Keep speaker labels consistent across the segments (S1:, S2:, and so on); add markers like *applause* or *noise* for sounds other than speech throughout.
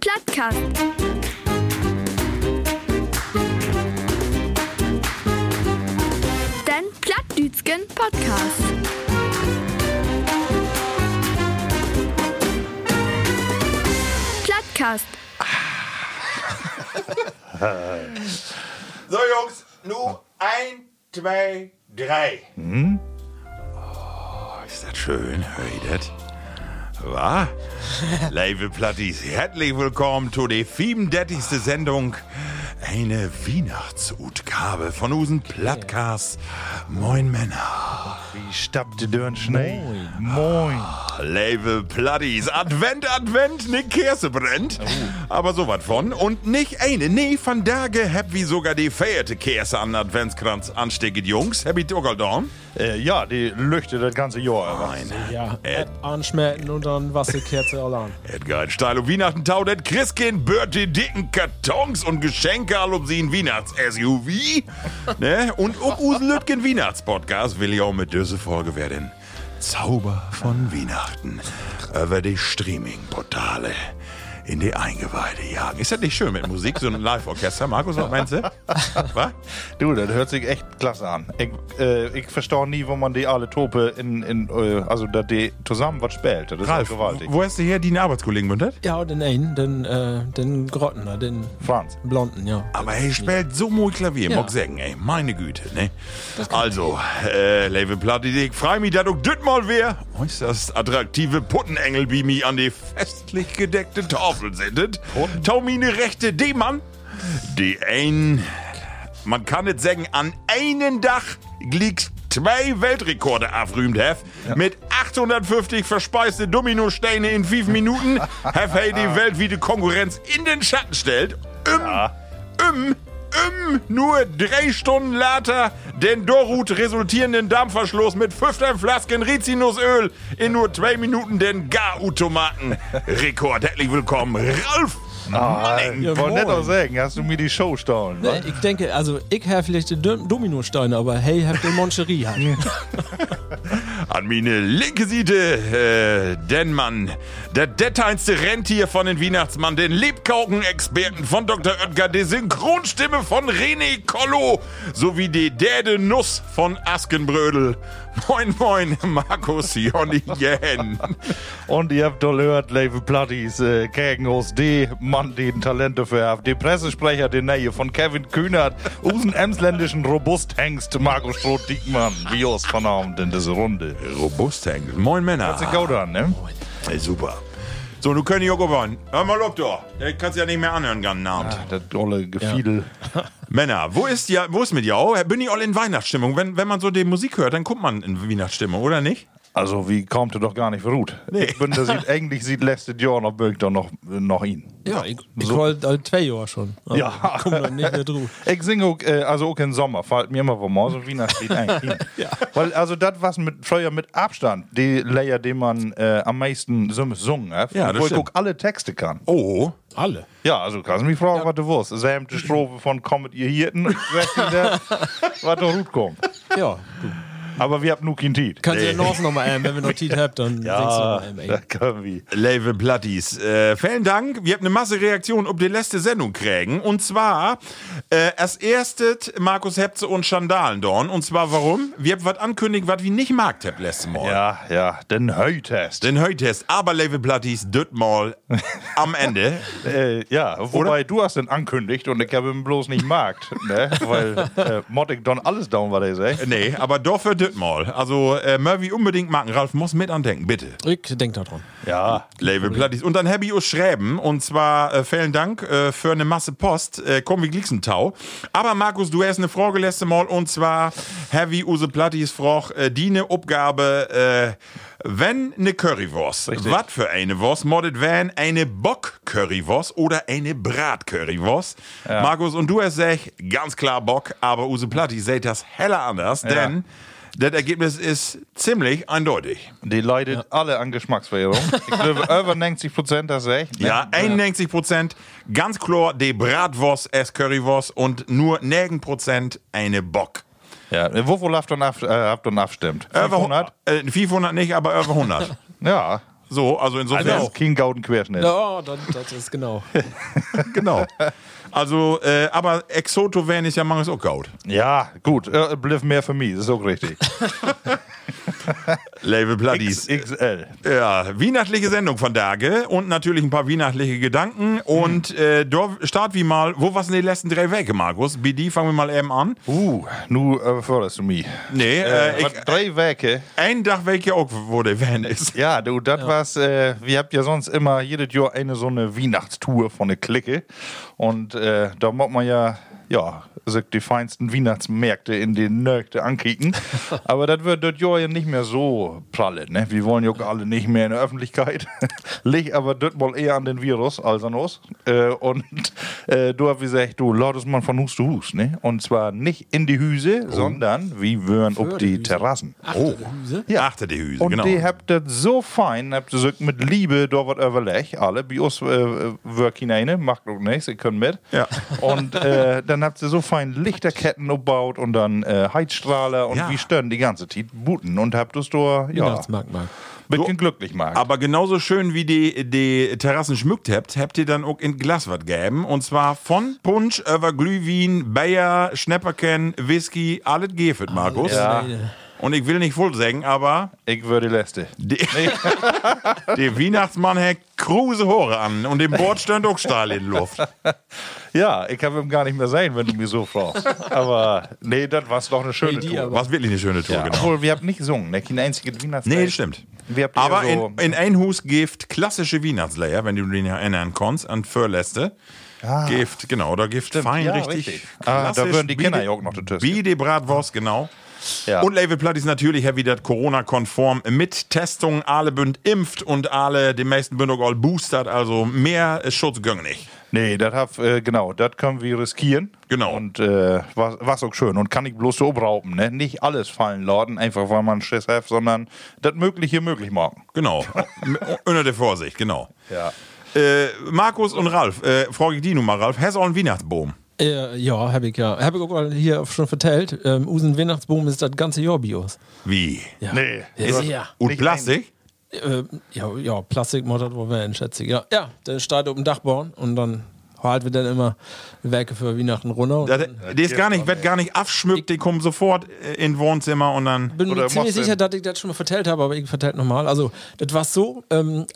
S1: Plattkast. Dein Plattdütschen Podcast. Plattkast.
S2: So Jungs, nu ein, zwei, drei.
S3: Hm? Oh, Ist das schön, hör ich das?
S2: *laughs*
S3: Wa? Liebe Plattis, herzlich willkommen zu der 37. Sendung. Eine Weihnachtsutgabe von unseren Plattcast. Moin Männer.
S4: Wie stappt die Dörren schnell? Moin.
S3: Liebe Plattis, Advent, Advent, ne Kerze brennt. Aber so was von. Und nicht eine, nee, von Tage hab wie sogar die feierte Kerze an den Adventskranz anstecket, Jungs. Hab ich Doggeldorn.
S4: Äh, ja, die leuchtet das ganze Jahr. aber
S3: Nein.
S5: Ja, App anschmelzen und dann Wasserkerze allein.
S3: Edgar in Steil um Weihnachten tau det Christkind bört die dicken Kartons und Geschenke all um sie in Weihnachts-SUV. ne? Und ob usen Lütgen Weihnachts-Podcast will ich auch mit diese Folge werden. Zauber von Weihnachten. Über die Streaming-Portale. In die Eingeweide jagen. Ist das nicht schön mit Musik, so ein Live-Orchester? Markus, was meinst du? Was?
S4: Du, das hört sich echt klasse an. Ich, äh, ich verstehe nie, wo man die alle Tope in, in äh, also da die zusammen was spielt. Das ist halt
S3: Ralf,
S4: gewaltig.
S3: wo hast du her die Arbeitskollegen mündet?
S5: Ja, den einen, den, äh, den Grottener, den
S4: Franz.
S5: Blonden, ja.
S3: Aber er spielt so mooi Klavier,
S5: Ja.
S3: mag sagen, ey, meine Güte, ne? Also, äh, Level Platte, ich freu mich, dass auch das mal wer äußerst attraktive Puttenengel wie mir an die festlich gedeckte Tafel sittet. Taumine rechte D-Mann, die ein, man kann nicht sagen, an einen Dach liegt zwei Weltrekorde abrühmt hef. Mit 850 verspeiste Dominosteine in fünf Minuten hef hey die weltweite Konkurrenz in den Schatten stellt. Im um, um, nur drei Stunden later den Dorut resultierenden Dampfverschluss mit 15 Flasken Rizinusöl in nur zwei Minuten den Gar-Automaten-Rekord. Herzlich willkommen, Ralf
S4: Ah,
S3: Manning.
S4: ich wollte nicht
S5: Jawohl.
S4: auch sagen, hast du mir die Show stohlen?
S5: Ne, ich denke, also ich habe vielleicht den Dom- Dominosteine, aber hey, hab den Moncherie
S4: *laughs*
S5: halt.
S3: *laughs* An meine linke Seite, äh, den Mann, der detteinste Rentier von den Weihnachtsmann, den Lebkauken-Experten von Dr. Oetker, die Synchronstimme von René Collo, sowie die Däde Nuss von Askenbrödel. *laughs* Moin, moin, Markus Jonny Jähn.
S4: Und ihr habt doch gehört, Leve Plattis, äh, gegen uns die Mann, den Talente verhaftet, die Pressesprecher, den Nähe von Kevin Kühnert, unseren emsländischen Robusthengst Markus Stroh-Diekmann, wie uns von Abend in dieser Runde.
S3: Robust hängt. Moin, Männer.
S4: Hört sich gut an, ne?
S3: Oh, Ey, super. So, du können Joko wollen. Hör mal ab, du. Ich kannst ja nicht mehr anhören, gern Abend.
S4: Ah, Das olle Gefiedel.
S3: Männer, wo ist ja, wo ist mit dir? Bin ich all in Weihnachtsstimmung? Wenn, wenn man so die Musik hört, dann kommt man in Weihnachtsstimmung, oder nicht?
S4: Also, wie kommt er doch gar nicht verruht. Ich bin, das sieht, eigentlich sieht letztes Jahr noch Bögter noch, noch ihn.
S5: Ja, ich, ich
S4: So.
S5: wollte halt zwei Jahre schon. Also,
S4: Ja.
S5: ich Komm dann nicht mehr drüber.
S4: Ich singe auch, äh, also auch im Sommer, fällt mir immer mal so ein Weihnachtslied ein. ja. Weil also das was mit Feuer mit Abstand, die Layer, die man äh, am meisten sungen hat,
S3: Ja, das
S4: wo ich
S3: stimmt.
S4: auch alle Texte kann.
S3: Oh.
S5: Alle.
S4: Ja, also kannst du mich fragen, was du wusst. Sämte Strophe von Kommet ihr Hirten, und rest in der, was da gut kommt.
S5: Ja, du
S4: Aber wir haben nur kein Tiet.
S5: kannst ja noch nochmal ähm, wenn wir noch Tiet habt, dann
S4: Ah,
S5: singst du nochmal
S4: da
S5: ähm,
S4: können wir.
S3: Level Platties, äh, vielen Dank. Wir haben eine Masse Reaktion, ob die letzte Sendung kriegen. Und zwar, äh, als erstes Markus Hepze und Schandalendorn. Und zwar warum? Wir haben was ankündigt, was wir nicht mag, habt letztes Mal.
S4: Ja, ja, den Heutest.
S3: Den Heutest, aber Level Platties, das mal am Ende.
S4: Äh, ja, wobei du hast den ankündigt und ich habe ihn bloß nicht markt,
S3: *laughs*
S4: ne? Weil äh, Mottig Don alles down, was er sagt.
S3: Nee, aber doch für das mal. Also, äh, Murphy unbedingt machen. Ralf muss mit andenken, bitte.
S5: Ich denk da dran.
S4: Ja,
S3: Label Plattis. Und dann Happy Us Schräben. Und zwar äh, vielen Dank äh, für eine Masse Post. Äh, komm wie Glixentau. Aber Markus, du hast eine Frage letzte Mal. Und zwar Heavy Use Plattis fragt, äh, die eine Abgabe Wenn ne Currywurst,
S4: Richtig.
S3: wat für eine Wurst, moddet wenn eine Bock-Currywurst oder eine Brat-Currywurst. Markus, und du hast sech, ganz klar Bock, aber Use Platti seht das heller anders, denn das Ergebnis ist ziemlich eindeutig.
S4: Die leidet alle an Geschmacksverirrung.
S3: *laughs*
S4: Ich glaube, über 90 Prozent, das ist echt. ne?
S3: Ja, 91 Prozent ganz klar die Bratwurst als Currywurst und nur 9 Prozent eine Bock.
S4: ja. Wovon habt ihr ab, äh, habt ihr abstimmt?
S3: Äh, warum-
S4: 500?
S3: Äh, 500 nicht, aber über *laughs* 100.
S4: Ja.
S3: so, also insofern.
S4: Das ist kein gauden Querschnitt.
S5: Ja, das, das ist genau.
S4: *laughs*
S3: Genau. Also, äh, aber Exoto wären ist ja manches auch gaut.
S4: Ja, gut. Äh, Bliff mehr für mich, das ist
S3: *laughs*
S4: auch richtig.
S3: Label Bloodies.
S4: XXL.
S3: Ja, weihnachtliche Sendung von Tage und natürlich ein paar weihnachtliche Gedanken. Und äh, da starten wir mal. Wo was in den letzten drei Wege, Markus? BD, fangen wir mal eben an.
S4: Uh, nu überforderst du mich.
S3: Nee, äh,
S4: Äh,
S3: ich,
S4: was, drei Werke.
S3: ein Tag weg ja auch, wo der Van ist.
S4: Ja, du, das war's. Äh, wir habt ja sonst immer jedes Jahr eine so eine Weihnachtstour von der Clique. Und äh, da macht man ja, ja, sagt die feinsten Weihnachtsmärkte in den Nörgte
S5: *laughs*
S4: ankicken. Aber das wird das Jahr ja nicht mehr so pralle, ne? Wir wollen ja auch alle nicht mehr in der Öffentlichkeit. *laughs* Liegt aber das mal eher an den Virus als an uns. Äh, und äh, du hast gesagt, du lautest man von Hus zu Hus, ne? Und zwar nicht in die Hüse, sondern wie würden ob
S5: Oh. die
S4: die
S5: Hüse.
S4: Terrassen.
S5: Achte oh. Hüse.
S3: Ja. Achte die Hüse,
S4: Und
S3: genau.
S4: die habt das so fein, habt ihr gesagt, mit Liebe da was überlegt. Alle bei uns äh, äh, work hinein, macht noch nichts, ihr könnt mit.
S3: Ja.
S4: *laughs* Und äh, dann habt ihr so fein Lichterketten gebaut und dann äh, Heizstrahler und
S3: Ja.
S4: wie stören die ganze Zeit Buten und habt es da, ja,
S5: Weihnachtsmarkt, Marc.
S4: bisschen glücklich gemacht.
S3: Aber genauso schön wie die, die Terrassen schmückt habt, habt ihr dann auch in Glas was gegeben. Und zwar von Punsch über Glühwein, Bayer, Schnäpperken, Whisky, alles gefet, Markus.
S4: Ah, Ja.
S3: Und ich will nicht voll sagen, aber
S4: ich würde die letzte.
S3: die- der Weihnachtsmann hat kruse Haare an und dem Bord stand auch Stahl in der Luft.
S4: Ja, ich kann ihm gar nicht mehr sein, wenn du mich so fragst. *laughs* aber nee, das war doch eine schöne
S5: die
S4: Tour.
S5: aber-
S3: Was wirklich eine schöne Tour,
S4: Ja.
S3: genau.
S4: Obwohl, wir haben nicht gesungen, ne? kein einziges Weihnachtslied.
S3: Nee, das stimmt.
S4: Wir habt
S3: Aber
S4: eher so-
S3: in, in ein Hus gift klassische Weihnachtsleier, wenn du den erinnern kannst, an Förläste. Gift, genau, da gift fein,
S4: Ah. ja,
S3: richtig.
S4: richtig. Ah, da
S3: klassisch,
S4: würden die
S3: wie
S4: Kinder ja auch noch die Tüste.
S3: Wie die Bratwurst, genau.
S4: Ja.
S3: Und Level Platt ist natürlich ja wieder Corona-konform mit Testung. Alle bünd impft und alle, die meisten bünd auch all boostert, also mehr äh, Schutz gönn nicht.
S4: Nee, das hab, äh, genau, das können wir riskieren.
S3: Genau.
S4: Und äh, was, was auch schön. Und kann ich bloß so obrauben, ne? Nicht alles fallen laden, einfach weil man Schiss hat, sondern das Mögliche möglich machen.
S3: *laughs* Genau. M- Unter der Vorsicht, genau.
S4: Ja.
S3: Äh, Markus und Ralf, äh, frage ich die nun mal, Ralf, hast du auch einen Weihnachtsbaum?
S5: Äh, ja, habe ich ja. Habe ich auch mal hier schon vertellt. Ähm, Usen Weihnachtsbaum ist das ganze Jahr Bios.
S3: Wie?
S5: Ja.
S4: Nee.
S5: Ja, ja.
S3: Und
S4: Nicht
S3: Plastik?
S5: Äh, ja, ja, Plastik muss das wohl werden, schätze ich. Ja, ja der steht auf dem Dach bauen und dann halten wir dann immer Werke für Weihnachten runter. Und
S3: Ja, der, der ist gar nicht, wird gar nicht abschmückt, die kommen sofort äh, in Wohnzimmer und dann.
S5: bin
S4: Oder
S5: mir ziemlich
S4: machst du-
S5: sicher, dass ich das schon mal vertellt habe, aber ich vertellt nochmal. Also, das war so. Ähm, *laughs*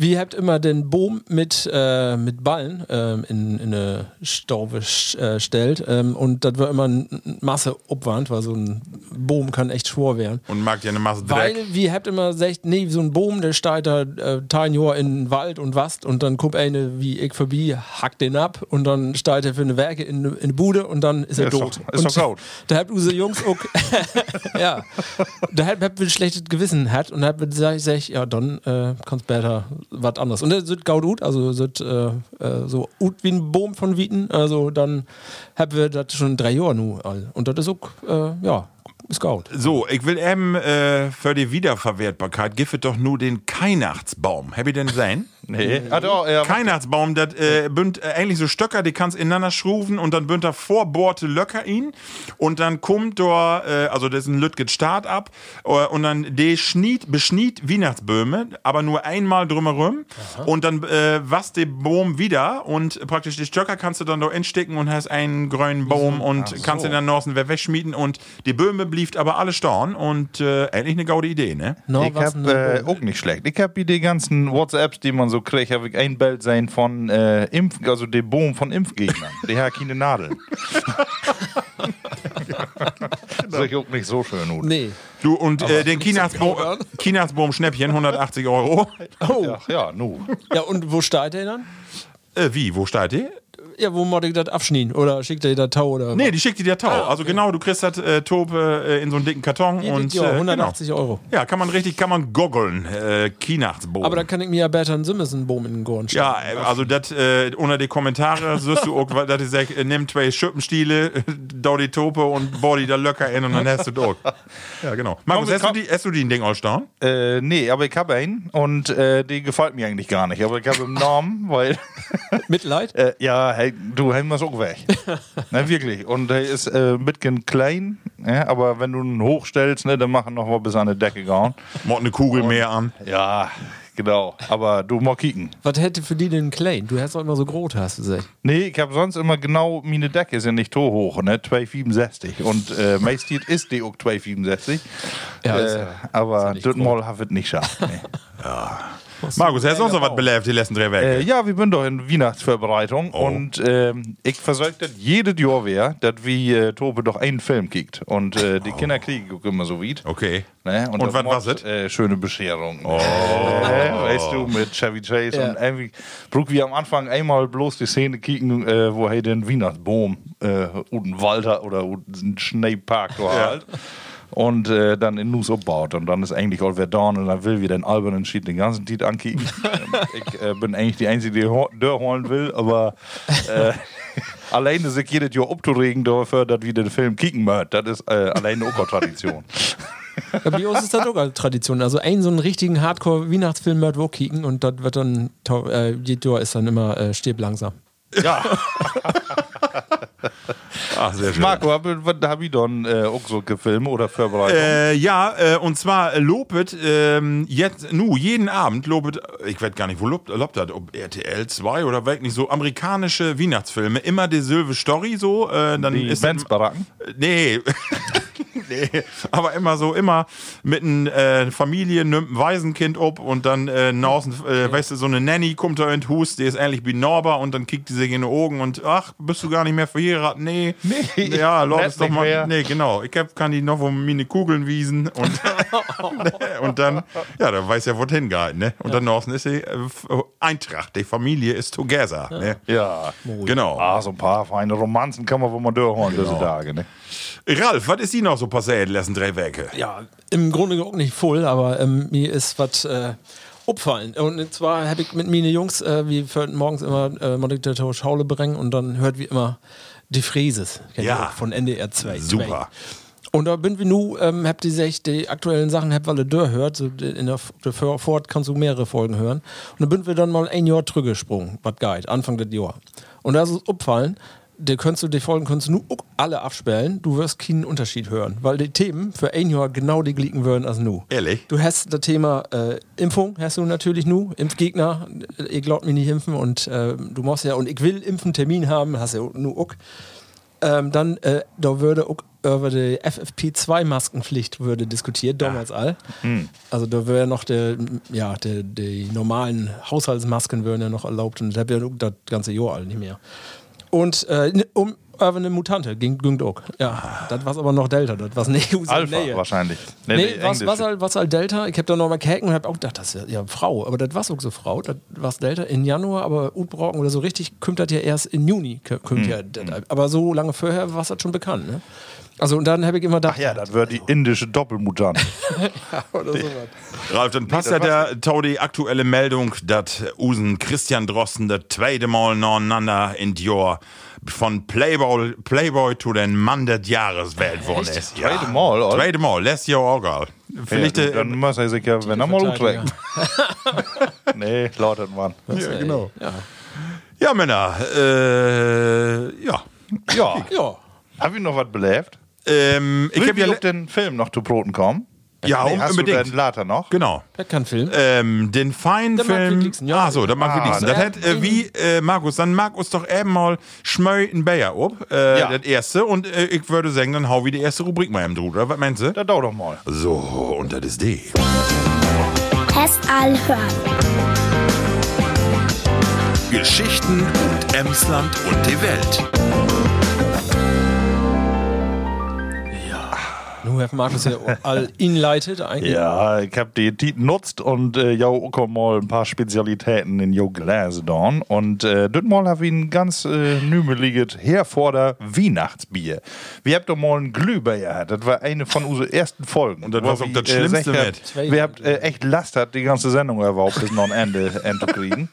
S5: wir habt immer den Boom mit, äh, mit Ballen ähm, in, in eine Staube sch- äh, stellt ähm, und das war immer ein Masse Obwand, weil so ein Boom kann echt schwor werden.
S3: Und mag ja eine Masse Dreck.
S5: Weil wir habt immer gesagt, nee, so ein Boom, der steht da äh, ein Jahr in den Wald und was und dann kommt eine wie ich vorbei, hackt den ab und dann steht er für eine Werke in, in eine Bude und dann ist er
S4: ist
S5: tot.
S4: doch- ist
S5: und
S4: doch gut.
S5: Da habt unsere Jungs auch, *laughs* ja, da habt habt wir ein schlechtes Gewissen hat und da habt wir gesagt, sag ich, ja, dann äh, kannst besser was anderes. Und das sind gaut ut, also sind äh, äh, so ut wie ein Boom von Wieten, also dann habt wir das schon drei Jahre nu all. Und das ist auch, äh, ja, ist gaut.
S3: So, ich will eben äh, für die Wiederverwertbarkeit giffet doch nur den Keinachtsbaum. Hab ich denn sein?
S4: Nee. Ah, doch, ja,
S3: Keinachtsbaum, das äh, bünd äh, eigentlich so Stöcker, die kannst ineinander schrufen und dann bünd da vorbohrte Löcker ihn und dann kommt da, äh, also das ist ein Lütget Start ab äh, und dann de schniet, beschniet Weihnachtsböhme, aber nur einmal drumherum und dann äh, was den Baum wieder und praktisch die Stöcker kannst du dann da entstecken und hast einen grünen Baum und kannst ihn dann draußen wieder wegschmieden und die Böhme blieft aber alle storn und äh, eigentlich eine gaude Idee, ne?
S5: No,
S4: ich hab äh, auch nicht schlecht. Ich hab hier die ganzen WhatsApps, die man so kriegt, habe ich ein Bild sein von äh, Impf, also dem Boom von Impfgegnern. die haben keine Nadeln. *laughs* Das ist auch nicht so schön, Udo.
S5: Nee.
S3: Du und äh, den Kinasbaum,
S5: Gaudern.
S3: Kinasbaum Schnäppchen 180 Euro.
S5: Oh, ja.
S4: Ach ja, nu.
S5: und wo steht er dann?
S3: Äh, wie, wo steht die?
S5: ja, wo mod ich das abschnien oder schickt er das Tau oder.
S3: Nee, die schickt dir der Tau.
S5: Ah,
S3: Also genau, du kriegst das äh, Tope äh, in so einen dicken Karton
S5: Die- die-
S3: und
S5: ja,
S3: äh,
S5: 180
S3: genau.
S5: Euro.
S3: Ja, kann man richtig, kann man goggeln. Äh, Kinachtsbogen.
S5: Aber da kann ich mir ja Bertrand Simmons Boom in den Gorn stecken.
S3: ja, äh, also das äh, unter die Kommentare wirst du auch, weil das ist, äh, nimm zwei Schippenstiele, da die Tope und body da Löcker in und dann hast du das. auch. Ja, genau. Markus,
S4: wir
S3: hast du,
S4: kommen-
S3: die, hast du die in Ding all stauen?
S4: Äh, nee, aber ich habe einen und äh, die gefällt mir eigentlich gar nicht. Aber ich habe einen Namen, *laughs* weil.
S5: *laughs* Mitleid?
S4: Äh, ja, hey, du hängen wir auch
S5: *laughs*
S4: weg. Na, wirklich. Und er ist äh, ein bisschen klein, ja, aber wenn du ihn hochstellst, ne, dann machen noch mal bis an die Decke gehauen.
S3: Mord eine ne Kugel mehr an.
S4: Ja, genau. Aber du mal kicken.
S5: Was hätte für die denn Klein? Du hast doch immer so groß, hast du gesagt.
S4: Nee, ich habe sonst immer genau, meine Decke ist ja nicht so hoch, ne? 267. Und äh, meistens ist die auch 267.
S5: Ja, ist
S4: äh,
S5: ja-
S4: aber
S5: nicht
S4: das Mal habe ich nicht geschafft.
S5: *laughs*
S4: Nee.
S3: Markus, hast du noch so was belebt die letzten drei Wochen?
S4: Äh, ja, wir sind doch in Weihnachtsvorbereitung
S3: Oh.
S4: und ähm, ich versuche das jedes Jahr wäre, dass wir äh, Tobe doch einen Film kickt. Und äh, die Kinder kriegen auch immer so weit.
S3: Oh. Okay.
S4: Ne?
S3: Und
S4: das
S3: was
S4: macht,
S3: war's das?
S4: Äh, schöne Bescherung. Oh. *laughs* weißt du, mit Chevy Chase
S5: Ja.
S4: und irgendwie brug wir am Anfang einmal bloß die Szene kicken, äh, wo hey den Weihnachtsbaum äh, und Walter oder einen Schneepark da halt. *laughs* Und äh, dann in Nus abbaut und dann ist eigentlich all wer down und dann will wir den albernen Schied den ganzen Tiet ankicken. ähm, ich äh, bin eigentlich die Einzige, die ho- Dörr holen will, aber äh, *laughs* alleine sich jedes Jahr abzuregen dafür, dass wir den Film kicken möchten, das ist äh, alleine auch eine
S5: *laughs*
S4: Tradition.
S5: Ja, bei uns ist das auch eine Tradition. Also einen so einen richtigen Hardcore-Weihnachtsfilm wird wir kicken und das wird dann, tau- äh, jedes Jahr ist dann immer äh, stirb langsam.
S4: ja.
S3: Ach, sehr schön.
S4: Marco, hab, was hab ich dann äh, auch so gefilmt oder vorbereitet?
S3: Äh, ja, äh, und zwar äh, lobet ähm, jetzt, nu, jeden Abend lobet, ich weiß gar nicht, wo lobt, lobt das, ob RTL 2 oder weiß nicht, so amerikanische Weihnachtsfilme, immer die Silve Story so, äh, dann
S4: die
S3: ist Äh,
S4: Benz-Baracken?
S3: Nee. *laughs* nee. Aber immer so, immer mit einer äh, Familie nimmt ein Waisenkind ob und dann äh, draußen, äh, weißt du, so eine Nanny kommt da und hust, die ist ähnlich wie Norber und dann kickt die sich in die Augen und ach, bist du gar nicht mehr verheiratet? Nee.
S4: Nee.
S3: Ja, Lord ist
S4: Net
S3: doch
S4: nicht
S3: mal.
S4: mehr.
S3: Nee, genau. Ich hab, kann die noch wo meine Kugeln wiesen und, *laughs* und dann, ja, dann weiß ja, wo hingehalten, ne? Und dann draußen ist sie äh, f- Eintracht, die Familie ist together, ne?
S4: Ja.
S3: Genau.
S4: Ah, so ein paar feine Romanzen kann man wohl mal durchhauen
S5: Genau.
S4: diese Tage, ne?
S3: Ralf, was ist die noch so passiert, die letzten drei Werke?
S5: Ja, im Grunde auch nicht voll, aber ähm, mir ist was äh, upfallen. Und zwar habe ich mit meine Jungs, äh, wir hörten morgens immer äh, Monitor Schaule bringen und dann hört wir immer die Fräses kennt
S3: Ja.
S5: ihr auch, von NDR 2.
S3: Super.
S5: Und da bin wir nu, ähm, habt ihr sich die aktuellen Sachen, habt alle Dörr hört, so die- in der, F- der F- Ford kannst du mehrere Folgen hören. Und da bin wir dann mal ein Jahr zurückgesprungen, was geil, Anfang des Jahr. Und da ist es aufgefallen, die, könntest du, die Folgen kannst du nu auch alle abspellen, du wirst keinen Unterschied hören, weil die Themen für ein Jahr genau die gleichen würden als nu.
S3: Ehrlich?
S5: Du hast das Thema äh, Impfung, hast du natürlich nu, Impfgegner, äh, ihr glaubt mir nicht impfen und äh, du machst ja, und ich will impfen, Termin haben, hast ja nu auch. Ähm, dann, äh, da würde auch über die FFP2-Maskenpflicht würde diskutiert, damals all. Also da wäre noch der, ja, der, die normalen Haushaltsmasken wären ja noch erlaubt und da wäre auch das ganze Jahr all nicht mehr. Und äh, ne- um über eine Mutante ging, ging auch. Ja, das war aber noch Delta, das war nicht USA.
S4: Alpha wahrscheinlich.
S5: Nee, was,
S4: Englisch.
S5: was, halt, was halt Delta? Ich habe da nochmal gehackt und habe auch gedacht, das ist ja Frau. Aber das war auch so Frau. Das war Delta in Januar, aber Utbrocken oder so richtig kommt das ja erst in Juni. kö- Kommt ja, das- aber so lange vorher war es das schon bekannt. Ne? Also und dann habe ich immer gedacht,
S4: ja, das wäre die indische Doppelmutant.
S5: *laughs* oder sowas.
S3: Ralf, dann passt ja der Tau die aktuelle Meldung, dass Usen Christian Drosten das zweite Mal nacheinander in Dior von Playboy, Playboy to den Mann des Jahres wählt worden ist. Ja.
S4: Zweite Mal, oder?
S3: Zweite Mal, letztes Jahr auch geil. Vielleicht
S4: ja,
S3: äh,
S4: gut, dann muss er sich ja, wenn er mal
S5: Verteidiger.
S4: umträgt. *laughs* nee, lautet man.
S5: Ja, genau. Ja.
S3: ja, Männer, äh, ja.
S4: Ja.
S5: ja.
S4: Hab ich noch was belebt?
S3: Ähm, ich hab
S4: Will
S3: ja,
S4: wir
S3: le-
S4: auf den Film noch zu Broten kommen?
S3: ja
S4: nee, hast
S3: unbedingt.
S4: du den Later noch?
S3: genau.
S5: Das kann Film.
S3: Ähm, den feinen
S5: Der Mark
S3: Film.
S5: Wilkingson, ja.
S3: Ah, so, der Mark
S4: Ah,
S3: Wilkingson. Das
S5: der-
S3: hat, äh, wie, äh, Markus, dann mag uns doch eben mal Schmöi in Bayer ob, äh,
S4: Ja.
S3: das erste. Und äh, ich würde sagen, dann hau wie die erste Rubrik mal im Drut, oder? Was meinst du?
S4: Da dauert doch mal.
S3: So, und das ist die.
S6: Test all hören.
S7: Geschichten und Emsland und die Welt.
S5: Nu, Herr Markus, ja all inleitet eigentlich.
S4: Ja, ich habe die Tiet nutzt und äh, jo, komm mal ein paar Spezialitäten in jo Gläser dorn. Und äh, dit mal hab ich ein ganz äh, nümeliges Herforder Weihnachtsbier. Wir habt doch mal ein Glühbär gehabt. Das war eine von unseren ersten Folgen. Und
S3: das war auch
S4: äh,
S3: das Schlimmste mit.
S4: Wir habt äh, echt Last hat die ganze Sendung erwartet, bis noch ein Ende, *laughs* Ende kriegen.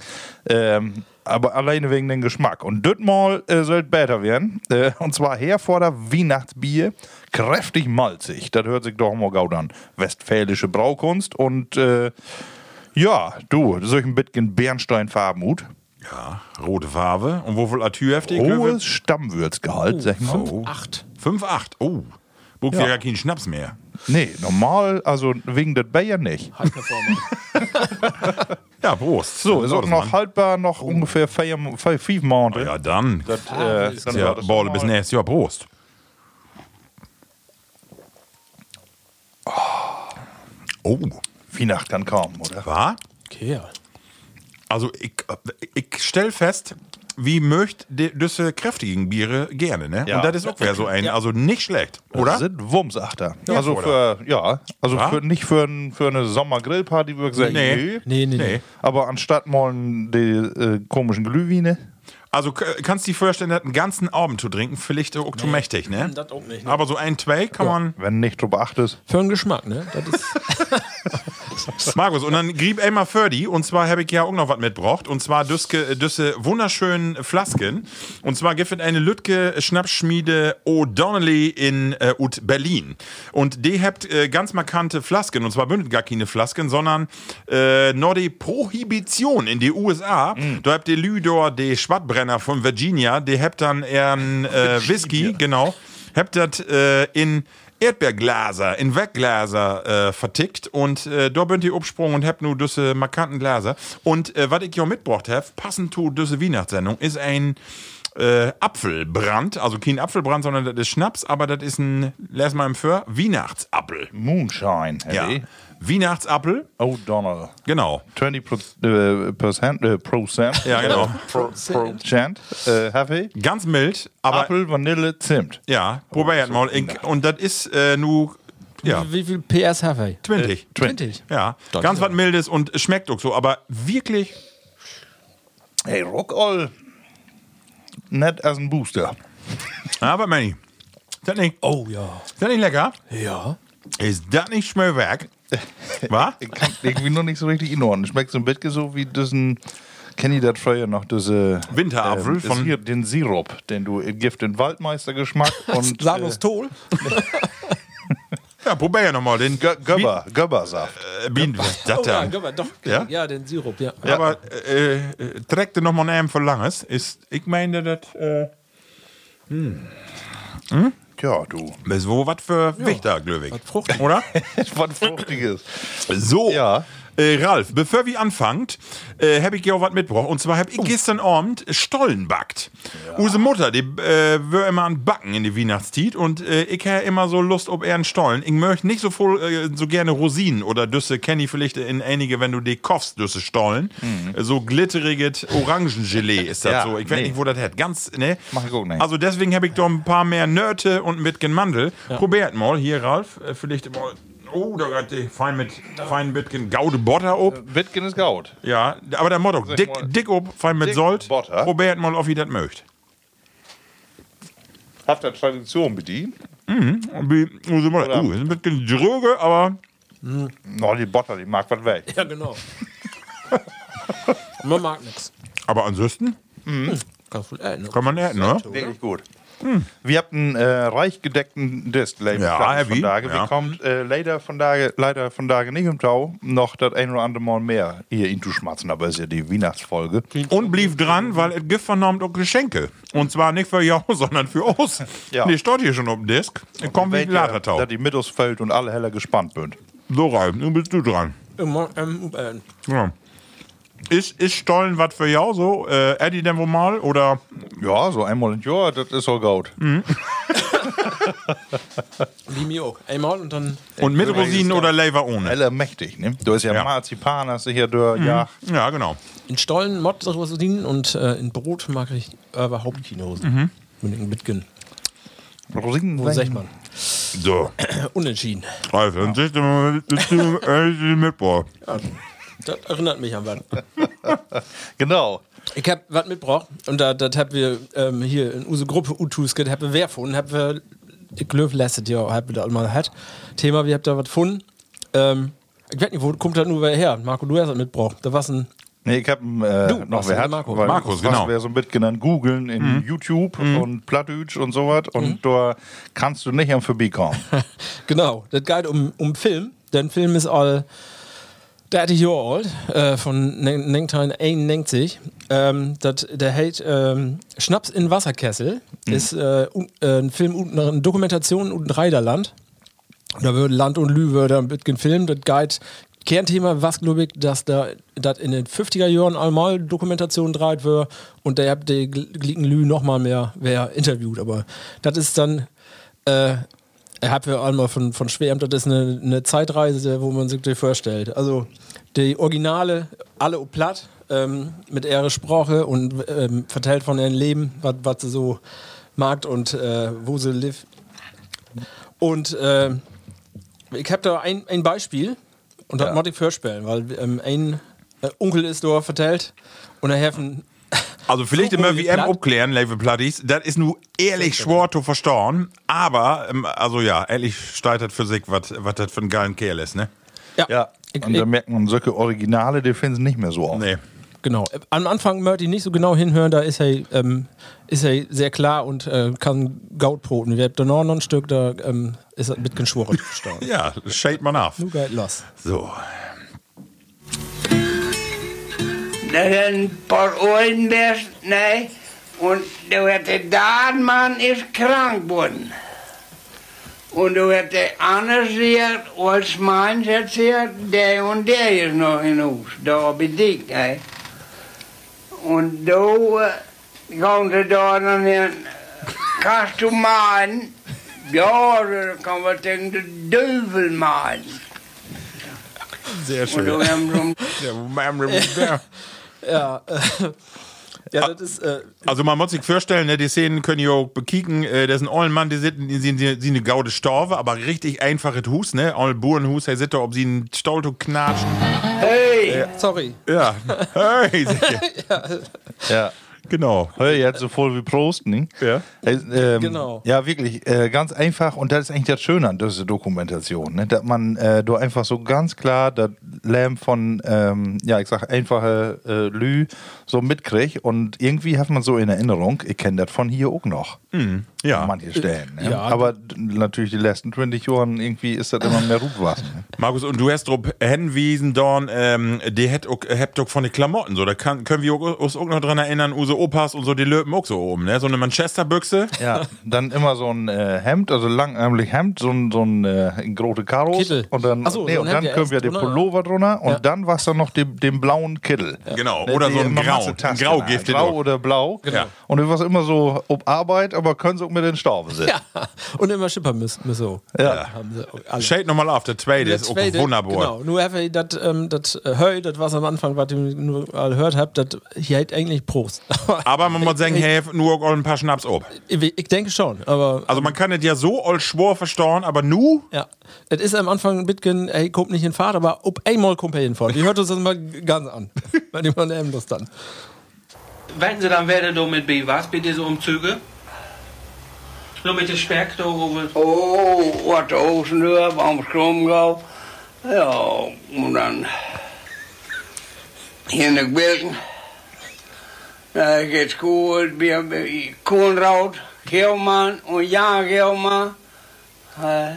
S4: ähm, aber alleine wegen dem Geschmack. Und das Mal äh, soll besser werden. Äh, und zwar Herforder Weihnachtsbier, kräftig malzig. Das hört sich doch mal gaut an. Westfälische Braukunst und äh, ja, du, so ein bisschen Bernsteinfarbenhut.
S3: Ja, rote Farbe. Und wofür Atürheftig?
S4: Hohes
S3: Oh,
S4: Stammwürzgehalt, sag mal.
S5: Acht.
S3: 5,8. Oh. Buck ja. gar keinen Schnaps mehr.
S4: Nee, normal, also wegen des Bayer nicht.
S3: Halt Ja, Prost.
S4: So, ist auch
S3: das,
S4: noch
S3: Mann. Oh.
S4: haltbar, noch ungefähr vier, vier, fünf Monate.
S3: Ja, dann. Das
S4: äh, dann
S3: ja,
S4: war das
S3: Ball
S4: normal.
S3: bis nächstes Jahr. Prost. Oh.
S4: Weihnachten kann kaum, oder?
S3: War?
S5: Okay, ja.
S3: Also, ich, ich stell fest, wie möcht die- diese kräftigen Biere gerne, ne?
S4: Ja.
S3: Und das ist auch wer so ein. Also nicht schlecht, oder?
S4: Das sind Wumsachter.
S3: Ja,
S4: also
S3: oder?
S4: für, ja, also
S3: Ja?
S4: Für, nicht für, ein, für eine Sommergrillparty würde ich sagen,
S3: Nee.
S4: nee.
S5: Nee, nee,
S3: Nee.
S5: nee.
S4: Aber anstatt mal die äh, komischen Glühweine,
S3: Also k- kannst du dir vorstellen, das einen ganzen Abend zu trinken, vielleicht auch zu mächtig, ne?
S5: Das auch nicht, ne?
S3: Aber so ein, zwei kann man.
S4: wenn nicht drüber achtest.
S5: Für den Geschmack, ne? Das ist
S3: Markus, und dann grieb einmal 30 und zwar habe ich ja auch noch was mitgebracht und zwar Düske, Düsse wunderschönen Flasken und zwar gibt es eine Lütke Schnapsschmiede O'Donnelly in äh, ut Berlin und die habt äh, ganz markante Flasken und zwar bündet gar keine Flasken, sondern äh, nur die Prohibition in die USA, da habt ihr Lüdor, die Schwattbrenner von Virginia, die habt dann eher einen äh, Whisky, genau, habt das äh, in Erdbeerglaser in Wegglaser äh, vertickt und äh, da bin ich absprungen und hab nur diese markanten Glaser. Und äh, was ich hier mitgebracht hab, passend zu diese Weihnachtssendung, ist ein äh, Apfelbrand. Also kein Apfelbrand, sondern das ist Schnaps, aber das ist ein, lass mal im Föhr, Weihnachtsappel.
S4: Moonshine,
S3: Ja.
S4: hey. Oh,
S3: Weihnachtsappel,
S4: O'Donnell.
S3: genau.
S4: 20 äh, Percent, äh, Prozent.
S3: Ja, genau.
S4: Pro, Prozent. Äh, Happy.
S3: Ganz mild, aber
S4: Apfel, Vanille, Zimt.
S3: ja, probier
S4: so
S3: mal. Ich- Und das ist äh, nur, ja,
S5: wie viel PS habe ich?
S3: 20.
S5: 20.
S3: ja, ganz was Mildes und schmeckt auch so, aber wirklich
S4: Hey, Rockall. Nett als ein Booster.
S3: Aber Manny, das nicht,
S5: Oh ja.
S3: ist das nicht lecker?
S5: Ja.
S3: Ist das nicht
S5: *laughs*
S3: Schmöllwerk? Was?
S4: Ich kann irgendwie noch nicht so richtig inordnen. Schmeckt so ein bisschen so wie diesen. Kenny das früher noch, diese.
S3: Winterapfel
S4: das
S3: von-
S4: Hier, den Sirup, den du in Gift
S3: *laughs*
S4: in Waldmeistergeschmack und. äh,
S5: Lanus Tol?
S3: Ja, probier ja nochmal den
S4: Gö- Göbber, Göbbersaft.
S3: Bi- äh, Bienen. Was ist das
S5: Oh ja,
S3: denn?
S5: guck mal, doch.
S3: Ja?
S5: Ja? den Sirup, ja.
S3: Aber äh, äh, trägt er nochmal einen von Langes? Ist, ich meine, das. Äh,
S4: Tja,
S3: *laughs*
S4: du.
S3: ist wo was für Wichter, Glöwig.
S5: Fruchtig. *laughs*
S3: Oder?
S4: Was Fruchtiges.
S3: So.
S4: Ja.
S3: Äh, Ralf, bevor wir anfangt, äh, habe ich dir auch was mitgebracht. Und zwar habe
S4: Oh.
S3: ich gestern Abend Stollen backt. Use Mutter, die äh, wär immer an Backen in die Weihnachtstiet und äh, ich habe immer so Lust ob eher einen Stollen. Ich möchte nicht so voll, äh, so gerne Rosinen oder Düsse, kenn ich vielleicht in einige, wenn du die kochst, Düsse Stollen. Äh, So glitteriges Orangengelee ist das
S4: Mhm. Ja,
S3: so. Ich weiß
S4: nee.
S3: nicht, wo das hat. Ganz, ne?
S4: Mach ich auch nicht.
S3: Also deswegen habe ich doch ein paar mehr Nörte und ein bisschen Mandel. Probiert mal, hier Ralf, äh, vielleicht mal. Oh, da hat die fein mit fein bisschen Gaude Butter ob.
S4: Wittgen ist gaut.
S3: Ja, aber der Motto, dick,
S4: mal-
S3: dick ob, fein mit
S4: Dick
S3: Sold.
S4: Butter.
S3: Probiert mal, ob ihr das mögt.
S4: Habt ihr Tradition bedient?
S3: Und wie- oh, sind wir- Uh, ist ein bisschen dröge, aber
S4: Oh, die Butter, die mag was weg.
S5: *laughs* Ja, genau. Man mag nichts.
S3: aber ansonsten
S5: Ganz Äh, viel Elten.
S3: kann man essen, ne?
S4: Wirklich gut. Wir habt einen äh, reich gedeckten Display
S3: Hm. Ja,
S4: von
S3: heavy,
S4: Tage.
S3: ja.
S4: Wir kommt äh, leider von Tage, leider von Tage nicht im Tau noch das ein oder andere Mal mehr hier in zu schmatzen, aber ist ja die Weihnachtsfolge.
S3: Und blieb dran, weil es Gift vernommen und Geschenke. Und zwar nicht für Jau, *laughs* sondern für uns.
S4: Ja.
S3: Die steht hier schon auf dem Disk. Komm wie ein Ladertau.
S4: Da die Mittels fällt und alle heller gespannt sind.
S3: So, Ralf, nun bist du dran.
S5: Immer ähm, Elten.
S3: Ja. Ist, ist Stollen was für Jau so? Äh, Eddie denn wohl mal? Oder
S4: Ja, so einmal und ja, das ist all gut.
S3: Mhm.
S5: Wie mir auch. Einmal und dann.
S3: und mit
S4: übrigens,
S3: Rosinen
S4: ja.
S3: oder Lever ohne?
S4: Heller mächtig, ne? Du hast ja,
S3: Ja.
S4: Marzipan, hast du hier, du, ja.
S3: Ja, genau.
S5: In Stollen Mod so was dienen und äh, in Brot mag ich äh, überhaupt keine Hosen. Mit den Bitgen.
S4: Rosinen.
S5: Wo sag man?
S3: So.
S5: Unentschieden.
S3: Also, dann siehst du mal, siehst du, äh, siehst du Mittwoch.
S5: Das erinnert mich an was.
S4: Genau.
S5: Ich hab was mitgebracht und da, das haben wir ähm, hier in unsere Gruppe Utus, das haben wir wer gefunden, haben wir, ich glaube, letztes Jahr haben wir das mal gehabt. Thema, wir haben da was gefunden. Ähm, ich weiß nicht, wo kommt das nur wer her? Marco, du hast das mitgebracht. Da war's ein,
S4: Nee, ich habe äh,
S5: Du,
S4: noch
S5: was
S4: wer
S5: denn,
S4: hat.
S5: Markus?
S4: weil
S3: Markus,
S4: das
S3: genau. Mhm.
S4: wäre so mitgenannt googeln in YouTube und Plattdütsch und sowas. Und
S5: Mhm.
S4: da kannst du nicht am
S5: *laughs*
S4: vorbeikommen.
S5: genau, das geht um, um Film. Denn Film ist all 30 Jahre alt, äh, von 1991. Ähm, das- der hält ähm, Schnaps in Wasserkessel. Ist äh, un- äh, ein Film, und eine Dokumentation und ein Reiderland. Da wird Land und Lü wird da ein bisschen gefilmt. Das Guide Kernthema was glaube ich, dass da das in den 50er Jahren einmal Dokumentation dreht wird und der hat die Glicken Lü noch mal mehr wer interviewt. Aber das ist dann äh, ich habe ja einmal von, von Schwärmt, das ist eine, eine Zeitreise, wo man sich das vorstellt. Also die Originale, alle au platt, ähm, mit ihrer Sprache und ähm, verteilt von ihrem Leben, was was sie so mag und äh, wo sie lebt. Und ähm, ich habe da ein, ein Beispiel und das ja. ich vorstellen, weil ähm, ein äh, Onkel ist da vertellt und er helfen.
S3: Also vielleicht
S5: So,
S3: immer
S5: Uli,
S3: wie M
S5: Platt.
S3: abklären, Level Platties. Das ist nur ehrlich schwer zu verstauen. Aber, ähm, also ja, ehrlich steitert für sich, was was das für ein geilen Kerl ist, ne?
S4: ja.
S5: Ich-
S4: und da
S5: ich-
S4: merkt man, solche Originale, die finden sie nicht mehr so oft.
S3: Nee.
S5: Genau. Am Anfang möchte ich nicht so genau hinhören, da ist er, ähm, ist er sehr klar und äh, kann Gaut poten. Wir haben da noch ein Stück, da ähm, ist er mit *laughs* geschworen.
S3: Ja, shade man auf.
S5: Du geht los.
S3: So.
S8: Er ein paar Ohren mehr, ne? Und du hätte da ein Mann ist krank geworden. Und du hätte anders hier als meins jetzt hier, der und der ist noch in Hus, da bedingt, ne? Und du äh, konnte da dann hin, kannst du malen? Ja, dann kann man den Teufel malen.
S3: Sehr
S8: Und du haben so ein
S5: Ja, äh, ja das ist. Äh,
S3: Also man muss sich vorstellen, ne, die Szenen können ja auch bekicken. Äh, das ist ein ollen Mann, die sind, die sind, die sind eine gaude Storve, aber richtig einfaches Hus, ne? All Burenhus, Herr Sitter, ob sie einen Stolto knatscht.
S8: Hey!
S5: sorry. *laughs*
S3: Ja. Hey, sicher.
S4: Ja.
S3: genau.
S4: Hör jetzt so voll wie Prost, ne?
S3: Ja.
S4: Äh, ähm,
S5: Genau.
S4: Ja, wirklich, äh, ganz einfach. Und das ist eigentlich das Schöne an dieser Dokumentation, ne? dass man äh, du einfach so ganz klar das Lärm von, ähm, ja, ich sag einfache äh, Lü so mitkriegt. Und irgendwie hat man so in Erinnerung, ich kenne das von hier auch noch. An
S3: Mhm, Ja.
S4: manchen Stellen. Ne?
S5: ja.
S4: Aber d- natürlich die letzten 20 Jahren irgendwie ist das immer mehr Rutwassen. Ne?
S3: Markus, und du hast drauf hinwiesen, Dorn, ähm, die hat auch, habt auch von den Klamotten, so, da kann, können wir uns auch noch dran erinnern, unsere Opas und so, die löpen auch so oben, ne? So eine Manchester-Büchse.
S4: Ja, dann immer so ein äh, Hemd, also langärmlich Hemd, so ein, so ein äh, in große Karos.
S5: Kittel.
S4: Und dann,
S5: Ach so,
S4: nee,
S5: so
S4: und
S5: ein
S4: dann
S5: Hemd, ja,
S4: können wir
S5: erst
S4: den
S5: drunter.
S4: Pullover drunter und
S5: Ja.
S4: dann war es dann noch den, den blauen Kittel.
S3: Genau,
S4: Ne,
S3: oder
S4: die
S3: so ein
S4: immer
S3: Grau.
S4: ganze Tasten
S3: Grau
S4: hat.
S3: giftet
S4: Grau
S3: auch.
S4: oder blau.
S3: Genau.
S4: Und du warst immer so ob Arbeit, aber können sie auch mit den Stauben sind.
S5: Ja. Und immer schippern müssen. müssen so.
S4: Ja.
S5: Haben sie auch alle.
S3: Shade nochmal auf, der zweite
S5: Der
S3: ist auch
S5: zweite,
S3: wunderbar.
S5: Genau, nur habe ich das, ähm, das äh, Höll, das was am Anfang, was ihr nur alle gehört habt, das hier hält eigentlich Prost. *laughs*
S3: Aber man muss sagen,
S5: Äh,
S3: hey, nur auch ein paar Schnaps ob.
S5: ich, ich denke schon, aber
S3: Also man kann es ja so all schwor verstauen, aber nu?
S5: Ja, es ist am Anfang ein bisschen, ey, kommt nicht in Fahrt, aber ob einmal kommt er in Fahrt. Ich hört uns das mal ganz an. *laughs* Wenn jemand eben das dann.
S9: Wenn sie dann werden do mit B, was bitte so Umzüge? Nur mit dem Speck da oben.
S8: Oh, wat de Oostendorp, Amsterdam gauw. Ja, en dan... Hier in de Bilken. Dan gaat goed, bij- bij Koenraad, Geelman en Jan Geelman. Eh,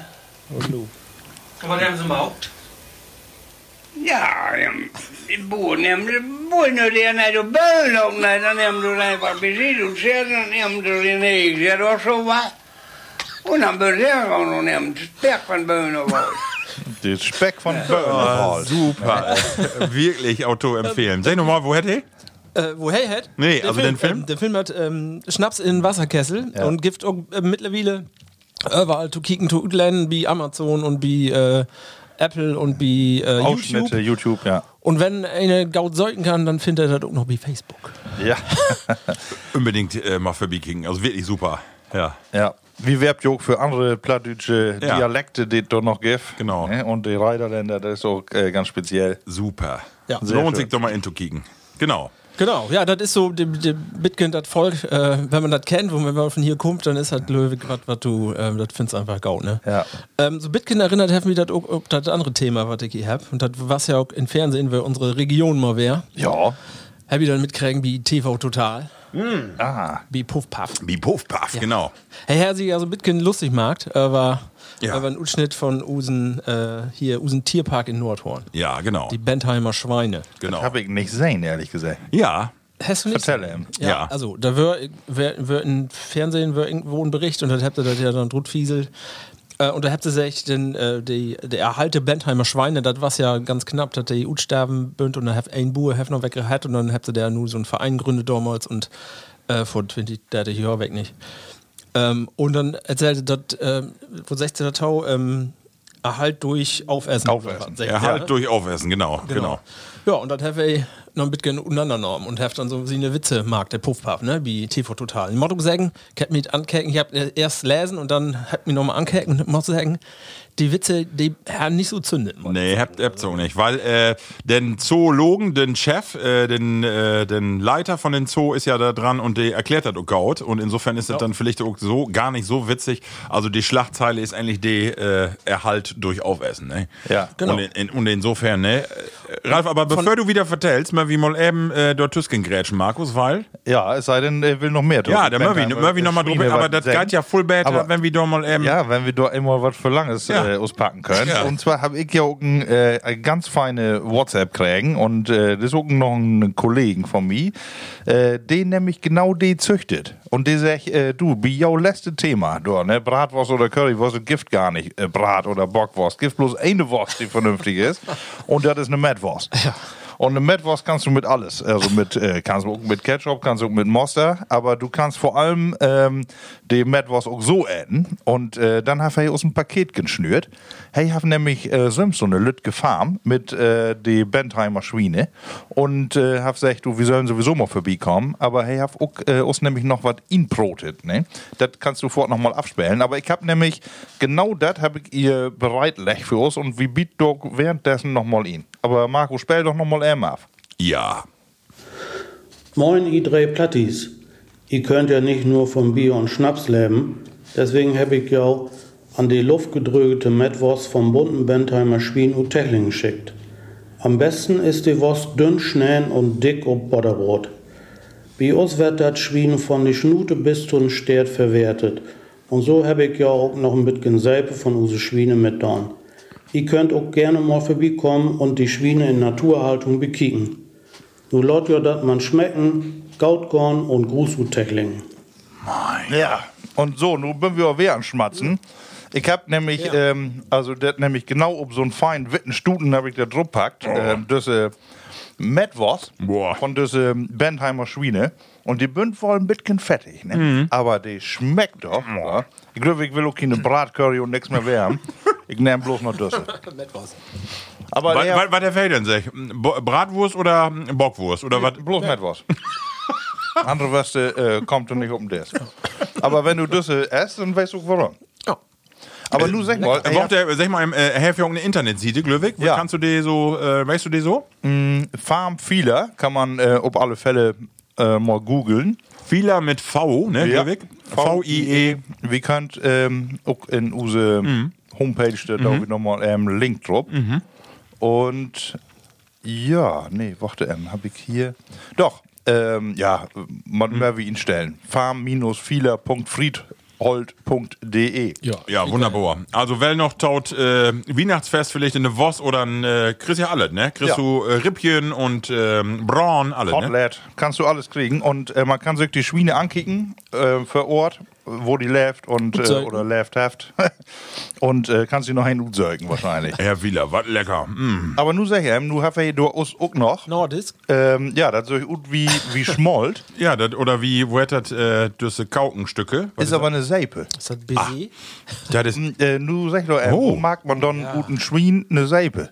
S9: Und was haben sie gemacht?
S8: ja, ehm, die boeren hebben de boeren nu die naar de beul ook naar. Dan hebben ze daar wat bezit en zet. Dan hebben ze die neergezet of zo wat. En dan ben je gewoon, dan hebben ze het spek van beul nog wel.
S4: Den Speck von
S3: Oh,
S4: Burner
S3: super. ey. *laughs* Wirklich Auto empfehlen. Sag nochmal, wo hätte ich?
S5: Äh, woher hat?
S3: Nee, also den Film?
S5: Ähm, der Film hat ähm, Schnaps in Wasserkessel und gibt auch äh, mittlerweile überall zu kicken, zu utlennen, wie Amazon und wie äh, Apple und wie äh, YouTube.
S4: Ausschnitte, YouTube, ja.
S5: Und wenn eine Gaut sollten kann, dann findet er das auch noch wie Facebook.
S4: Ja.
S3: Unbedingt äh, mal für King. Also wirklich super. Ja.
S4: *laughs* ja. Wie werbt Jog für andere plattdeutsche
S3: Ja.
S4: Dialekte, die es doch noch gibt?
S3: Genau.
S4: Ne? Und die Rheiderländer, das ist auch äh, ganz speziell.
S3: Super. Also
S5: Ja.
S3: Lohnt
S5: Sehr
S4: schön.
S3: sich doch mal inzukicken. Genau.
S5: Genau, ja, das ist so, dem, dem Bitkind, das Volk, äh, wenn man das kennt, wo- wenn man von hier kommt, dann ist halt Löwe grad, was du, ähm, das findest einfach gaut, ne?
S4: Ja.
S5: Ähm, so Bitkind erinnert hat mich das auch, auch das andere Thema, was ich hier hab. Und das, was ja auch im Fernsehen, weil unsere Region mal wär,
S4: Ja.
S5: hab ich dann mitkriegen wie TV Total,
S4: Ah,
S5: wie Puff Puff.
S3: Wie Puff Puff, genau.
S5: Herr Herr sich also Bitkind lustig macht, äh, war,
S3: Ja.
S5: war ein Utschnitt von Usen, äh, hier, Usen Tierpark in Nordhorn.
S3: Ja, genau.
S5: Die Bentheimer Schweine.
S3: genau.
S4: habe ich nicht gesehen, ehrlich gesagt.
S3: ja.
S5: Hast du nicht?
S4: Erzähl ihm.
S5: Ja,
S3: Ja.
S5: also da wird wär, im Fernsehen wär irgendwo ein Bericht und dann habt ihr das ja dann drutfieselt. Äh, und da habt ihr sich den, äh, die, der erhalte Bentheimer Schweine, das war ja ganz knapp, dass die Ut sterben bünd und dann habt ein Bue habt noch weggehat und dann habt ihr da nur so einen Verein gegründet damals und äh, vor 20, da hatte ich ja weg nicht. Ähm, und dann erzählte das, ähm, wo 16. Tau, ähm, Erhalt durch Aufessen.
S4: Aufessen.
S3: Erhalt halt durch Aufessen, genau. Genau.
S5: Ja, und dann habe ich noch ein bisschen untereinander und habe dann so wie eine Witze mag, der Puffpuff, ne, wie TV Total. Ich muss sagen, ich habe mich ankecken, ich habe erst lesen und dann habe mich nochmal ankecken und muss sagen, die Witze, die haben nicht so zündet. Mann.
S3: Nee, habt ihr so nicht, weil äh, den Zoologen, den Chef, äh, den, äh, den Leiter von den Zoo ist ja da dran und der erklärt das auch gaut. Und insofern ist das dann vielleicht auch so gar nicht so witzig. Also die Schlagzeile ist eigentlich die äh, Erhalt durch Aufessen. Ne?
S4: Ja, genau.
S3: Und, in, in, und insofern, ne? Äh, Ralf, aber bevor du wieder vertellst, mal wie mal eben äh, dort Tüsken grätschen, Markus, weil.
S4: Ja, es sei denn, er will noch mehr.
S3: Ja, der Murphy, Murphy nochmal drüber. Aber das geht ja voll
S4: Aber-
S3: besser, wenn wir da mal eben.
S4: Ja, wenn wir da immer was für Langes
S3: Ja.
S4: äh, uns packen können.
S3: Ja.
S4: Und zwar habe ich ja auch ein, äh, eine ganz feine WhatsApp kriegen und äh, das ist auch noch ein Kollegen von mir, äh, den nämlich genau die züchtet. Und der sagt, äh, du, wie jau letzte Thema, du, ne, Bratwurst oder Currywurst, das Gift gar nicht, äh, Brat oder Bockwurst, Gift bloß eine Wurst, die
S3: *laughs*
S4: vernünftig ist und das ist eine Mettwurst. Ja. Und eine Metwurst kannst du mit alles. Also mit, äh, kannst du auch mit Ketchup, kannst du auch mit Moster, aber du kannst vor allem ähm, die Metwurst auch so enden. Und äh, dann habe ich aus dem Paket geschnürt. Hey, ich habe nämlich äh, selbst so eine Lütge Farm mit äh, die Bentheimer Schweine und äh, habe gesagt, du, wir sollen sowieso mal vorbeikommen. Aber hey, ich habe auch äh, uns nämlich noch was inbrotet. Ne? Das kannst du fort nochmal absperren. Aber ich habe nämlich genau das habe ich ihr bereitlegt für uns und wir bieten doch währenddessen nochmal ihn. Aber Marco, spell doch nochmal M auf.
S3: ja.
S10: Moin, ihr drei Plattis. Ihr könnt ja nicht nur von Bier und Schnaps leben. Deswegen habe ich ja auch an die Luft gedrögelte Mettwurst vom bunten Bentheimer Schwein und Techling geschickt. Am besten ist die Wurst dünn schneiden und dick ob Butterbrot. Bei uns wird das Schwein von die Schnute bis zum Stert verwertet. Und so habe ich ja auch noch ein bisschen Seipe von unsere Schweine mit dran. Ihr könnt auch gerne mal vorbeikommen und die Schweine in Naturhaltung bekicken. Du laut ja, dat man schmecken, Gautkorn und Grußhut-Tackling.
S4: Ja. Und so, nun bin wir auch wieder anschmatzen. Ich habe nämlich, ähm, also das nämlich genau um so einen feinen Wittenstuten habe ich da drauf packt. Ähm, diese Metwurst
S3: Boah.
S4: von diese Bentheimer Schweine. Und die bünd wohl ein bisschen fettig, ne? Aber die schmeckt doch. Ja. Ich glaube, ich will auch keine Bratcurry und nichts mehr wärmen. ich nehme bloß noch Düsse. Aber
S3: Was,
S4: der-
S3: was, was der Feld denn sich? Bo- Bratwurst oder Bockwurst? Oder was?
S4: bloß Metwurst. Andere Würste äh, kommt und nicht um das. Aber wenn du Düsse esst, dann weißt du warum.
S5: Ja.
S4: Aber du sag mal,
S3: Äh,
S4: ey,
S3: Braucht der, sag mal, im äh, Herr Fjong eine Internetseite, Glöwig?
S4: Ja.
S3: Kannst du die so, äh, weißt du die so?
S4: Farm Feeler kann man äh, auf alle Fälle äh, mal googeln.
S3: Fila mit V, ne,
S4: Ja. E.
S3: Glöwig? E. V-I-E.
S4: Wie könnt ähm, auch in use Homepage steht da mhm. nochmal ähm, Link drauf. Und ja, nee, warte, ähm, habe ich hier. Doch, ähm, ja, man mhm. wie ihn stellen. farm-feeler.friedhold.de.
S3: Ja, wunderbar. Also, wenn noch taut äh, Weihnachtsfest vielleicht eine Wurst oder ein, äh, kriegst ja alles, ne? Kriegst
S4: Ja.
S3: du äh, Rippchen und ähm, Braun, alles, ne?
S4: Hotlet, kannst du alles kriegen und äh, man kann sich die Schweine ankicken äh, vor Ort, wo die läuft und äh,
S5: Utsäugen.
S4: oder läuft haft *laughs* und äh, kannst sie noch einen säugen wahrscheinlich.
S3: Herr Fila, was lecker. Mm.
S4: Aber nu sag ich, ähm, nu haffe ich du us auch noch.
S5: Nordisk?
S4: Ähm, ja, das soll ut wie wie schmollt,
S3: Ja, dat, oder wie, wo hat das, äh, diese Kaukenstücke? Was
S4: ist aber eine Seipe.
S5: Ist das BC?
S3: das ist,
S4: Hm. Äh, nu sag ich doch, ähm,
S3: Oh.
S4: wo mag man dann guten Schwein eine Seipe?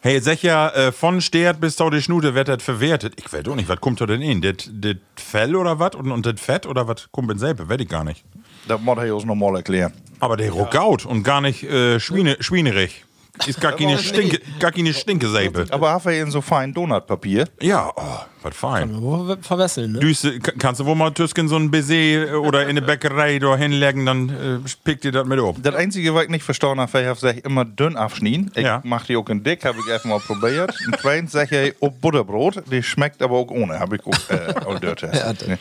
S3: Hey, sag ja, äh, von Steert bis zu die Schnute wird das verwertet. Ich weiß auch nicht, was kommt da denn hin? Das das Fell oder was? Und, und das Fett oder was kommt denn selber? Weiß ich gar nicht.
S4: Das muss ich uns nochmal erklären.
S3: Aber der ruckaut und gar nicht äh, Schwiene, schwienerig. Ist gar keine Stinke, gar keine Stinkesäbe.
S4: Aber haben wir in so fein Donutpapier?
S3: Ja, oh, was fein.
S5: Wo verwesseln, ne?
S3: Düste, ka- kannst du wohl mal Tüsken so ein Baiser äh, oder in eine Bäckerei da hinlegen, dann äh, pickt ihr das mit auf.
S4: Das Einzige, was ich nicht verstanden habe, ich habe sag ich, immer dünn abschnien. Ich
S3: Ja.
S4: mache die auch in dick, habe ich einfach mal probiert. Und zweitens sage ich, oh, Butterbrot, die schmeckt aber auch ohne, habe ich auch, äh, auch dort.
S5: Ja, das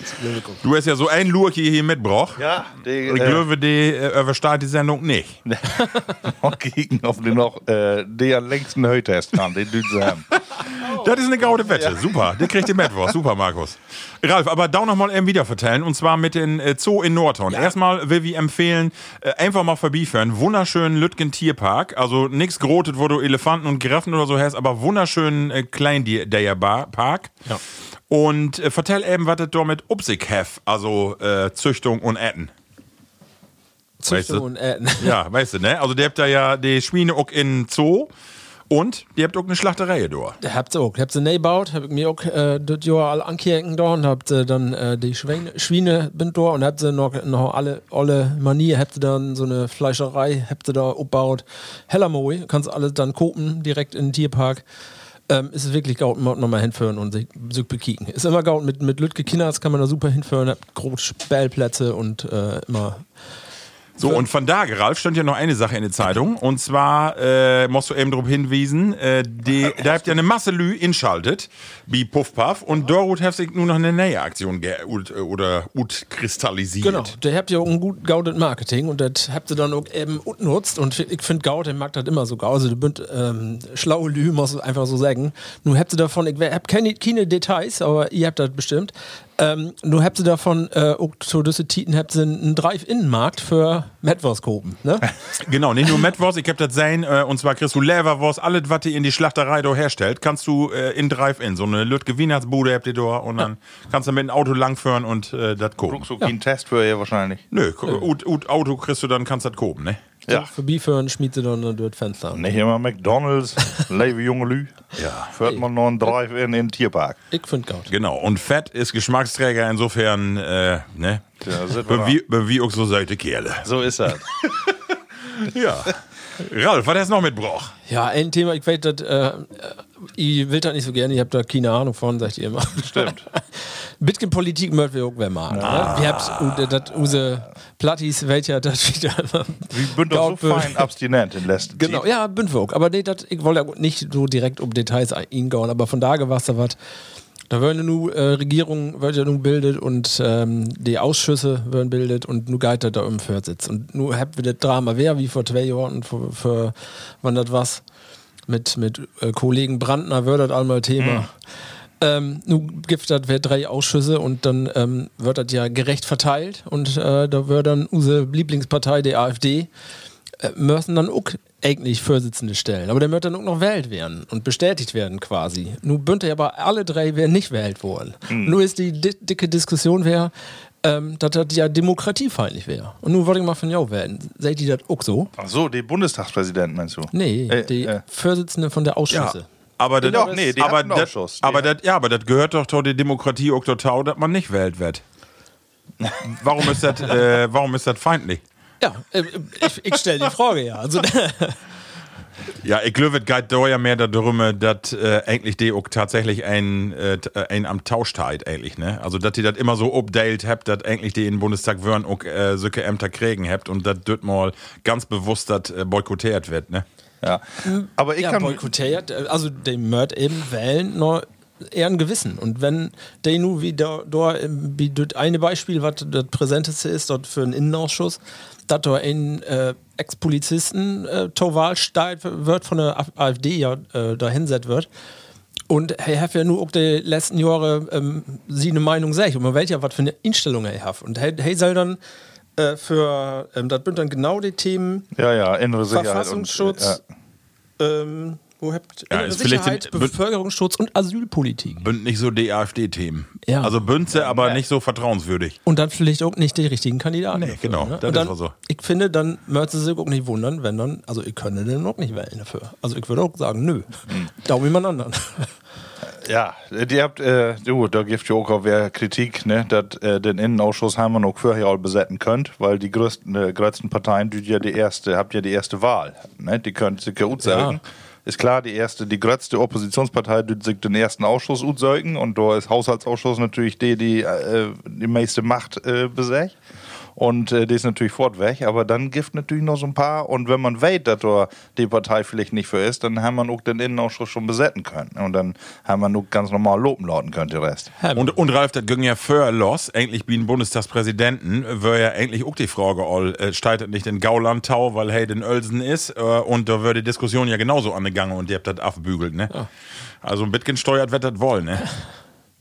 S3: Du hast ja so einen Lurki hier mitgebracht.
S4: ja, die,
S3: Ich
S4: äh,
S3: glaube, die äh, überstartet die Sendung nicht.
S4: *laughs* noch gegen, auf den noch, äh, der am längsten Höhtest kann, den dünn sie haben.
S3: Das ist eine gaude Wette. Super. Der kriegt den Mittwoch. Super, Markus. Ralf, aber da nochmal eben wieder vertellen. Und zwar mit den äh, Zoo in Nordhorn. Erstmal will ich empfehlen, äh, einfach mal vorbeifahren. Wunderschönen Lütgen Tierpark. Also nichts Grotet, wo du Elefanten und Giraffen oder so hast, aber wunderschönen äh, Kleindier-Park. Ja. Und äh, vertell eben, was das da mit Upsig hef, also äh, Züchtung und Etten.
S5: Züchtung
S3: du?
S5: und Äten.
S3: Ja, weißt du, ne? Also, der habt da ja die Schweine auch in Zoo und die habt auch eine Schlachterei da.
S5: Habt ihr auch. Habt ihr gebaut, hab ich mir auch äh, das Jahr alle ankirken da und habt ihr dann äh, die Schweine, Schweine bin da und habt ihr noch, noch alle, alle Manier, habt ihr dann so eine Fleischerei, habt ihr da abgebaut. Hellermoy, kannst alles dann kopen, direkt in den Tierpark. Ähm, ist es wirklich gaut, muss noch mal hinführen und sich, sich bekicken. Ist immer gaut, mit, mit Lütke Kinders kann man da super hinführen, habt große Spielplätze und äh, immer
S3: So, und von da, Ralf, stand ja noch eine Sache in der Zeitung. Und zwar, äh, musst du eben darauf hinwiesen, äh, die, da habt ihr eine Masse Lü inschaltet, wie Puff Puff. Und Dorot hat sich nur noch eine neue Aktion ge ut, äh, oder utkristallisiert.
S5: Genau, der habt ja auch ein gut gaudet Marketing und das habt ihr dann auch eben nutzt und ich finde Gaud, der mag das immer so gau. Also du bünd ähm, schlaue Lü, muss ich einfach so sagen. Nun habt ihr davon, ich we- hab keine, keine Details, aber ihr habt das bestimmt. Ähm, nun habt ihr davon, äh, auch zu düsse Titen habt ihr einen Drive-In-Markt für Metwurstkopen, ne?
S3: Genau, nicht nur Metwurst, ich hab das sein, äh, und zwar kriegst du Leverwurst, alles, was ihr in die Schlachterei da herstellt, kannst du äh, in Drive-In, so eine Lütke Wienersbude habt ihr da, und dann kannst du mit dem Auto langführen und äh, das kopen.
S4: So keinen Test für ihr wahrscheinlich.
S3: Nö, ut, ut Auto kriegst du dann, kannst das kopen, ne?
S4: Ja.
S5: Für Biförn schmiedet ihr dann das Fenster.
S4: Nicht immer McDonalds, lebe junge Lü. Ja. Fährt man noch einen Drive-In in den Tierpark.
S5: Ich finde Gaud.
S3: Genau, und Fett ist Geschmacksträger, insofern, äh, ne?
S4: Ja, sind wir
S3: Bin wie, bin wie auch so seite Kerle.
S4: So ist *laughs* das.
S3: Ja. *laughs* Ralf, was hast du noch mitgebracht?
S5: Ja, ein Thema, ich weiß, das, äh, ihr will das nicht so gerne, ihr habt da keine Ahnung von, sagt ihr immer. *laughs*
S4: Stimmt. Ah.
S5: Bitcoin Politik möchten wir irgendwer machen. Ne? Wir haben das use Plattis, welcher das *laughs* wieder.
S4: Wie bin doch so fein abstinent in letzter
S5: Genau,
S4: Zeit.
S5: ja, bin wir auch. Aber nee, das, ich wollte ja nicht so direkt um Details hingauen, aber von da war es da was. Da werden ja nun äh, Regierung wird ja nun bildet und ähm, die Ausschüsse werden bildet und nun geht das da im Fürth sitzt. Und nun habt wir das Drama wer wie vor zwei Jahren und vor, vor wann das was mit, mit äh, Kollegen Brandner wird das einmal Thema. Ähm, nun gibt das wer drei Ausschüsse und dann ähm, wird das ja gerecht verteilt und äh, da wird dann unsere Lieblingspartei, die AfD, äh, müssen dann auch eigentlich Vorsitzende stellen. Aber der wird dann auch noch wählt werden und bestätigt werden quasi. Nun bündte aber alle drei werden nicht wählt worden.
S4: Mhm.
S5: Nur ist die di dicke Diskussion, wer ähm, dass das ja demokratiefeindlich wäre. Und nun wollte ich mal von jou werden. Seht ihr das auch so?
S4: Ach so, den Bundestagspräsidenten meinst du?
S5: Nee,
S4: Äh,
S5: die
S4: äh.
S5: Vorsitzende von der Ausschüsse.
S3: Aber das,
S4: Doch, nee, die
S3: aber
S4: hatten einen
S3: das,
S4: Ausschuss. Die
S3: aber das, ja, aber das gehört doch zur der Demokratie auch total, dass man nicht wählt
S4: *laughs*
S3: wird. Warum ist das, äh, warum ist das feindlich?
S5: Ja, äh, ich, ich stelle die Frage ja. Also,
S3: Ja, ich glaube, es geht da ja mehr darum, dass äh, eigentlich die auch tatsächlich ein, äh, t- äh, ein am Tausch teilt, eigentlich, ne? Also, dass die das immer so updated habt, dass eigentlich die in den Bundestag würden auch äh, solche Ämter kriegen habt und dass dort mal ganz bewusst das äh, boykottiert wird, ne?
S4: Ja. Aber ich
S5: ja,
S4: kann.
S5: boykottiert, äh, also dem Mörd eben wählen, nur eher ein Gewissen. Und wenn der nu wie da, da ähm, wie das eine Beispiel, was das präsenteste ist, dort für einen Innenausschuss, dass da ein äh, Ex-Polizisten äh, zur Wahl steigt, wird von der Af- AfD ja äh, dahinsetzt wird. Und ich habe ja nur auch die letzten Jahre ähm, sie eine Meinung sehe, und man weiß ja, was für eine Einstellung er hat. Und hey, hey soll dann äh, für, ähm, das sind dann genau die Themen,
S3: äh,
S4: äh, Ja, ja, innere Sicherheit. und-
S5: Verfassungsschutz, ähm, Wo habt
S3: Ja,
S5: innere
S3: ist vielleicht
S5: Sicherheit,
S3: im-
S5: Bevölkerungsschutz und Asylpolitik?
S3: Bünd nicht so die AfD-Themen.
S5: Ja.
S3: Also Bünze, aber nicht so vertrauenswürdig.
S5: Und dann vielleicht auch nicht die richtigen Kandidaten.
S3: Nee,
S5: dafür,
S3: genau,
S5: ne?
S3: das
S5: Und dann,
S3: ist auch so.
S5: Ich finde, dann möchte sich auch nicht wundern, wenn dann, also ich könnte den auch nicht wählen dafür. Also ich würde auch sagen, nö,
S3: Hm.
S5: darum jemand anderen.
S4: Ja, die habt, äh, du, da gibt ja auch wer Kritik, ne, dass äh, den Innenausschuss haben wir noch vorher all besetzen könnt, weil die größten, äh, größten Parteien, die ja die erste, habt ja die erste Wahl, ne, die können sich ja gut sagen. Ist klar, die erste, die größte Oppositionspartei, die sich den ersten Ausschuss gut sagen und da ist Haushaltsausschuss natürlich die, die äh, die meiste Macht äh, besägt. Und äh, die ist natürlich fort weg, aber dann gibt natürlich noch so ein paar. Und wenn man weiß, dass da die Partei vielleicht nicht für ist, dann haben man auch den Innenausschuss schon besetzen können. Und dann haben man auch ganz normal loben lauten können, den Rest.
S5: Ähm.
S3: Und, und Ralf, das ging ja für los. Endlich bin Bundestagspräsidenten, wäre ja endlich auch die Frage, all, äh, steigt das nicht in Gaulandtau, weil hey, den Ölsen ist. Äh, und da wäre die Diskussion ja genauso angegangen und ihr habt das afbügelt, ne? Also ein Bitcoin steuert, wird das wollen, ne?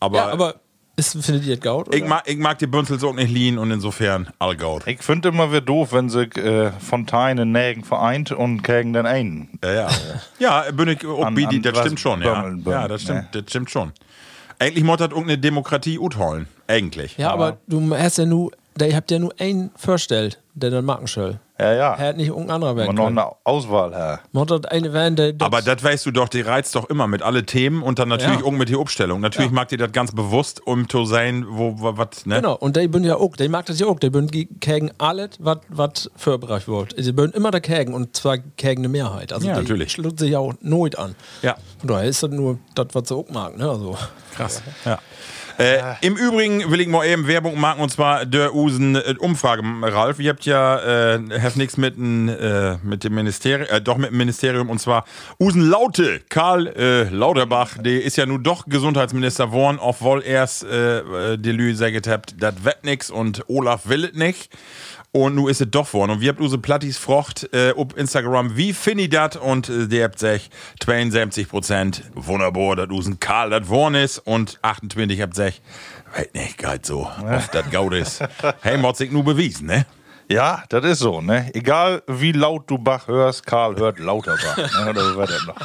S3: Aber,
S5: ja, aber ist, findet ihr das gaut?
S3: ich,
S5: oder?
S3: mag, ich mag die Bünzels auch nicht liehen und insofern all gaut.
S4: Ich finde immer wieder doof, wenn sich äh, Fontaine in Nägen vereint und gegen den einen. Äh,
S3: Ja, ja. ja, bin ich auch
S4: An-
S3: bi- die,
S4: an
S3: das
S4: was
S3: stimmt schon, ja.
S4: bömmeln, bömmeln,
S3: Ja, das stimmt,
S4: ne?
S3: das stimmt schon. Eigentlich muss das irgendeine Demokratie utholen. Eigentlich.
S5: ja, aber du hast ja nur, da habt ja nur einen vorstellt, der dann Markenschell.
S4: Ja, ja.
S5: Er hat nicht irgendein anderer
S4: Aber
S5: werden
S4: noch
S5: können.
S4: eine Auswahl, Herr.
S5: Man hat das eine werden, der,
S3: Aber das weißt du doch, die reizt doch immer mit alle Themen und dann natürlich
S5: Ja.
S3: auch mit die Umstellung. Natürlich mag dir das ganz bewusst, um zu sein, wo, wo was, ne?
S5: Genau, und die bin ja auch, die mag das ja auch, die bin gegen alles, was vorbereitet wird. Die bin immer dagegen und zwar gegen eine Mehrheit. Also
S3: Ja,
S5: die
S3: natürlich.
S5: schluckt sich ja auch nooit an.
S3: Ja.
S5: Von daher ist das nur das, was sie auch mag. Ne? Also,
S3: Krass. Ja. Äh, Im Übrigen will ich mal eben Werbung machen und zwar der Usen äh, Umfrage. Ralf, ihr habt ja äh, habt nichts mit, n, äh, mit dem Ministerium, äh, doch mit dem Ministerium und zwar Usen Laute, Karl äh, Lauterbach, der ist ja nun doch Gesundheitsminister geworden, obwohl erst äh, äh, die Lü gesagt habt, das wird nix und Olaf will es nicht. Und nun ist es doch worden. Und wir habt unsere Plattis frocht äh, auf Instagram, wie findet ihr das? Und äh, die habt sich 72% wunderbar, dass usen Karl das worden ist. Und 28 habt sich, weiß nicht, geht so, ob das gaut *laughs* ist. Hey, Motzig, nur bewiesen, ne?
S4: Ja, das ist so, ne? Egal wie laut du Bach hörst, Karl hört lauter Bach. ne? Oder wie war das noch?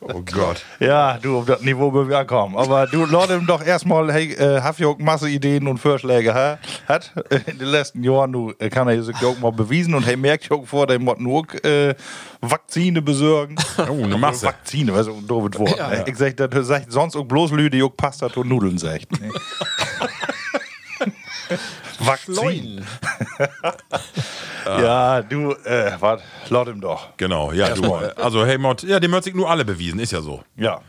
S3: Oh Gott.
S4: Ja, du, auf das Niveau will wir ankommen. Aber du, Leute, doch erstmal, hey, äh, habt ihr auch Masse Ideen und Vorschläge, hä? Hat äh, in den letzten Jahren, du, äh, kann er sich auch mal bewiesen und hey, merkt ihr auch vor, der Motten auch äh, Vakzine *laughs* besorgen.
S3: Oh, eine Masse.
S4: Vakzine, weißt du, ein doofes Wort. ne? Ich sag, das sagt sonst auch bloß Lüde, juck Pasta und Nudeln, sagt. *laughs* Ne? Vakzin. Ja, du, äh, wart, laut ihm doch.
S3: Genau, ja, du. äh, Also, hey, Mott, ja, dem Motzig nur alle bewiesen, ist ja so.
S4: Ja.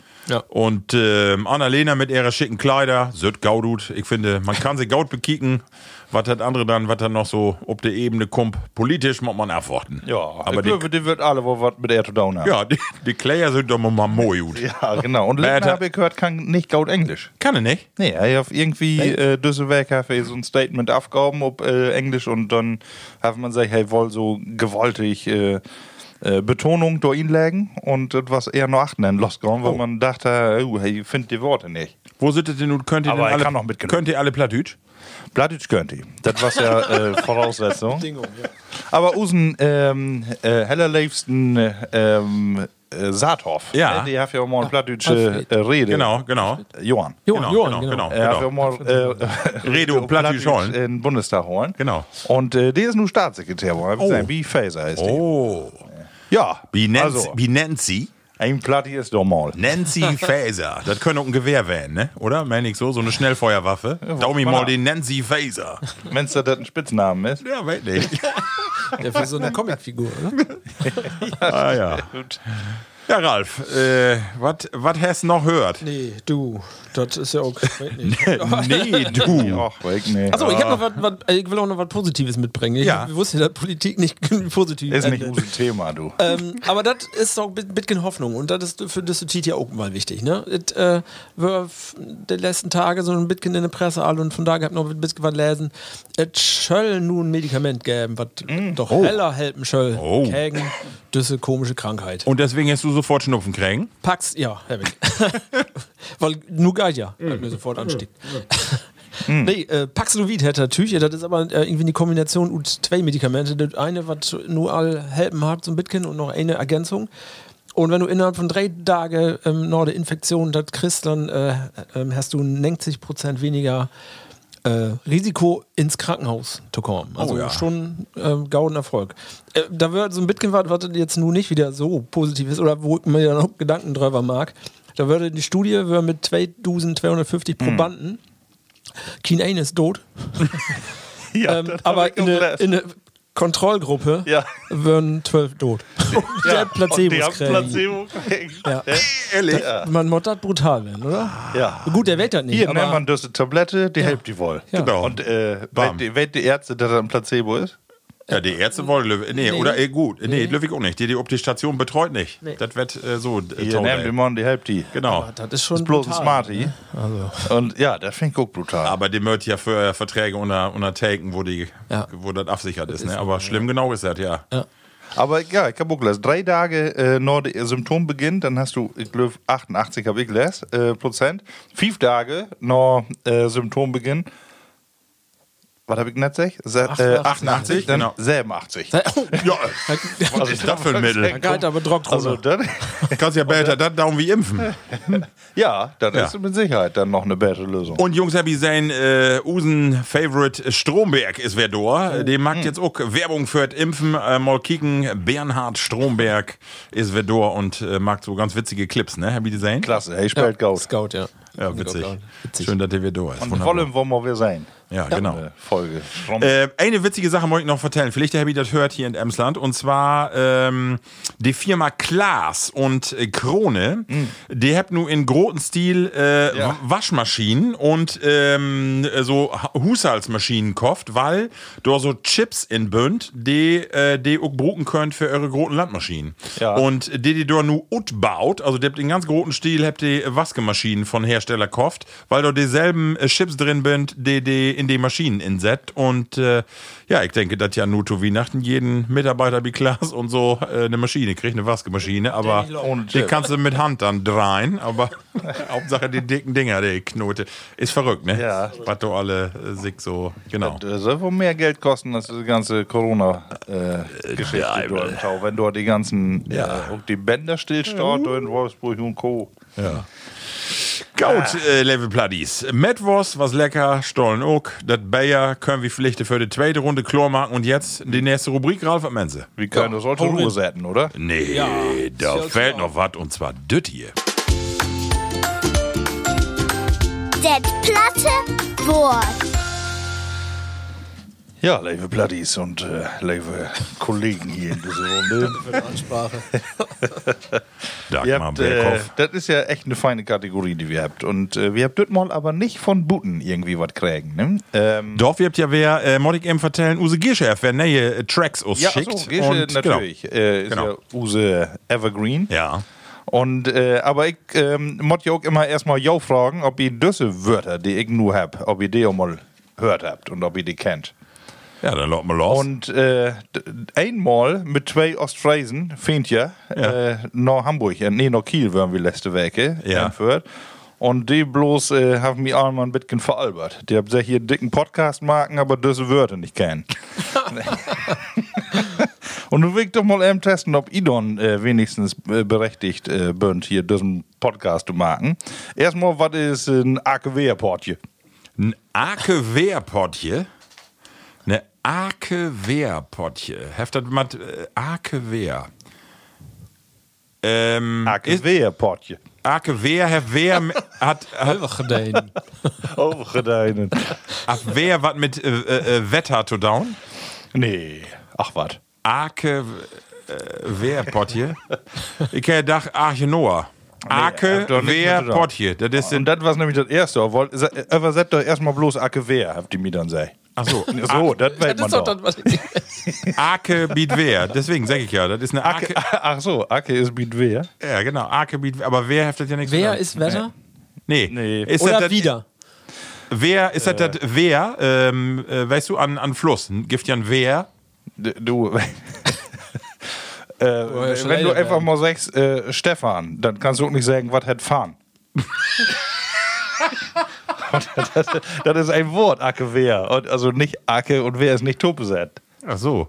S3: Und ähm, Annalena mit ihrer schicken Kleider, Süd Gaudut. Ich finde, man kann sie gaut bekicken. Was hat andere dann, was dann noch so ob der Ebene kommt? Politisch muss man antworten.
S4: Ja,
S3: aber
S4: ich
S3: die,
S4: glaube, die wird alle wohl was mit Air to Down haben.
S3: *laughs* ja, die, die Player sind doch mal moi gut.
S4: Ja, genau. Und Lindner
S3: Bertha-
S4: habe ich gehört, kann nicht laut Englisch.
S3: Kann er nicht?
S4: Nee, er hat irgendwie äh, Düsselberg hat er so ein Statement aufgegeben ob äh, Englisch und dann hat man gesagt, hey, wohl so gewaltig äh, äh, Betonung durch ihn legen und etwas eher nur achten dann losgegangen, weil man dachte, oh, hey, ich finde die Worte nicht.
S3: Wo sitzt ihr nun? Könnt ihr
S4: Aber
S3: denn
S4: er
S3: alle,
S4: kann noch mitgenommen.
S3: könnt ihr alle Plattdütsch?
S4: Plattdeutsch könnt ihr. Das war ja *laughs* äh, Voraussetzung. Aber Usen, ähm, äh, hellerleifsten äh, ähm, äh, Saathoff,
S3: Ja.
S4: ne, die hat ja auch mal eine plattdeutsche äh, Rede.
S3: Genau, genau.
S4: Johann.
S3: Genau,
S5: Johann,
S3: genau,
S5: genau.
S4: Äh, Ja,
S3: genau.
S4: wir mal äh,
S3: Rede und Plattdeutsch holen.
S4: in den Bundestag holen.
S3: Genau.
S4: Und äh, der ist nun Staatssekretär, geworden.
S3: Oh.
S4: Sein, wie Faser heißt die.
S3: Oh.
S4: Ja,
S3: Wie nennt,
S4: also,
S3: wie nennt sie?
S4: ein Platti ist doch mal. *laughs*
S3: Nancy Faser. Das könnte auch ein Gewehr werden, ne? oder? Meine ich so, so eine Schnellfeuerwaffe. Daumi mal die Nancy Faser.
S4: Wenn es da das ein Spitznamen ist.
S3: Ja, weiß
S4: *laughs*
S3: nicht. genau.
S5: der für so eine Comicfigur, ne? oder?
S3: *laughs* ah, ja. Ja, Ralf, äh, was hast noch gehört?
S5: Nee, du, das ist ja auch.
S3: nee, du.
S4: Ach, weg, nee.
S5: Achso, ich, hab noch was- was- ich will auch noch was Positives mitbringen. Ich
S3: Ja.
S5: wusste, dass Politik nicht *laughs* positiv
S4: ist nicht
S5: endet.
S4: unser Thema, du.
S5: ähm, aber das ist auch ein bit- bisschen Hoffnung und das ist für das Tiet ja auch mal wichtig. Ne? Et, äh, wir f- die letzten Tage so ein bisschen in der Presse alle und von da gehabt noch ein bisschen was lesen. Es soll nun ein Medikament geben, was doch heller helfen soll
S3: Oh.
S5: gegen diese komische Krankheit.
S3: Und deswegen hast du sofort Schnupfen kriegen?
S5: Pax, ja, Herr Wick. *laughs* Weil nur Gaia hat mir sofort ansteht. *laughs* Nee, äh, Paxlovid hätte natürlich, das ist aber äh, irgendwie eine Kombination und zwei Medikamente. Das eine, was nur all helfen hat, so ein bisschen und noch eine Ergänzung. Und wenn du innerhalb von drei Tagen ähm, noch eine Infektion das kriegst, dann äh, ähm, hast du 90% weniger äh, Risiko ins Krankenhaus zu kommen. Also
S7: Oh ja.
S5: schon ähm, gauden Erfolg. Äh, da wird so ein Bitcoin, was was das jetzt nun nicht wieder so positiv ist oder wo ich mir dann auch Gedanken drüber mag, da würde die Studie würde mit 2250
S4: Hm.
S5: Probanden, Keen Ain ist tot,
S4: Ja,
S5: ähm,
S4: das hab
S5: aber
S4: ich
S5: in eine,
S4: gelernt.
S5: in eine Kontrollgruppe
S4: Ja.
S5: würden 12 tot. Und
S4: *laughs* Ja,
S5: der Placebo
S4: und die haben
S5: kriegen.
S4: Placebo gekriegt.
S5: Ja.
S4: Ne?
S3: Ehrlich?
S5: Man muss das brutal werden, oder?
S4: Ja.
S5: Gut, der wird das nicht.
S4: Hier,
S5: aber
S4: nimmt man diese Tablette, die hilft die wohl.
S5: Ja.
S3: Genau.
S4: Und äh,
S3: Bam.
S4: wenn die, wenn die Ärzte, dass das ein Placebo ist?
S3: Ja, die Ärzte wollen Löwe. Nee,
S5: Nee.
S3: oder eh, gut. Nee, Löwig auch nicht. Die, die ob die Station betreut nicht.
S5: Nee.
S3: Das wird äh, so. äh,
S4: Hier, ne,
S3: toll,
S4: nehmt
S3: ey.
S4: die Mann, die hilft die.
S3: Genau.
S5: das ist schon
S4: Ist bloß ein
S5: brutal.
S3: ne?
S4: Smarty.
S5: Also.
S4: Und ja, das finde ich auch brutal.
S3: Aber die wird ja für äh, Verträge unter, untertaken, wo, die,
S5: Ja.
S3: wo das absichert ist. Ne? Aber schlimm genau ist das, ja.
S4: Aber ja, ich habe auch gelesen, drei Tage äh, nach der Symptom beginnt, dann hast du, ich glaube, 88 habe ich gelesen, äh, Prozent. Fünf Tage nach äh, Symptom beginn, was habe ich nicht gesagt? Se- äh,
S5: 88,
S4: 88, dann
S3: genau.
S4: 87.
S5: Oh,
S3: *laughs* Ja,
S5: da
S3: was ist das für *laughs* ein Mittel?
S5: geht aber Druck
S4: Also
S5: drunter.
S4: dann, *laughs*
S3: Kannst ja besser das Daumen wie impfen.
S4: ja, dann
S3: Ja.
S4: ist mit Sicherheit dann noch eine bessere Lösung.
S3: Und Jungs, hab ich sein äh, Usen-Favorite Stromberg ist wer da. Dem macht jetzt auch Werbung für das Impfen. Äh, mal kicken, Bernhard Stromberg ist wer da und äh, macht so ganz witzige Clips, ne? Hab ich die gesehen?
S4: Klasse, hey, spielt ja, gut.
S5: Scout, ja.
S3: Ja, witzig.
S5: Witzig.
S3: Schön, dass der wer da ist.
S4: Und
S3: Wunderbar.
S4: vor allem wollen wir sein.
S3: Ja, genau.
S4: Äh, Folge. Strom-
S3: Äh, eine witzige Sache wollte ich noch vertellen. Vielleicht der Happy das hört hier in Emsland. Und zwar ähm, die Firma Klaas und äh, Krone. Die habt nun in großen Stil äh,
S4: Ja.
S3: Wa- Waschmaschinen und ähm, so Ha- Haushaltsmaschinen kauft, weil da so Chips in Bünd, die äh, die auch bruken könnt für eure großen Landmaschinen.
S4: Ja.
S3: Und die die da nu ut baut, also die habt den ganz großen Stil, habt die Waschmaschinen von Hersteller kauft, weil da dieselben äh, Chips drin bünd, die die in die Maschinen inset. Und äh, ja, ich denke, dass ja nur zu Weihnachten jeden Mitarbeiter wie Klaas und so äh, eine Maschine kriegt, eine Waschmaschine, aber
S4: Ohne
S3: die
S4: Chip.
S3: kannst du mit Hand dann dreien, aber *laughs* Hauptsache die dicken Dinger, die Knote. Ist verrückt, ne?
S4: Ja.
S3: Was du alle äh, sick so, genau.
S4: Das soll wohl mehr Geld kosten als diese ganze äh, Corona-Geschichte
S3: Äh, ja,
S4: dort im Tau. Wenn dort die ganzen,
S3: Ja. Mhm.
S4: äh, auch die Bänder stillstand dort in Wolfsburg und Co.
S3: Gut, äh, Level Pladies. Metwurst, was lecker, Stollen auch. Das Bayer können wir vielleicht für die zweite Runde klar machen. Und jetzt die nächste Rubrik, Ralf, was meinst du?
S4: Wir können das auch zur Ruhe setzen, oder?
S3: Nee, da fällt noch was und zwar das hier.
S6: Det platte Wort.
S4: Ja, liebe Bloodies und äh, liebe Kollegen hier in dieser
S3: *laughs*
S4: Runde.
S5: *laughs*
S4: ihr
S3: Dagmar
S4: habt, äh,
S3: Berghoff.
S4: das ist ja echt eine feine Kategorie, die wir habt. Und äh, wir habt dort mal aber nicht von Buten irgendwie was kriegen. Ne? Ähm,
S3: Dorf, ihr habt ja wer, äh, Modik eben vertellen, Use Gierschef, wer neue äh, Tracks uns
S4: ja,
S3: schickt.
S4: achso, Gesche
S3: Und,
S4: natürlich. Äh, ist
S3: Genau.
S4: ja Use Evergreen.
S3: Genau. Ja.
S4: Und, äh, aber ich ähm, muss ja auch immer erstmal Jo fragen, ob ihr diese Wörter, die ich nur hab, ob ihr die auch mal gehört habt und ob ihr die kennt.
S3: Ja, dann locken wir los.
S4: Und äh, d- einmal mit zwei Ostfriesen, fehlt ja,
S3: Ja.
S4: Äh, nach Hamburg, äh, nee, nach Kiel waren wir letzte Woche
S3: Ja.
S4: entführt. Und die bloß äh, haben mich einmal ein bisschen veralbert. Die haben sich hier einen dicken Podcast marken, aber diese Wörter
S3: *laughs*
S4: nicht kennen. *laughs* Und du willst doch mal eben testen, ob Idon äh, wenigstens äh, berechtigt äh, bünd, hier diesen Podcast zu marken. Erstmal, was ist ein AKW-Port hier?
S3: Ein Akewehrpottje. Eine Akewehrpottje. Heftet mal äh, Akewehr. Ähm, ist-
S4: AKW-Port hier.
S3: Akewehr, Herr Wehr m- hat, hat
S5: Einfach dein.
S4: Oh, deinen.
S3: ab Wehr was mit äh, äh, Wetter to down.
S4: Nee, ach was.
S3: Ake äh, Wehr Pottje. Ich kenne Dach Arche Noah. Ake
S4: habt doch nicht
S3: Wehr
S4: mit dran.
S3: Pottje. Das ist
S4: Und
S3: in,
S4: das war nämlich das erste. Obwohl, se- äh, Übersetzt doch erstmal bloß AKW, habt ihr mir dann sei.
S3: ach so,
S4: So, das weiß man
S5: Das ist doch
S4: doch.
S5: das, was
S3: Ake biet Wehr. Deswegen sage ich ja, das ist eine Ake.
S4: Ake, *laughs* ach so, Ake ist mit wer?
S3: Ja, genau. Ake biet Aber Wehr heftet ja nichts mit
S5: *laughs* Wer
S3: an.
S5: ist Wetter?
S3: Nee.
S4: Nee.
S3: Ist das
S5: Oder
S3: das-
S5: wieder?
S3: Wer ist
S4: Äh.
S3: das das Wer? Ähm, äh, weißt du, an, an Fluss. Gibt ja ein Wer.
S4: D- Du. *laughs* äh,
S5: schon
S4: wenn du
S5: älter
S4: einfach
S5: werden.
S4: mal sagst, äh, Stefan, dann kannst du auch nicht sagen, was
S3: *laughs*
S4: hat fahren. das, das ist ein Wort, Ake wer. Und also nicht Ake und wer ist nicht Topesett.
S3: Ach so.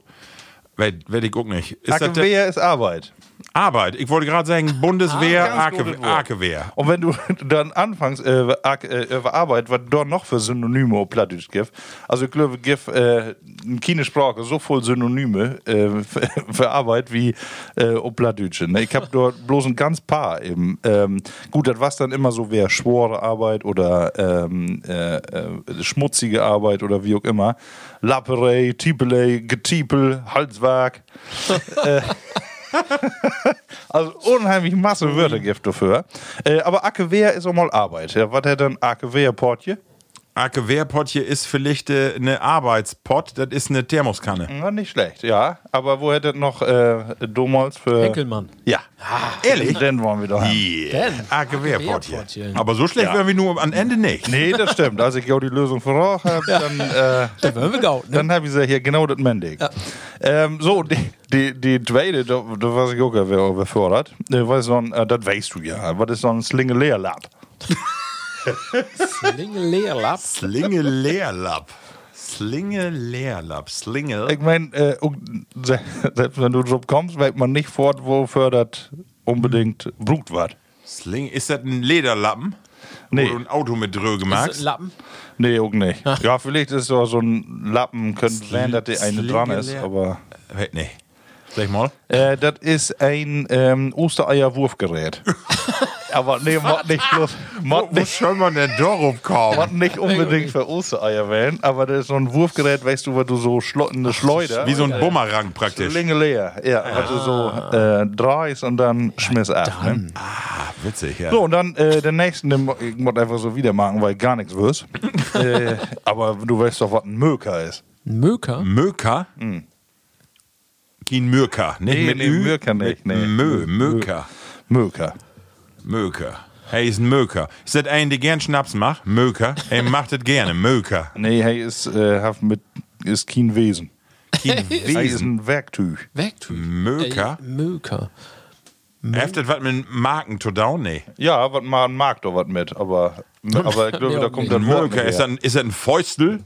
S3: Werde ich auch nicht. Ist
S4: Ake
S3: das der-
S4: wer ist Arbeit.
S3: Arbeit. Ich wollte gerade sagen, Bundeswehr,
S4: Ah, ganz
S3: Arke-
S4: gutes Wort.
S3: Arkewehr.
S4: Und wenn du *laughs* dann anfängst, äh, ak- äh, über Arbeit, was da noch für Synonyme auf Plattdeutsch gibt, also ich glaube, es gibt äh, keine Sprache so voll Synonyme äh, *laughs* für, für Arbeit wie äh, auf Plattdeutsch. Ne? Ich habe dort bloß ein ganz paar eben. Ähm, gut, das war dann immer so, wer schwore Arbeit oder ähm, äh, äh, schmutzige Arbeit oder wie auch immer. Lapperei, Tiepelei, Getiepel, Halswerk. äh, *laughs* also unheimlich Masse Wörter gibt dafür. Äh, aber Ackewehr ist auch mal Arbeit. Ja, was hätte ein Ackewehr-Portje?
S3: Arkewehrpott hier ist vielleicht äh, eine Arbeitspott, das ist eine Thermoskanne.
S4: Na, nicht schlecht, ja. Aber wo hätte noch äh, Domholz für.
S5: Henkelmann.
S4: Ja.
S3: Ehrlich?
S4: Den wollen wir doch
S5: *laughs*
S4: haben.
S3: Yeah.
S5: Denn?
S3: Arkewehrpott hier.
S5: Arkewehrpott hier.
S3: Aber so schlecht
S4: Ja.
S3: wären wir nur am Ende nicht.
S4: Nee, das stimmt. Als ich auch die Lösung voraus habe, dann.
S5: *laughs*
S4: Äh,
S5: Da wären wir gaut, ne?
S4: Dann habe ich gesagt, hier, genau das Mendig. Ähm, so, die, die, die zweite, da, da weiß ich auch, gar, wer befördert. Äh, was ist so ein, äh, das weißt du ja. Was ist so ein Slingeleerlab?
S5: Slinge Leerlapp.
S3: Slinge Leerlapp. Slinge Leerlapp. Slinge.
S4: Ich meine, äh, und se- selbst wenn du drauf kommst, weiß man nicht fort, wo fördert unbedingt
S3: Hm.
S4: Brut war.
S3: Slinge. Ist das ein Lederlappen?
S4: Nee.
S3: Wo du ein Auto mit Dröge magst?
S5: Lappen.
S4: Nee, auch nicht. Ja, vielleicht ist doch so ein Lappen, könnte sein, dass der eine dran ist,
S3: Slingeleer-
S4: aber.
S3: Wait, nee. Sag mal.
S4: Äh, das ist ein ähm,
S3: *laughs*
S4: Ostereierwurfgerät. aber nee, macht nicht bloß. Macht
S3: Wo
S4: nicht
S3: soll man denn da
S4: Mag
S3: rumkommen? *laughs*
S4: nicht unbedingt für Ostereier wählen, aber das ist so ein Wurfgerät, weißt du, wo du so schlo- eine Schleuder.
S3: Wie so ein Bumerang praktisch.
S4: Länge leer. Ja, wo du so
S3: Ah.
S4: äh, drehst und dann schmiss ab. Ne?
S3: Witzig, ja.
S4: So, und dann äh, den nächsten, den mo- ich muss einfach so wieder machen, weil gar nichts *laughs* wirst. äh, aber du weißt doch, was ein Möker ist.
S5: Möker.
S3: Möker? Kein Möker. Nicht
S4: Hm. Nee,
S3: mit
S4: nee,
S3: Ü,
S4: Möker nicht,
S3: Mit
S4: nee.
S3: Mö, Möker.
S4: Möker.
S3: Möker. Hey, ist ein Möker. Ist das ein, der gern Schnaps macht? Möker. Er macht das gerne. Möker.
S4: Nee, hey, ist, äh, hab mit, ist kein Wesen. *laughs*
S3: Kein
S4: Hey, ist
S3: Wesen.
S4: ein Werktüch.
S5: Werktüte.
S3: Möker.
S5: Ey, Möker.
S3: Heft das was mit Marken to down? Nee.
S4: Ja, was man mag doch was mit, *laughs* aber, aber ich glaube,
S5: Ja,
S4: da kommt
S5: nee.
S4: dann
S3: Möker. Ist das, ein- ist das ein Fäustel?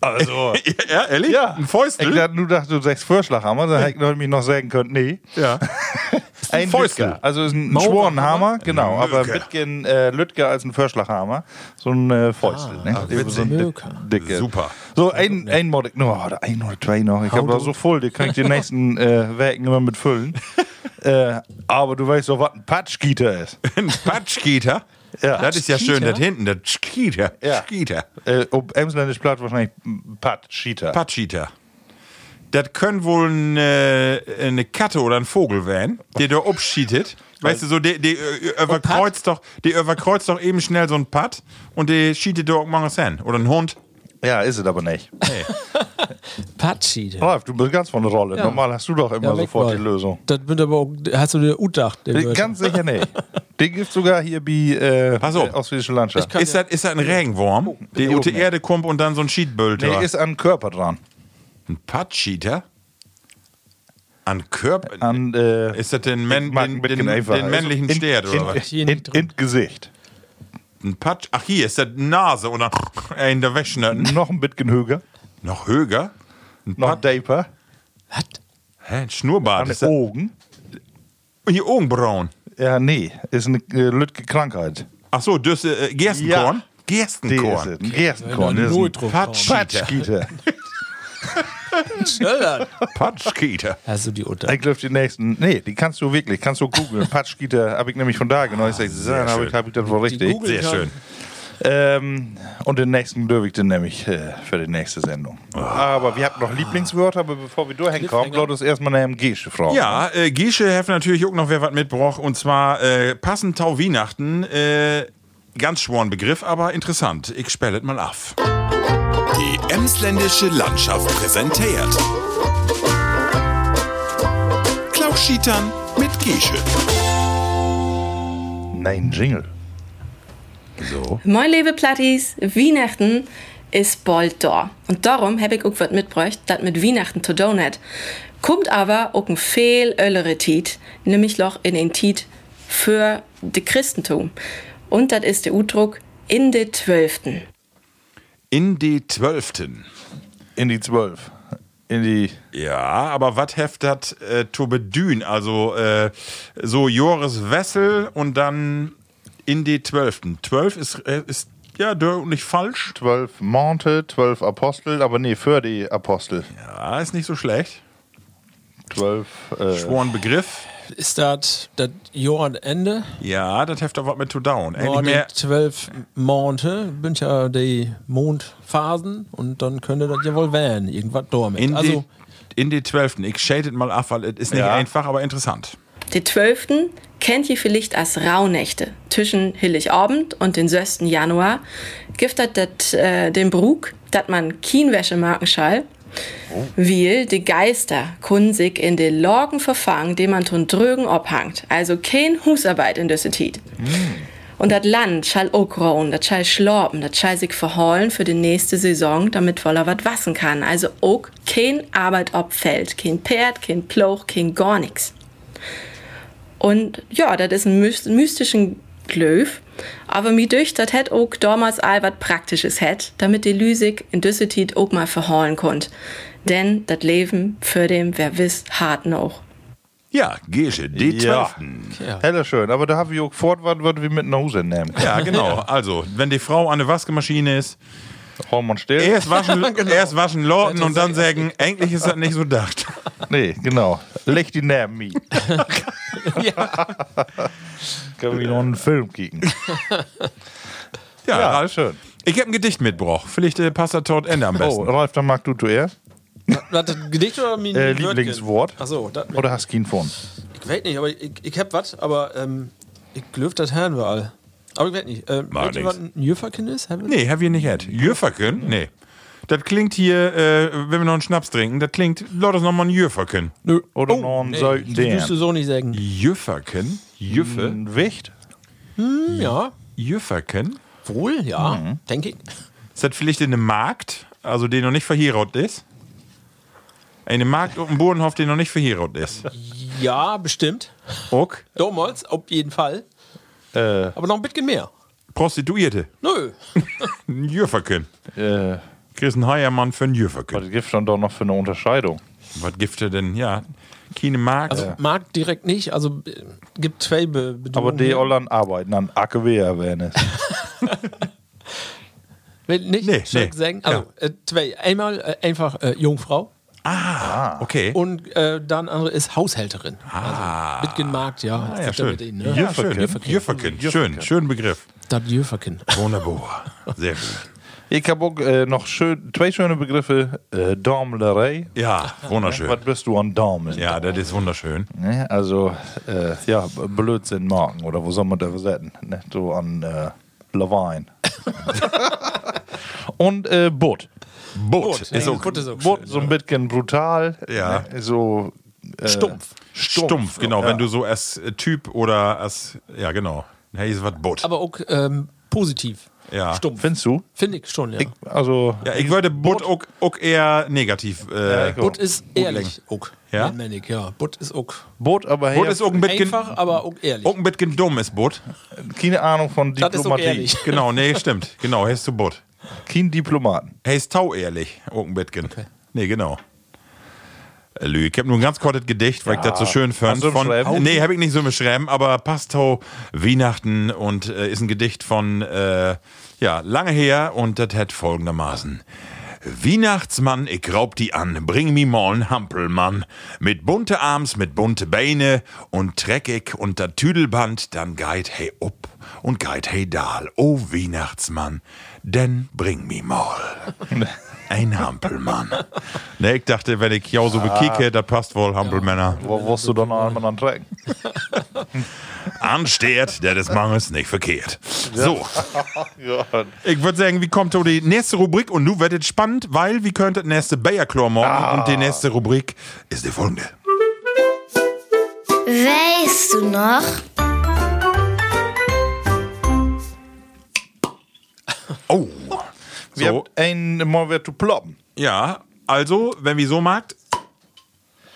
S4: Also.
S3: *laughs* ja, ehrlich?
S4: Ja.
S3: Ein Fäustel?
S4: Ich dachte, du dachtest, du sagst Vorschlaghammer, dann hätte ich mich noch sagen können, nee.
S3: ja.
S4: *laughs* Ein
S3: Fäustel.
S4: Lütger. Also ist ein
S3: Maurer-
S4: Schworenhammer, genau.
S3: Ein
S4: Aber
S3: Lütger.
S4: Wittgen äh, Lütger als ein Vorschlaghammer. So ein äh, Fäustel, ne? Eben so ein dick-
S5: Lütger.
S4: dicke.
S3: Super.
S4: So, ein, ein Mod, no, oder ein oder zwei noch. Ich habe da so voll, die kann ich die nächsten äh, Werken immer mit füllen. äh, aber du weißt doch, was ein Patschgieter ist.
S3: Ein Patschkieter.
S4: Ja.
S3: Das ist ja schön,
S5: Skeeter?
S3: das hinten, das Skieter.
S4: Ja.
S3: Skieter.
S4: Äh, ob Emsländisch platt wahrscheinlich Patschgieter.
S3: Patschieter. Das können wohl eine, eine Katte oder ein Vogel werden, der da obschietet. Weißt du, so, der, der äh, überkreuzt doch, der überkreuzt doch eben schnell so ein Putt und der schietet da irgendwann hin. Oder ein Hund.
S4: ja, ist es aber nicht.
S5: Patschide.
S4: Ralf, du bist ganz von der Rolle.
S5: Ja.
S4: Normal hast du doch immer
S5: weg
S4: Oh, sofort
S5: mal.
S4: die Lösung. Äh,
S5: Das wird aber auch, hast du dir Utdacht, der Wörter.
S4: Ganz sicher nicht. Den gibt sogar hier bei äh,
S3: Pass auf.
S4: äh, Ostfriesische Landschaft.
S3: Ist das, ist das ein Regenwurm, der
S4: die
S3: unter
S4: auch nicht.
S3: Erde kommt und dann so ein Schiedböll
S4: Nee,
S3: da?
S4: ist an Körper dran.
S3: Ein Patschieter? An Körper?
S4: An, äh,
S3: ist das den,
S4: ich
S3: Män,
S4: mag
S3: den,
S4: ein bisschen
S3: den,
S4: einfach.
S3: den männlichen
S4: Also in,
S3: Stert
S4: in,
S3: oder was?
S4: In, in, in Gesicht.
S3: Ein Patsch? Ach, hier ist das Nase und dann *laughs* in der Wäsche.
S4: Noch ein bisschen höher.
S3: Noch höher? Ein
S4: Noch
S3: Patsch?
S4: deeper.
S5: Was?
S3: Hä, ein Schnurrbart?
S4: An
S3: ist
S4: den
S3: das-
S4: Augen.
S3: Hier Augenbrauen.
S4: Ja, nee. Ist eine äh, lütke Krankheit.
S3: Ach so, das äh, Gerstenkorn?
S4: Ja.
S3: Gerstenkorn.
S4: Die ist es. Ein Gerstenkorn.
S5: Ja,
S4: Das
S5: null
S4: ist
S5: drauf.
S4: ein
S3: Patschkieter.
S4: Patschgieter.
S3: Patschkieter.
S5: Hast du die Utdacht?
S4: Ich glaube, die nächsten. Nee, die kannst du wirklich. Kannst
S3: *laughs*
S4: du googeln. Patschgieter habe ich nämlich von da genommen. Ich sag, dann habe ich, hab ich das wohl richtig.
S5: googeln
S3: Ah, Sehr schön.
S4: Ähm, und den nächsten dürfe ich dann nämlich äh, für die nächste Sendung. Aber wir hatten noch Lieblingswörter, aber bevor wir durchhängen kommen, lautet es erstmal eine MG-Sche Frau.
S3: Ja, äh, Gesche hat natürlich auch noch wer was mitbraucht. Und zwar äh, passend Tau Weihnachten. Äh, ganz schworen Begriff, aber interessant. Ich spelle es mal auf.
S7: Die Emsländische Landschaft präsentiert. Klauschietern mit Gesche.
S4: Nein, Jingle.
S8: Moin liebe Plattis, Weihnachten ist bald da. Und darum habe ich auch was mitgebracht, das mit Weihnachten zu tun hat. Kommt aber auch ein viel öllere Tiet, nämlich noch in den Tiet für de Christentum. Und das ist der Udruck in de Zwölften.
S3: In die Zwölften.
S4: In die Zwölf. in die.
S3: Ja, aber was heftet äh, Tobe Dün? Also äh, so Joris Wessel und dann in die Zwölften. Zwölf ist, äh, ist ja dör- nicht falsch.
S4: Zwölf Monte, zwölf Apostel, aber nee, für die Apostel.
S3: Ja, ist nicht so schlecht.
S4: Zwölf. Äh,
S3: Schworen Begriff.
S5: Ist das das Jahr am Ende?
S3: Ja, das heftet was mit To Down. Eigentlich
S5: Boah, die
S3: mehr,
S5: zwölf Monate sind ja die Mondphasen und dann könnte das ja wohl werden. Irgendwas damit.
S3: in,
S5: also,
S3: die, in die Zwölften. Ich shaded mal ab, weil es ist nicht
S4: Ja.
S3: einfach, aber interessant.
S8: Die 12. kennt ihr vielleicht als Rauhnächte. Zwischen Heiligabend und den 6. Januar giftet dat, äh, den Brug, dat man Kienwäsche marken schall, weil die Geister können sich in den Lorgen verfangen, die man von drögen abhangt. Also kein Husarbeit in dieser Zeit. Und das Land schall auch rauen, das schall schlorpen, das schall sich verheulen für die nächste Saison, damit voller was wassen kann. Also auch kein Arbeit abfällt, kein Pferd, kein Ploch, kein gar nix. Und ja, das ist ein mys- mystischen Glöf. Aber mir durch, das hätt auch damals all was Praktisches hätt, damit die Lüsig in Düsseldorf auch mal verhaulen konnt. Denn das Leben für den, wer wisst, hart noch.
S3: Ja, Gesche, die
S4: Ja.
S3: Zwölften.
S4: Heller schön, aber da haben wir auch fort, was wir mit nach Hause nehmen können.
S3: Ja, genau. Also, wenn die Frau an der Waschmaschine ist,
S4: Hormon still.
S3: erst *laughs* waschen, erst waschen Leuten und dann sagen, eigentlich ist das nicht so gedacht.
S4: Nee, genau. Leg die
S3: *laughs*
S4: neben mich. Können wir noch einen Film kicken.
S3: Ja,
S4: Ja,
S3: Ralf.
S4: schön.
S3: Ich habe ein Gedicht mitgebracht. Vielleicht äh, passt das tot Ende am
S4: Oh,
S3: besten.
S4: Ralf, dann mag du zuerst.
S5: was das Gedicht oder mein
S4: Äh,
S5: Wörtchen?
S4: Lieblingswort.
S5: Ach so, das,
S4: Oder hast du keinen von?
S5: ich weiß nicht, aber ich, ich hab was, aber ähm, ich glöf das Herrn wir all. Aber ich weiß nicht. Ähm,
S3: War
S5: weißt du,
S3: nix.
S5: was ein Jürferkind ist? Haben wir-
S3: Nee, hab ich nicht had. Jürfaken? Nee. Das klingt hier, äh, wenn wir noch einen Schnaps trinken, das klingt, laut das nochmal ein Jürfaken.
S5: Nö.
S4: Oder noch einen
S5: das wirst du
S4: Seiten
S5: so nicht sagen.
S3: Jürfaken? Jüffe?
S4: Ein Wicht?
S5: Hm, ja.
S3: Jürfaken?
S5: Wohl, ja.
S4: Mhm.
S5: Denke ich.
S3: Ist das vielleicht eine Markt, also die noch nicht verheiratet ist? Eine Markt auf dem Bodenhof, die noch nicht verheiratet ist.
S5: Ja, bestimmt.
S3: Ok.
S5: Damals, auf jeden Fall.
S4: Äh,
S5: Aber noch ein bisschen mehr.
S3: Prostituierte.
S5: Nö.
S3: Ein Jürfaken.
S4: äh,
S3: Chris ein Heiermann für ein Jürfaken.
S4: was gibt's dann doch noch für eine Unterscheidung?
S3: Was gibt er denn? Ja, keine Markt.
S5: Also *laughs* mag direkt nicht, also äh, gibt zwei Be Bedingungen.
S4: Aber die Holland arbeiten an AKW erwähnen.
S3: *laughs*
S5: Will nicht
S3: Nee,
S5: soll
S3: nee.
S5: ich sagen. Also äh, zwei. Einmal äh, einfach äh, Jungfrau
S3: ah, okay.
S5: und äh, dann andere ist Haushälterin.
S3: Ah.
S5: Also Mitgenmarkt, ja.
S3: Ah, ja, schön.
S5: Mit ihnen, ne?
S3: Ja, schön. Jürfaken. Schön, schön Begriff.
S5: Das Jürferkin.
S3: Wunderbar. Sehr schön.
S4: Ich habe auch äh, noch schön, zwei schöne Begriffe. Äh, Dormlerei.
S3: Ja, wunderschön.
S4: Was bist du an Daumen?
S3: Ja, das ist wunderschön.
S4: Ne? Also, äh, ja, B- Blödsinn Marken oder wo soll man da versetzen? Ne? So an äh, Lawine.
S3: *laughs*
S4: Und äh, Butt.
S3: Boot ist
S5: Ja,
S3: auch
S5: Butt ist auch
S4: Butt so ein bisschen brutal.
S3: Ja.
S4: Ne? So. Äh,
S3: stumpf. Stumpf, genau. Wenn du so als äh, Typ oder als, ja genau. Hey, ist was Boot.
S5: Aber auch ähm, positiv.
S3: Ja.
S5: Stumpf.
S4: Findest du?
S5: Finde ich schon, ja.
S4: Ich, also,
S3: Ja, ich würde Boot auch, auch eher negativ. Äh,
S4: ich auch.
S5: Butt ist ehrlich. Auch.
S3: Ja?
S5: Ja, meine ich, ja. Butt ist auch.
S4: Butt, aber
S3: Boot
S4: hey,
S3: ist auch ein bisschen,
S5: Einfach,
S3: auch
S5: aber auch ehrlich.
S3: ein bisschen dumm ist Boot.
S4: keine Ahnung von
S5: Das ist auch
S4: Diplomatie.
S5: ehrlich.
S3: Genau, nee, stimmt. Genau, hey, ist zu Boot.
S4: Kein Diplomaten.
S3: Hey, ist tau ehrlich, auch ein bisschen. Nee, genau. Äh, Lü, ich habe nur ein ganz kurzes Gedicht, weil ich das so schön fand.
S4: Hast du
S3: Von,
S4: schreiben?
S3: nee, habe ich nicht so beschreiben, aber Pastau Weihnachten und äh, ist ein Gedicht von äh, ja, lange her und das hat folgendermaßen. Weihnachtsmann, ich raub die an, bring mi morn Hampelmann. Mit bunte Arms, mit bunte Beine und treck ich unter Tüdelband, dann geit hey up und geit hey dal. O Weihnachtsmann, denn bring mi mal. Ein Hampelmann. Ne, ich dachte, wenn ich ja so bekicke, da passt wohl Hampelmänner.
S4: Wo wirst du dann einmal dran trecken?
S3: Ansteht, der des Mangels nicht verkehrt. So,
S4: *laughs* ja.
S3: ich würde sagen, wie kommt so die nächste Rubrik und nun wird es spannend, weil wie könnte das nächste Bayer Chlor morgen und die nächste Rubrik ist die folgende.
S6: Weißt du noch?
S3: Oh. So,
S4: Wir haben einen Mal wieder zu ploppen.
S3: ja, also, wenn wir so magt,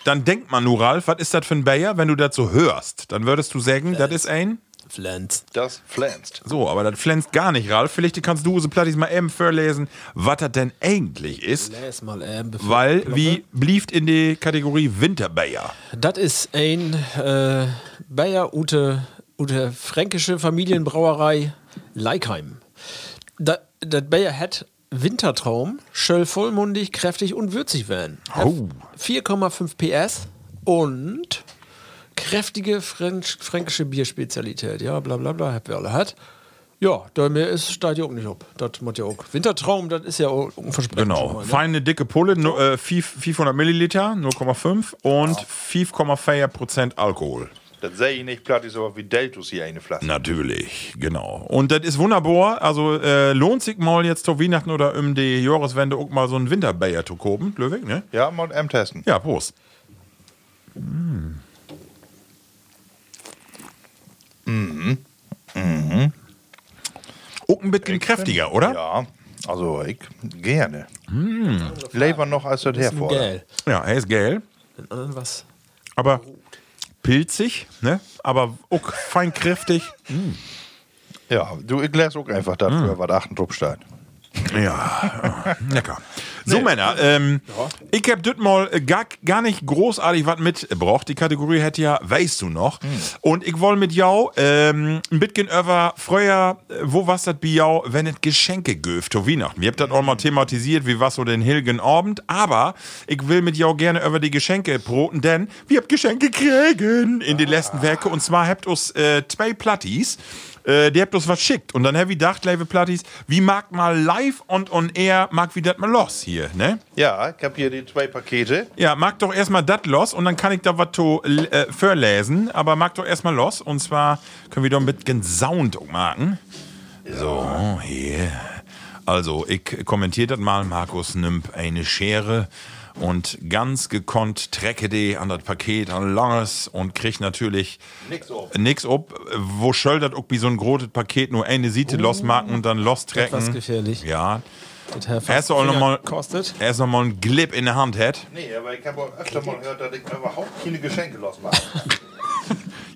S3: dann denkt man nur, Ralf, was ist das für ein Bayer, wenn du dazu hörst? Dann würdest du sagen, das ist ein
S5: Flens.
S4: Das flänzt.
S3: So, aber das flänzt gar nicht, Ralf. Vielleicht kannst du so plattis mal eben verlesen, was das denn eigentlich ist.
S5: Les mal eben. bevor-
S3: Weil, wie blieft in die Kategorie Winterbayer?
S5: Das ist ein äh, Bayer Ute, Ute fränkische Familienbrauerei Leikheim. Das Bayer hat Wintertraum, schöll vollmundig, kräftig und würzig werden. Hat 4,5 PS und kräftige Fränk fränkische Bierspezialität. Ja, bla bla bla, habt ihr alle hat. Ja, da mehr ist, steigt ja auch nicht ab. Das macht ja auch. Wintertraum, das ist ja auch ein Versprechen. schon
S3: Genau.
S5: mal, ne?
S3: Feine, dicke Pulle, nur, äh, 5 500 Milliliter, 0,5 und 5,4 Prozent Alkohol.
S4: Das sehe ich nicht platt, ist aber wie Deltus hier eine Flasche.
S3: Natürlich, genau. Und das ist wunderbar. Also äh, lohnt sich mal jetzt zu Weihnachten oder um die Jahreswende auch mal so einen Winterbayer zu kopen, Löwig, ne?
S4: Ja, mal M testen.
S3: Ja, Prost.
S4: Mm. Mhm. Mhm.
S3: Auch ein bisschen kräftiger, oder?
S4: Ja, also ich gerne. Leber noch als Hm. das hervor.
S5: geil.
S3: Ja, er ist gelb,
S5: Den anderen was.
S3: aber pilzig, ne? Aber auch fein kräftig.
S4: Ja, du, ich lässt auch einfach dafür, was achten Truppstein.
S3: Ja, lecker. So, Männer, ähm, ich hab das mal äh, gar, gar nicht großartig was mitgebracht. Die Kategorie hätte ja, weißt du noch. Und ich woll mit jou ähm, ein bisschen über früher, äh, wo was dat bei jou, wenn es Geschenke göft, zu Weihnachten. Ihr habt das auch mal thematisiert, wie was so den Hilgen Abend. Aber ich will mit jou gerne über die Geschenke broten, denn wir habt Geschenke kriegen in den letzten Werke. Und zwar habt uns äh, zwei Plattis äh, der habt uns was schickt. Und dann hab ich gedacht, liebe Plattis, wie mag mal live und on air, mag wie dat mal los hier, ne?
S4: Ja, ich habe hier die zwei Pakete.
S3: Ja, mag doch erstmal dat los und dann kann ich da was to äh, verlesen, aber mag doch erstmal los. Und zwar können wir doch mit gen Sound auch machen. So, hier. Also, ich kommentiere das mal. Markus nimmt eine Schere und ganz gekonnt trecke die an das Paket an langes und kriegt natürlich
S4: Nix ob.
S3: nix ob, wo schöll das ob wie so ein grotes Paket nur eine
S4: Oh.
S3: Siete losmachen und dann
S5: Etwas
S3: lostrecken.
S5: gefährlich.
S3: Mhm. Ja.
S5: Das hat fast
S3: Erst auch
S5: Finger
S3: nochmal
S5: Kostet.
S3: erst noch mal ein Glip in der Hand hat.
S4: Nee, aber ich habe auch öfter mal gehört, dass ich überhaupt keine Geschenke losmache.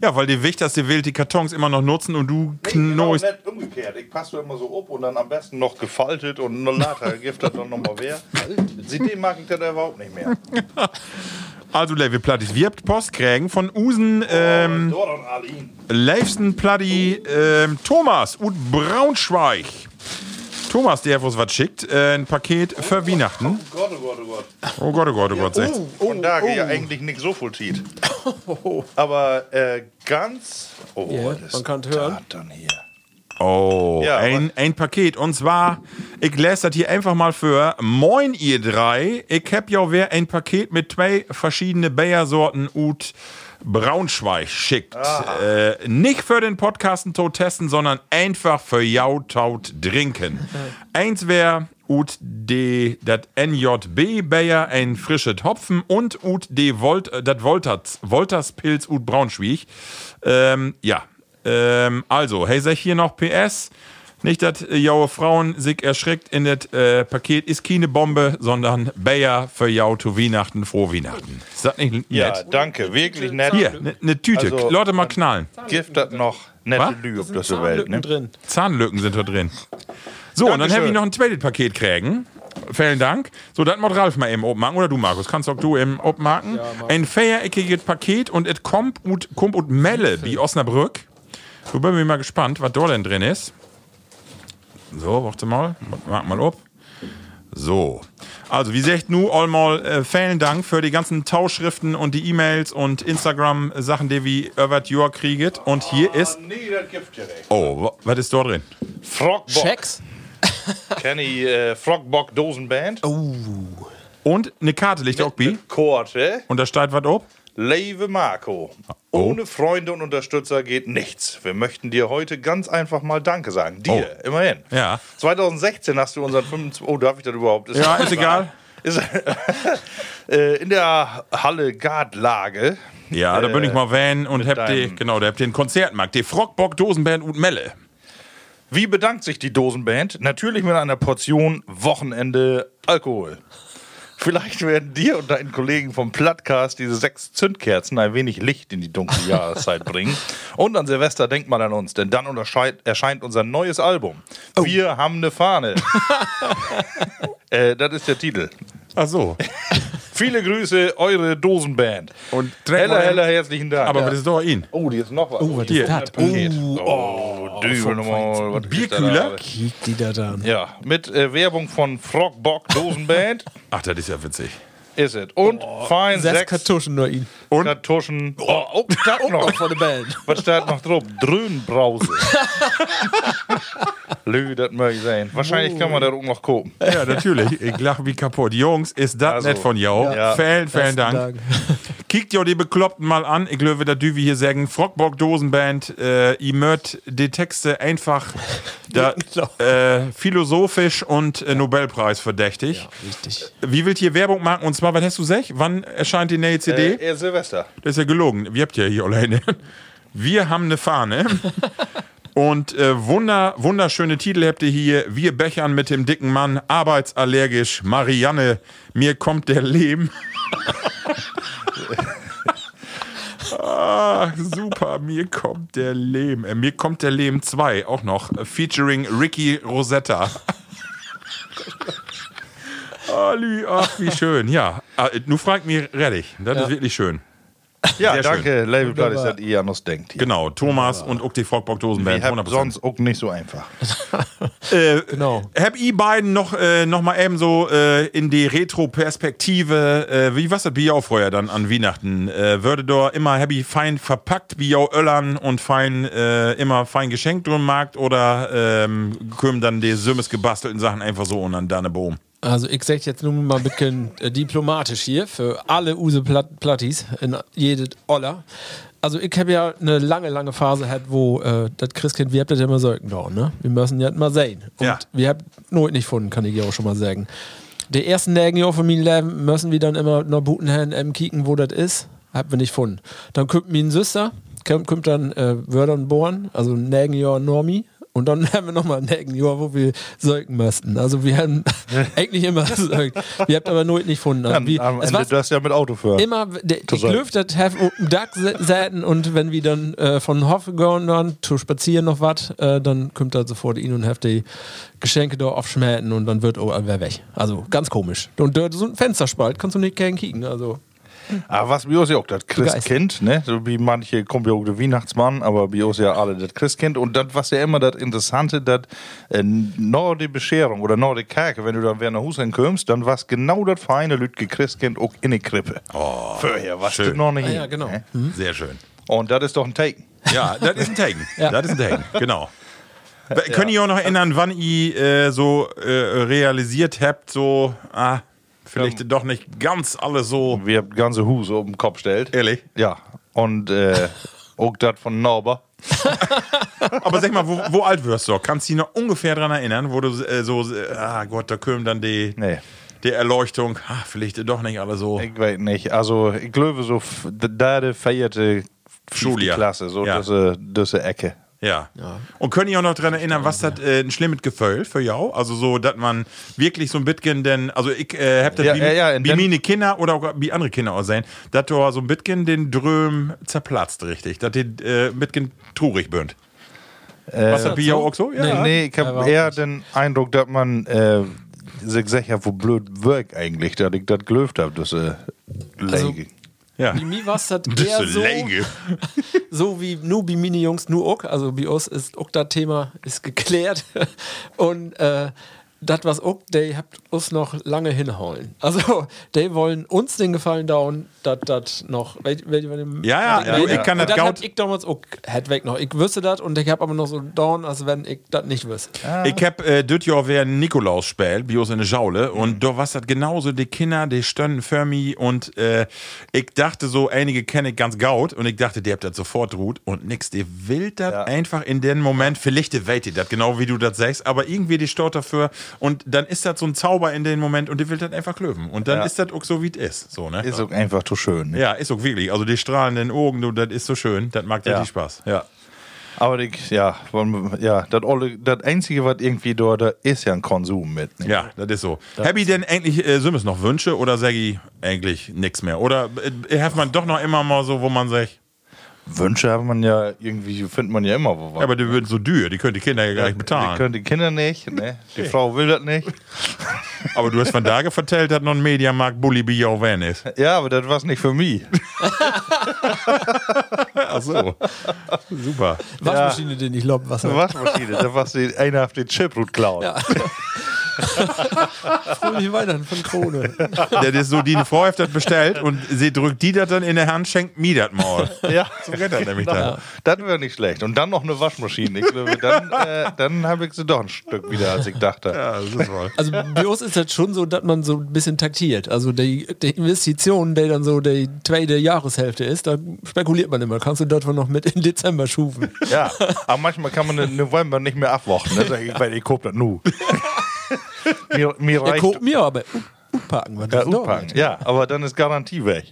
S3: Ja, weil die Wichters, die will die Kartons immer noch nutzen und du knurrst.
S4: nicht Genau, umgekehrt. Ich passe immer so ob und dann am besten noch gefaltet und noch nachher gibt das dann nochmal wer. Seitdem mag ich das überhaupt nicht mehr.
S3: Also, Level Plattis, wir habt Post kriegen von Usen, ähm,
S4: Dort und Alin.
S3: Leifsten Platti, ähm, Thomas und Braunschweig. Thomas, der hat uns was schickt, äh, ein Paket für Weihnachten.
S4: Gott, oh Gott, oh Gott.
S3: Oh Gott, oh Gott, oh Oh. Gott, sagt's.
S4: Von da geht ja eigentlich nicht so viel
S3: *laughs*
S4: zieht. Aber äh, ganz. Oh,
S5: Ja,
S4: was ist
S5: man kann's hören.
S4: das Dann hier.
S3: Oh,
S4: Ja,
S3: ein, ein Paket. Und zwar, ich lese das hier einfach mal für. Moin, ihr drei. Ich hab ja wer ein Paket mit zwei verschiedene Bayer-Sorten ut Braunschweig schickt. Äh, nicht für den Podcasten to testen, sondern einfach für jau taut trinken. Eins wär ut de dat NJB Bayer ein frisches Hopfen und ut de Volt, äh, dat Wolters, Wolterspilz ut Braunschweig. Ähm, ja, ähm, also, hey, sag ich hier noch PS. Nicht, dass äh, jaue Frauen sich erschreckt in das äh, Paket ist keine Bombe, sondern Bayer für jau zu Weihnachten, froh Weihnachten. Ist das nicht nett?
S4: Ja, danke, wirklich nett.
S3: Hier, eine ne Tüte.
S4: Also,
S3: Leute, mal knallen.
S4: Gift das noch nette
S3: Was?
S4: Lüge auf
S5: Sind
S4: der Welt. Ne?
S5: Zahnlücken drin.
S3: Zahnlücken sind da drin. So, und dann
S4: Dankeschön.
S3: habe ich noch ein zweites Paket kriegen. Vielen Dank. So, dann muss Ralf mal eben obmachen. Oder du, Markus, kannst auch du eben obmachen. ein feiereckiges Paket und es kommt und, kommt und Melle, wie Osnabrück. So bin ich mal gespannt, was da denn drin ist. So, warte mal. Mark mal ob. So. Also, wie gesagt, nu allmal äh, vielen Dank für die ganzen Tauschschriften und die E-Mails und Instagram-Sachen, die wir über das Jahr kriegt. Und hier ist.
S4: Ah, Nee, das Gift direkt.
S3: Oh, wa- was ist da drin?
S4: Frogbock.
S5: Checks?
S4: Kenny äh, Frogbock Dosenband.
S3: Oh, Und eine Karte liegt auch bei.
S4: Korte.
S3: Und da steht was ob.
S4: Leve Marco.
S3: Oh.
S4: Ohne Freunde und Unterstützer geht nichts. Wir möchten dir heute ganz einfach mal Danke sagen. Dir, immerhin.
S3: Oh. Ja.
S4: 2016 hast du unseren 25. Oh, darf ich das überhaupt? Ist
S3: Ja,
S4: das
S3: ist egal.
S4: *laughs* Ist, äh, in der Halle Gardlage.
S3: Ja, da bin ich mal Van und hab die,
S4: deinem-
S3: genau, da habt ihr den Konzertmarkt. Die Frogbock Dosenband und Melle.
S4: Wie bedankt sich die Dosenband? Natürlich mit einer Portion Wochenende Alkohol. Vielleicht werden dir und deinen Kollegen vom Plattcast diese sechs Zündkerzen ein wenig Licht in die dunkle Jahreszeit bringen. Und an Silvester denkt man an uns, denn dann unterscheid- erscheint unser neues Album. Wir haben eine Fahne. äh, das ist der Titel.
S3: Ach so.
S4: Viele Grüße, eure Dosenband. Und heller, heller, herzlichen Dank.
S3: Aber was ist doch ihn?
S4: Oh, die ist noch was.
S5: Oh, was ist das?
S4: Oh, oh, Dübel nochmal. Was ist das da?
S5: Kiek die da dann.
S4: Ja, mit äh, Werbung von Frogbock *laughs* Dosenband
S3: Ach, das ist ja witzig.
S4: ist es. Und fein
S5: Sechs
S4: Oh, sechs
S5: Kartuschen nur ihn.
S4: Kartuschen. Oh, oh, da noch.
S5: Von der Band.
S4: Was steht noch *laughs* drauf? *laughs* Dröhnbrause. Lü, das mag ich sein. Wahrscheinlich kann man da oben noch gucken.
S3: Ja, natürlich. Ich lache wie kaputt. Jungs, ist das
S4: Also,
S3: nett von jou?
S4: ja.
S3: Vielen, vielen Dank. Kickt jo die Bekloppten mal an. Ich löwe der Düvi hier sagen, Frogbock Dosenband, äh, ihr mört die Texte einfach da, äh, philosophisch und äh, Nobelpreis verdächtig.
S5: Richtig.
S3: Wie willt ihr Werbung machen? Und zwar, was hast du gesagt? Wann erscheint die neue CD?
S4: Äh, eher Silvester.
S3: Das ist ja gelogen. Wir habt ja hier alleine. Wir haben eine Fahne. Und äh, wunder, wunderschöne Titel habt ihr hier. Wir bechern mit dem dicken Mann, arbeitsallergisch, Marianne, mir kommt der Lehm. ah, super, mir kommt der Lehm. Äh, mir kommt der Lehm 2 auch noch. äh, Featuring Ricky Rosetta. Ah, Lü, ach, wie schön. Ja, Ah, nur fragt mir, reddig. Das ist wirklich schön.
S4: Ja,
S3: Sehr
S4: danke, Labelblatt, ist das ihr an uns denkt. Hier.
S3: Genau, Thomas und Ukti Frockbock Dosenband.
S4: Ich hab
S3: 100%.
S4: sonst auch nicht so einfach.
S3: äh,
S5: Genau.
S3: Hab ich beiden noch, äh, noch mal eben so äh, in die Retro-Perspektive, äh, wie was das Bier vorher dann an Weihnachten? Äh, würde da immer Happy fein verpackt Bier öllern und fein äh, immer fein geschenkt drin markt oder ähm, kommen dann die Sümmes gebastelten Sachen einfach so und dann dann Boom?
S5: Also ich sage jetzt nun mal ein bisschen äh, diplomatisch hier für alle Use Plat Plattis in jede Oller. Also ich habe ja eine lange, lange Phase gehabt, wo äh, das Christkind, wir habt das ja immer sagen da, ne? Wir müssen ja mal sehen. Und
S3: Ja.
S5: wir habt Not nicht gefunden, kann ich ja auch schon mal sagen. Die ersten Nägen hier von meinem Leben müssen wir dann immer nach Butenhänden ähm, kicken, wo das ist. Hab wir nicht gefunden. Dann kommt mein Süster, kommt, kommt dann äh, Wördern Born, also Nägen hier Normi. Und dann *laughs* haben wir nochmal ein Heckenjahr, wo wir säugen müssten. Also
S4: *laughs*
S5: wir haben eigentlich immer gesäugt. Wir habt aber Not nicht gefunden. Also
S4: Am,
S5: wir,
S4: am
S5: es
S4: Ende
S5: war
S4: das ja mit Auto fahren.
S5: immer, der, ich
S4: säugen.
S5: lüftet, have open Duck säten und wenn wir dann äh, von Hoffe gehen, dann zu spazieren noch was, äh, dann kommt er sofort ihn und have die Geschenke da aufschmähten und dann wird oh, wer weg. Also ganz komisch. Und da so ein Fensterspalt kannst du nicht gern kicken. Also
S4: Aber Ah, was bei uns ja auch das Christkind, ne? So wie manche kommen ja auch der Weihnachtsmann, aber bei uns ja alle das Christkind. Und das, was ja immer das Interessante, das äh, nur die Bescherung oder nur die Kerke, wenn du dann wieder nach Hussein kommst, dann war genau das feine Lütke Christkind auch in die Krippe. Oh, Vorher warst du
S3: schön.
S4: noch nicht.
S5: Ah, ja,
S4: hin,
S5: genau.
S4: ne?
S3: Sehr schön.
S4: Und das ist doch ein Taken.
S3: Ja, das ist ein Tagen.
S5: Ja.
S3: Das ist ein Tagen, genau. Könnt ihr auch noch erinnern, wann ihr äh, so äh, realisiert habt, so, ah, vielleicht doch nicht ganz alles so.
S4: Wir haben ganze Huse auf den Kopf stellt.
S3: Ehrlich?
S4: Ja. Und
S3: *laughs*
S4: äh, auch das von Nauber.
S3: Aber sag mal, wo, wo alt wirst du? Kannst du dich noch ungefähr dran erinnern, wo du äh, so, äh, ah Gott, da kommt dann die,
S4: Nee. Äh,
S3: die Erleuchtung, ah, vielleicht doch nicht alle so.
S4: Ich weiß nicht. Also, ich glaube, so f- d- da die feierte
S3: Schuljahr.
S4: Klasse, so
S3: Ja.
S4: diese, diese Ecke.
S3: Ja. Und könnt ihr auch noch dran erinnern, was das äh, ein schlimmes Gefühl für jou? Also so, dass man wirklich so ein bisschen, denn, also ich äh, hab das
S4: Ja,
S3: wie,
S4: ja, ja, und
S3: wie
S4: dann-
S3: meine Kinder oder auch wie andere Kinder auch sehen, dass du so ein bisschen den Dröm zerplatzt, richtig. Dass die äh, ein bisschen trurig bünd. was das bei jou auch Äh, so?
S5: Nee.
S3: Ja.
S4: Nee, ich
S5: überhaupt
S4: habe eher
S5: nicht.
S4: den Eindruck, dass man äh, sich sicher, wo blöd wirkt eigentlich, dass ich das äh, gelöft habe, diese
S5: Also-
S4: Länge.
S3: ja.
S5: bei mir war es das
S3: Das ist
S5: eher
S3: eine
S5: so.
S3: Länge.
S5: *laughs* so wie nur bei mini Jungs, nur auch. Also bei uns ist auch das Thema ist geklärt. *laughs* Und äh, das, was auch, die habt uns noch lange hinhauen. Also, die wollen uns den Gefallen dauen, dass das noch. wel- wel- wel-
S3: Ja, ja, du, ich kann
S5: Und
S3: das
S5: hab
S3: gaut-
S5: ich damals auch hat weg noch. Ich wüsste das und ich hab aber noch so down, als wenn ich das nicht wüsste.
S4: Ah.
S3: Ich hab äh, dit Jahr wer Nikolaus spielt, Bios in der Schaule,
S4: Mhm.
S3: und da war das genauso, die Kinder, die stönnen für mich und äh, ich dachte so, einige kenne ich ganz gaut und ich dachte, die habt das sofort ruht und nix, die will das
S4: Ja.
S3: einfach in den Moment, vielleicht die weht die das, genau wie du das sagst, aber irgendwie die stört dafür und dann ist das so ein Zauber in den Moment und die will das einfach klöven und dann
S4: Ja.
S3: ist das auch so, wie es ist, so, ne?
S4: Ist auch einfach zu schön. ne?
S3: ja, ist auch wirklich, also die strahlenden Augen, du, das ist so schön, das macht ja
S4: Ja.
S3: richtig Spaß, ja.
S4: Aber die, ja, wollen wir- ja das alle- das Einzige, was irgendwie dort da ist, ja ein Konsum mit. ne?
S3: Ja, das ist so. Happy denn eigentlich, äh, sind es noch Wünsche oder sag ich eigentlich nichts mehr? Oder äh, hat man doch noch immer mal so, wo man sagt.
S4: Wünsche hat man ja irgendwie, findet man ja immer wo.
S3: Ja, aber die würden so dür, die können die Kinder ja gar nicht bezahlen.
S4: Die können die Kinder nicht, ne? Die Frau will das nicht.
S3: aber du hast von da vertellt, dass noch ein Mediamarkt Bulli bei jou wen *laughs* ist.
S4: Ja, aber das war's nicht für mich.
S3: *laughs* Ach so. Super.
S5: Waschmaschine, den ich lob, Wasser.
S4: Waschmaschine, da warst du einer auf den Chiprut klauen. Ja.
S5: Fröhliche Weihnachten von Krone.
S3: Das ist so, die eine Frau hat das bestellt und sie drückt die das dann in der Hand, schenkt mir das *laughs* mal.
S4: Ja,
S3: So geht das nämlich dann.
S4: Das wäre nicht schlecht. Und dann noch eine Waschmaschine. Ich glaube, dann, äh, dann habe ich sie doch ein Stück wieder, als ich dachte.
S3: Ja, das ist wohl.
S5: Also bei uns ist das schon so, dass man so ein bisschen taktiert. Also die, die Investition, der dann so die zweite Jahreshälfte ist, da spekuliert man immer. Kannst du dort wohl noch mit in Dezember schufen?
S4: Ja, aber manchmal kann man den November nicht mehr abwarten. Ne? Sag Ich, weil ich koop das
S5: *laughs*
S4: nu. mir, mir
S5: Der
S4: reicht.
S5: guckt mir aber. Packen wir
S4: Ja,
S5: das doch.
S4: Upacken. ja, aber dann ist Garantie weg.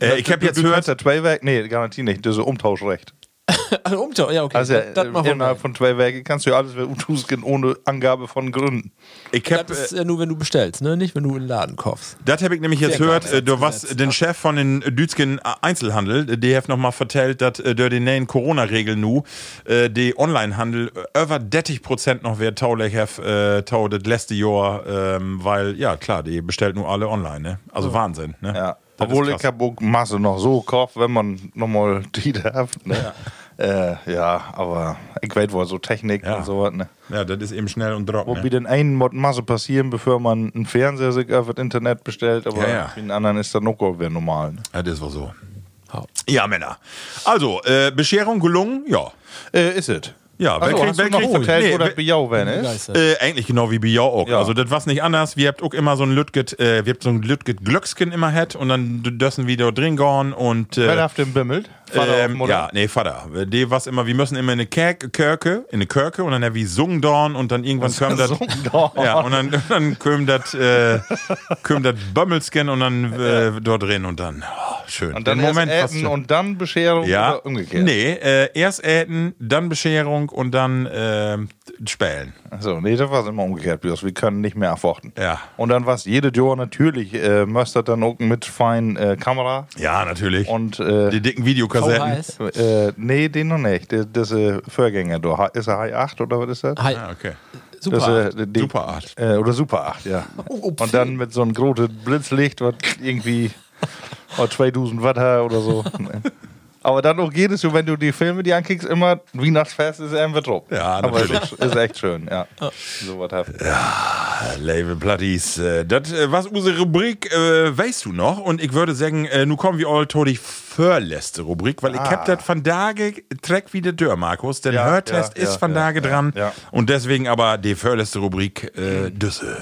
S3: Äh, ich habe jetzt
S4: du, du kannst
S3: gehört,
S4: ja zwei Werke, nee, Garantie nicht, das ist Umtauschrecht.
S5: *laughs* Also, Umtau, ja, okay.
S4: Also
S5: das, das
S4: äh,
S5: machen wir.
S4: innerhalb von zwei Werken kannst du ja alles tun ohne Angabe von Gründen.
S3: ich hab,
S5: das
S3: äh,
S5: ist ja nur, wenn du bestellst, ne? nicht wenn du in den Laden kaufst.
S3: Das habe ich nämlich jetzt
S5: Sehr
S3: gehört.
S5: gerne.
S3: äh, Du warst den Chef von den Dütschen äh, Einzelhandel, die hat nochmal vertellt, dass äh, durch die neuen Corona-Regeln nu äh, die Onlinehandel äh, über 30% noch wert taulich hef, äh, tau das letzte Jahr, ähm, weil, ja klar, die bestellt nur alle online, ne? Also Wahnsinn, ne?
S4: Ja.
S3: Das
S4: Obwohl
S3: ist
S4: ich
S3: krass.
S4: habe auch Masse noch so gekauft, wenn man nochmal *laughs* die darf. Ne? Ja. Äh, ja, aber ich weiß wohl so Technik
S3: Ja.
S4: und sowas. Ne?
S3: Ja, das ist eben schnell und
S4: Wo
S3: trocken.
S4: wie
S3: Ne?
S4: den einen muss Masse passieren, bevor man einen Fernseher sich auf das Internet bestellt, aber
S3: Ja, ja.
S4: für den anderen ist das noch wieder normal. Ne?
S3: Ja, das war so. Ja, Männer. Also, äh, Bescherung gelungen, ja.
S4: Äh, ist es.
S3: Ja,
S4: Ach so, hast du noch vertellt, wo das Bejau werden ist?
S3: Äh, eigentlich genau wie Bier auch.
S4: Ja.
S3: Also das war's nicht anders. Wir habt auch immer so ein Lütget, äh, wir habt so ein Lütget Glöckskin immer hat und dann dürfen wir da drin gehen und
S4: Wer
S3: äh,
S4: darf den bimmelt?
S3: ähm, ja, nee, Vater. Die was immer, wir müssen immer in eine Kerk, Kirke, in eine Kirke und dann haben wir Sungdorn und dann irgendwann kommt das
S4: Sungdorn.
S3: Ja, und dann *laughs* dann kommt das äh, kommt das Bömmelskin und dann äh, dort drin und dann oh, schön.
S4: Und dann
S3: Den
S4: Moment,
S3: passt
S4: erst Äten
S3: schon.
S4: und dann Bescherung
S3: ja,
S4: oder umgekehrt?
S3: Nee, äh, erst Äten, dann Bescherung und dann äh, Spälen.
S4: Also, nee, das war immer umgekehrt, Bios. Wir können nicht mehr erfochten.
S3: Ja.
S4: Und dann war es jede Jahr natürlich, äh, Möstert dann auch mit fein äh, Kamera
S3: Ja, natürlich.
S4: und äh,
S3: die dicken Videokassetten.
S5: heiß.
S4: äh, nee, den noch nicht. Der- Das äh, Vorgänger, da. Ha- ist er High 8 oder was ist das?
S5: Hi,
S3: Ah, okay.
S5: super.
S4: Das, äh, die,
S3: Super 8.
S4: Äh, oder Super
S3: *laughs*
S4: 8, ja.
S5: Oh,
S4: und dann mit so einem großen Blitzlicht, was irgendwie oh, 2000 Watt hat
S3: *laughs*
S4: oder so. Aber dann auch jedes Jahr, wenn du die Filme die ankickst, immer Weihnachtsfest ist einfach drauf.
S3: Ja,
S4: Aber es
S3: natürlich.
S4: ist, ist echt schön, ja. So was habt.
S3: Label Platties. äh, Das äh, was unsere Rubrik, äh, weißt du noch? Und ich würde sagen, äh, nun kommen wir all to die vorletzte Rubrik, weil ich hab das von Tage track wie der Dörr, Markus. Denn
S4: Ah. Ja,
S3: Hörtest
S4: ja,
S3: ist
S4: ja,
S3: von
S4: ja,
S3: Tage
S4: ja,
S3: dran.
S4: ja.
S3: Und deswegen aber die vorletzte Rubrik, äh, Düsse.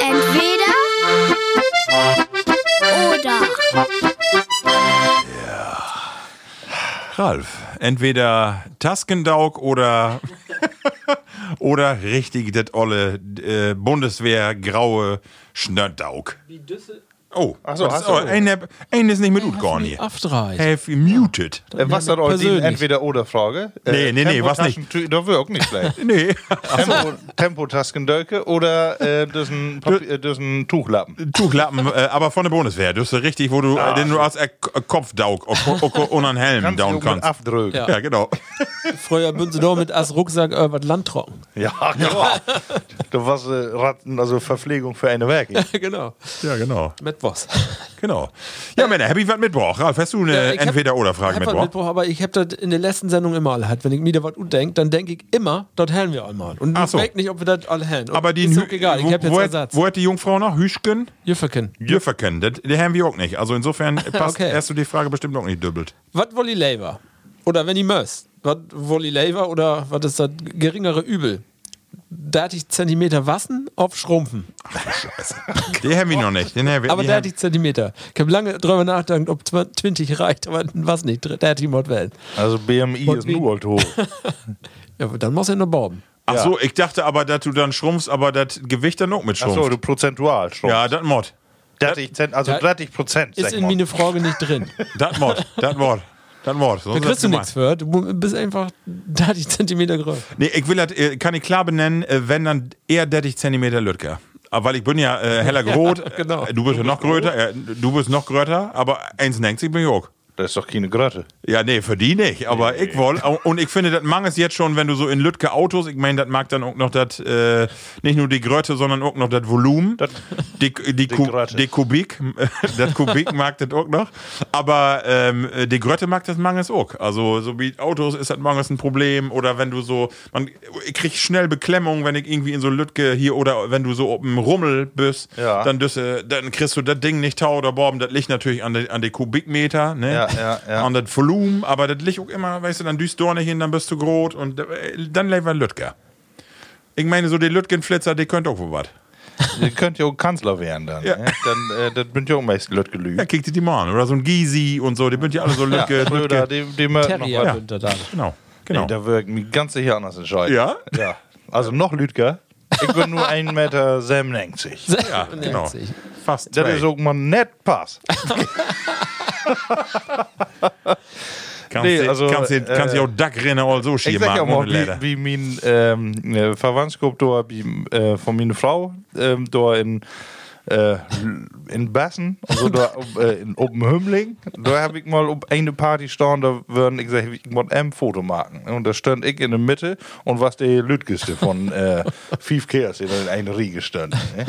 S6: Entweder oder.
S3: Ralf, entweder Taskendauk oder *laughs* oder richtig das olle äh, Bundeswehr graue Schnördauk. Oh,
S4: so,
S3: was-
S4: hast du-
S3: oh, ein, ein ist nicht
S5: Äh,
S3: mit gut gegangen hier.
S5: Afterreich.
S3: Have you muted.
S4: Äh, was hat euch die
S5: Persönlich.
S4: Entweder-Oder-Frage?
S3: Nee, nee, nee, was nicht.
S4: Tempotaschentü- Äh, Da wirkt nicht schlecht.
S3: Nee, *laughs*
S4: Tempo, Tempotaskendölke oder äh, das ist ein Papier- äh, das ist ein Tuchlappen.
S3: Tuchlappen, äh, aber von der Bundeswehr. Du hast richtig, wo du, äh, den du als äh, K- Kopfdauk und einen Helm down
S4: Ah, du mit
S3: kannst.
S4: Afdrücken.
S3: Ja, genau.
S5: Früher Bünsedorf mit Ass Rucksack, äh, was landtrocken.
S4: *laughs* Ja, genau. du warst äh, Ratten, also Verpflegung für eine Werke.
S5: *laughs* genau.
S3: Ja, genau.
S5: Mit was?
S3: Genau. Ja, Männer, hab ich was mitgebracht? Ralf, hast du
S5: Äh, Ja,
S3: eine
S5: ich hab-
S3: Entweder-Oder-Frage
S5: Ich hab was
S3: mitgebracht?
S5: mitgebracht, aber ich habe das in der letzten Sendung immer alle halt. Wenn ich mir da was denke, dann denke ich immer, das haben wir einmal. Und
S3: Ach
S5: ich
S3: so.
S5: merk nicht, ob wir das alle haben. Und
S3: Aber die
S5: ist
S3: Hü-
S5: auch egal, ich habe
S3: wo-
S5: jetzt
S3: wo, hat-
S5: Ersatz.
S3: Wo hat die Jungfrau noch? Hüschken?
S5: Jüfferken.
S3: Jüfferken. Das- Die haben wir auch nicht. Also
S5: *laughs*
S3: insofern passt,
S5: Okay.
S3: hast du die Frage bestimmt noch nicht dübbelt.
S5: Was wollt ihr Labour? Oder wenn ihr mößt. Was wollt ihr Labour oder was ist das geringere Übel? 30 Zentimeter Wassen auf Schrumpfen.
S3: Die haben wir noch nicht. Den haben wir,
S5: Aber
S3: die haben,
S5: 30 Zentimeter. Ich habe lange darüber nachgedacht, ob 20 reicht, aber was nicht. 30 Mod wählen.
S4: Also BMI
S5: Und
S4: ist
S5: wie-
S4: nur alt hoch.
S5: Ja, aber dann muss er nur bauen.
S3: ach so, ich dachte aber, dass du dann schrumpfst, aber das Gewicht dann auch mit schrumpft.
S4: Achso, du prozentual schon.
S3: ja, das Mod.
S4: 30 Cent, also
S5: Ja.
S4: 30 Prozent.
S3: *laughs*
S5: Ist in meine Frage nicht drin.
S3: Das Mod. Das Mod. Dann Wort.
S5: Da kriegst du nichts für. Du bist einfach *laughs* 30 Zentimeter groß.
S3: Nee, ich will das, äh, kann ich klar benennen, äh, wenn dann eher 30 Zentimeter Lütke. Aber weil ich bin ja äh,
S5: *laughs*
S3: heller Grot,
S4: genau.
S3: äh, du bist ja noch größer, äh, du bist noch größer, aber eins denkt, ich bin Jog.
S4: Das ist doch keine Grötte.
S3: Ja, nee, für die nicht, aber ich woll. Und ich finde, das mang es jetzt schon, wenn du so in Lütke Autos, ich meine, das mag dann auch noch das, äh, nicht nur die Grötte, sondern auch noch das Volumen. die, *laughs* die, Ku,
S4: Grötte.
S3: die Kubik, *laughs* das Kubik mag das auch noch. Aber ähm, die Grötte mag das Mangels auch. Also, so wie Autos ist das Mangels ein Problem. Oder wenn du so, man, ich krieg schnell Beklemmung, wenn ich irgendwie in so Lütke hier oder wenn du so auf dem Rummel bist,
S4: Ja.
S3: dann, düsse- dann kriegst du das Ding nicht tau oder borben. Das liegt natürlich an den an die Kubikmeter, ne?
S4: Ja, ja, ja.
S3: Und das Volumen, aber das liegt auch immer, weißt du, dann düst du nicht hin, dann bist du groß und äh, dann lebt man Lütger. Ich meine, so die Lütgenflitzer, die könnt auch wo was.
S4: Ihr könnt ja auch Kanzler werden dann.
S3: Ja.
S4: Ne? Dann, äh, das bin ja auch meist Leute gelügt.
S3: Ja, kriegt ihr die mal an. Oder so ein Gysi und so, die sind ja alle so Lütke.
S4: Ja, Schröder,
S3: Lütke.
S4: die, die mögen noch
S5: Terrier
S4: was.
S5: sind da dann.
S3: Genau,
S4: Genau.
S3: genau.
S4: Nee, da wirken mich ganz sicher anders entscheiden.
S3: Ja?
S4: Ja. Also noch Lüdger. Ich bin nur 1,97 Meter. 97.
S3: ja, genau.
S5: Witzig.
S3: Fast
S4: Das
S3: zwei.
S4: ist auch mal nett Pass.
S3: kannst
S4: nee,
S3: du-
S4: also,
S3: kannst du kannst
S4: äh,
S3: du auch Dackrinne all so
S4: Ich
S3: schieben
S4: sag ja
S3: machen
S4: mal,
S3: ohne
S4: wie,
S3: Leder.
S4: wie mein ähm, äh, Verwandtschaft da, wie, äh, von meiner Frau, ähm, da in, äh, in Bassen, also da äh, in Oppenhümling, da habe ich mal ob eine Party stehen, da würden ich gesagt, ich muss ein Foto machen. Und da stand ich in der Mitte und was der Lütgeste von äh, Fief Kers in einer Riege stand. Ne?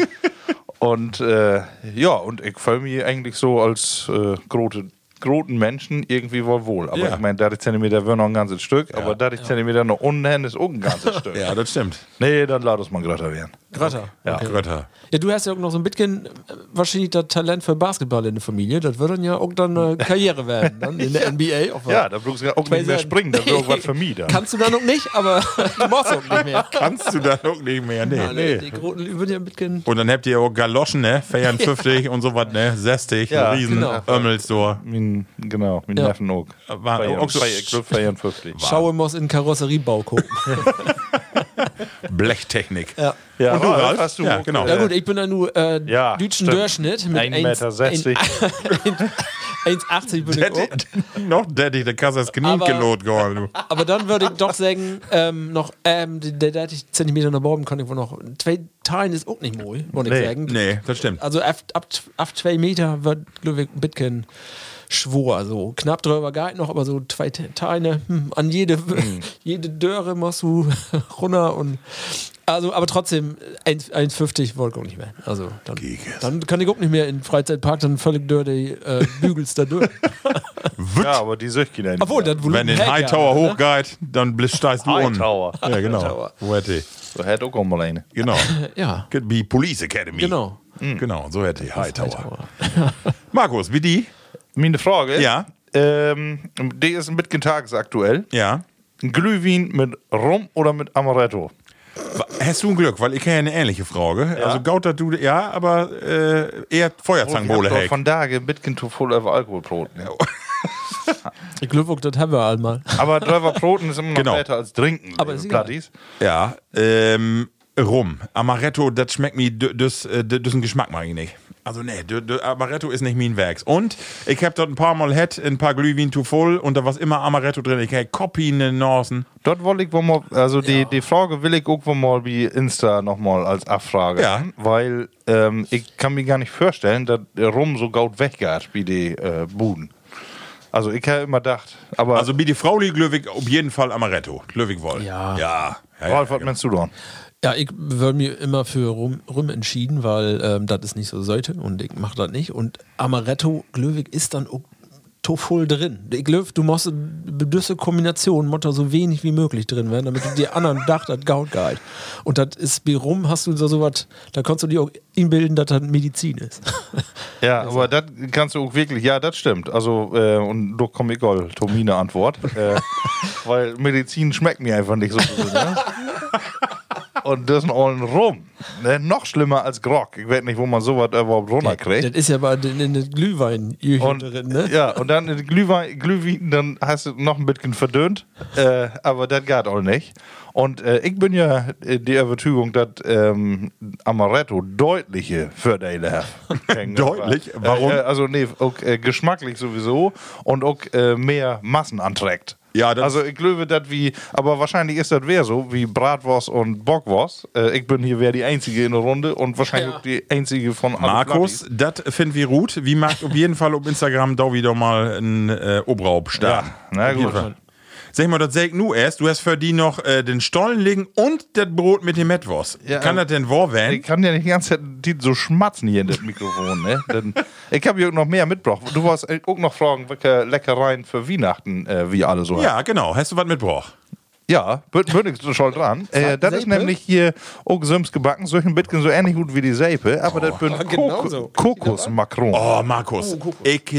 S4: Und äh, ja, und ich fühle mich eigentlich so als äh, grote groten Menschen irgendwie wohl wohl. Aber
S3: Ja.
S4: ich meine, 30 Zentimeter wäre noch ein ganzes Stück, aber 30 Zentimeter noch unten ist auch
S3: *laughs*
S4: ein ganzes Stück.
S3: Ja, das stimmt.
S4: Nee, dann lass uns mal größer werden.
S5: Gratter.
S4: Ja.
S3: Grötter.
S5: Ja, du hast ja auch noch so ein bisschen äh, wahrscheinlich das Talent für Basketball in der Familie. Das wird dann ja auch dann eine
S4: *laughs*
S5: Karriere werden, dann in der NBA. Auch
S4: Ja, da brauchst du auch nicht mehr springen, da wird auch
S5: *laughs*
S4: was für mich dann.
S5: Kannst du dann auch nicht, aber *laughs* du machst auch
S4: *laughs*
S5: nicht mehr.
S3: Kannst du dann auch nicht mehr, nee.
S5: Alle, Die Groten üben ja ein bisschen.
S3: Und dann habt ihr auch Galoschen, ne?
S4: *laughs*
S3: 54 und sowas, ne? 60,
S4: Ja,
S3: riesen
S5: genau.
S3: Ömmels so.
S4: Mein, genau, mein
S5: Ja.
S4: Neffen auch.
S3: War-
S4: Feiern-
S3: auch so-
S4: Feier- Club 54.
S5: Schaue muss in
S4: *laughs*
S5: Karosseriebau gucken.
S3: Blechtechnik.
S5: Ja.
S4: Ja,
S3: Und du,
S4: oh, das
S3: Ralf?
S4: hast du
S3: Ja,
S4: auch,
S3: genau.
S4: äh,
S5: Ja gut, ich bin ja nur äh,
S4: Ja,
S5: deutschen
S4: stimmt.
S5: Durchschnitt mit
S4: 1,60
S5: 1,80
S4: Meter.
S5: *laughs*
S4: *laughs*
S5: 1,80 bin ich
S3: Daddy,
S5: auch.
S3: noch Daddy, der kannst das Knie
S5: Oh. Aber-
S3: gelot, geholt, du.
S5: Aber dann würde ich doch sagen, ähm, noch ähm, die- der 30 Zentimeter nach oben kann ich wohl noch. Zwei Teilen ist auch nicht mal, wollte ich
S4: Nee,
S5: sagen.
S3: Nee, das stimmt.
S5: Also ab, ab, ab zwei Meter wird Ludwig Bitken schwor. So also knapp drüber geht noch, aber so zwei Te- Teile hm, an jede,
S3: Mhm.
S5: *laughs* jede Döre musst du *laughs* runter und. Also, aber trotzdem, 1 1,50 wollte ich auch nicht mehr. Also, dann, dann kann ich auch nicht mehr in den Freizeitpark dann völlig dirty äh, Bügels
S3: *laughs*
S5: da durch.
S4: Ja, aber die Söchki da
S5: Obwohl, das Volumen
S3: Wenn den
S5: hält ja,
S3: Hightower
S5: ne?
S3: hochgeht, dann bl- steigst du um.
S4: Hightower.
S3: Ja, genau.
S5: Hightower.
S3: So hätte ich.
S4: So hätte auch mal eine.
S5: *laughs*
S3: Genau.
S5: Ja,
S3: Could be Police Academy.
S5: genau.
S3: Genau, so hätte ich. Hightower. *laughs* Markus, wie die?
S4: Meine Frage,
S3: Ja.
S4: ähm, die ist ein bisschen tagesaktuell.
S3: Ja.
S4: Glühwein mit Rum oder mit Amaretto?
S3: Wa- Hast du ein Glück, weil ich kenne ja eine ähnliche Frage. Also Gauter du, ja, aber äh, eher
S5: Oh,
S3: Feuerzangenbowle
S4: Ich hab doch
S3: Heck.
S4: Von daher ein bisschen zu voll auf Alkoholbrot. Ne?
S5: Ich glaube, das haben wir halt einmal.
S4: Aber Dröverbroten ist immer noch
S3: Genau.
S4: besser als trinken.
S5: Aber
S4: liebe
S5: ist egal.
S4: Plattis.
S3: Ja, ähm, Rum. Amaretto, das schmeckt mir, das ist ein Geschmack, mag ich nicht. Also nee, dö- dö- Amaretto ist nicht mein Werks. Und ich hab dort ein paar Mal had, ein paar Glühwein zu voll und da war immer Amaretto drin. Ich hab Kopie in den Nasen.
S4: Dort wollte ich wohl mal, also die, die Frage will ich auch wohl mal wie Insta nochmal als Abfrage.
S3: Ja.
S4: Weil ähm, ich kann mir gar nicht vorstellen, dass der Rum so gaut weggeht wie die äh, Buden. Also ich habe immer gedacht, aber
S3: Also wie die Frau die Glöwig, auf jeden Fall Amaretto. Glöwig wohl.
S5: Ja.
S3: Ja. ja, ja,
S4: Ralf, was
S3: ja.
S4: meinst du dann?
S5: Ja, ich würde mir immer für Rum, Rum entschieden, weil ähm, das ist nicht so sollte und ich mache das nicht. Und Amaretto, Glöwig ist dann auch to voll drin. Ich glaube, du musst bedüsse Kombination, Mutter so wenig wie möglich drin werden, damit du die anderen
S4: *laughs*
S5: dacht, das gaut geil. Und das ist bei Rum hast du so sowas, da kannst du dir auch inbilden, dass das Medizin ist.
S4: *laughs* Ja,
S3: Also.
S4: aber das kannst du auch wirklich, ja, das stimmt. Also, äh, und da komme ich auch, Tomine
S3: *laughs* *laughs*
S4: Antwort. äh, weil Medizin schmeckt mir einfach nicht so. gut, Ne? Und das ist allen rum. Ne, noch schlimmer als Grog. Ich weiß nicht, wo man sowas überhaupt runterkriegt.
S5: Das ist ja bei den, in den Glühwein
S4: Und,
S5: drin, ne?
S4: Ja, und dann in Glühwein, Glühwein, dann hast du noch ein bisschen verdönt, äh, aber das geht auch nicht. Und äh, ich bin ja äh, die Überzeugung, dass ähm, Amaretto deutliche
S3: *laughs*
S4: Vorteile hat.
S3: Deutlich? Warum?
S4: Äh, äh, also nee, auch, äh, geschmacklich sowieso und auch äh, mehr Massen anträgt. Ja, also ich glaube, das wie, aber wahrscheinlich ist das wer so, wie Bratwurst und Bockwurst. Äh, ich bin hier wer die Einzige in der Runde und wahrscheinlich auch die Einzige von alle
S3: Markus,
S4: Plattis.
S3: das finden wir gut. Wie macht auf jeden Fall auf Instagram da wieder mal ein äh, Obraub starten.
S4: Ja, na
S3: Auf jeden
S4: gut.
S3: Fall. Sag mal, das säg nu erst. Du hast für die noch äh, den Stollen legen und das Brot mit dem Metwurst.
S4: Ja,
S3: Kann
S4: äh,
S3: das denn wahr werden?
S4: Ich kann ja nicht die ganze Zeit die so schmatzen hier in das Mikrofon. Ne? Denn ich habe hier noch mehr mitgebracht. Du wolltest äh, auch noch fragen, welche Leckereien für Weihnachten äh, wir alle so
S3: Ja,
S4: haben.
S3: genau. Hast du was mitgebracht?
S4: Ja, bin bin ich schon dran. Äh, das ist
S3: Seipe?
S4: nämlich hier auch Sims gebacken, so ein bisschen so ähnlich gut wie die Seipe, aber das bin
S3: *laughs* genau
S4: Kok
S3: so.
S4: Kokosmakronen.
S3: Oh, Markus. ich li-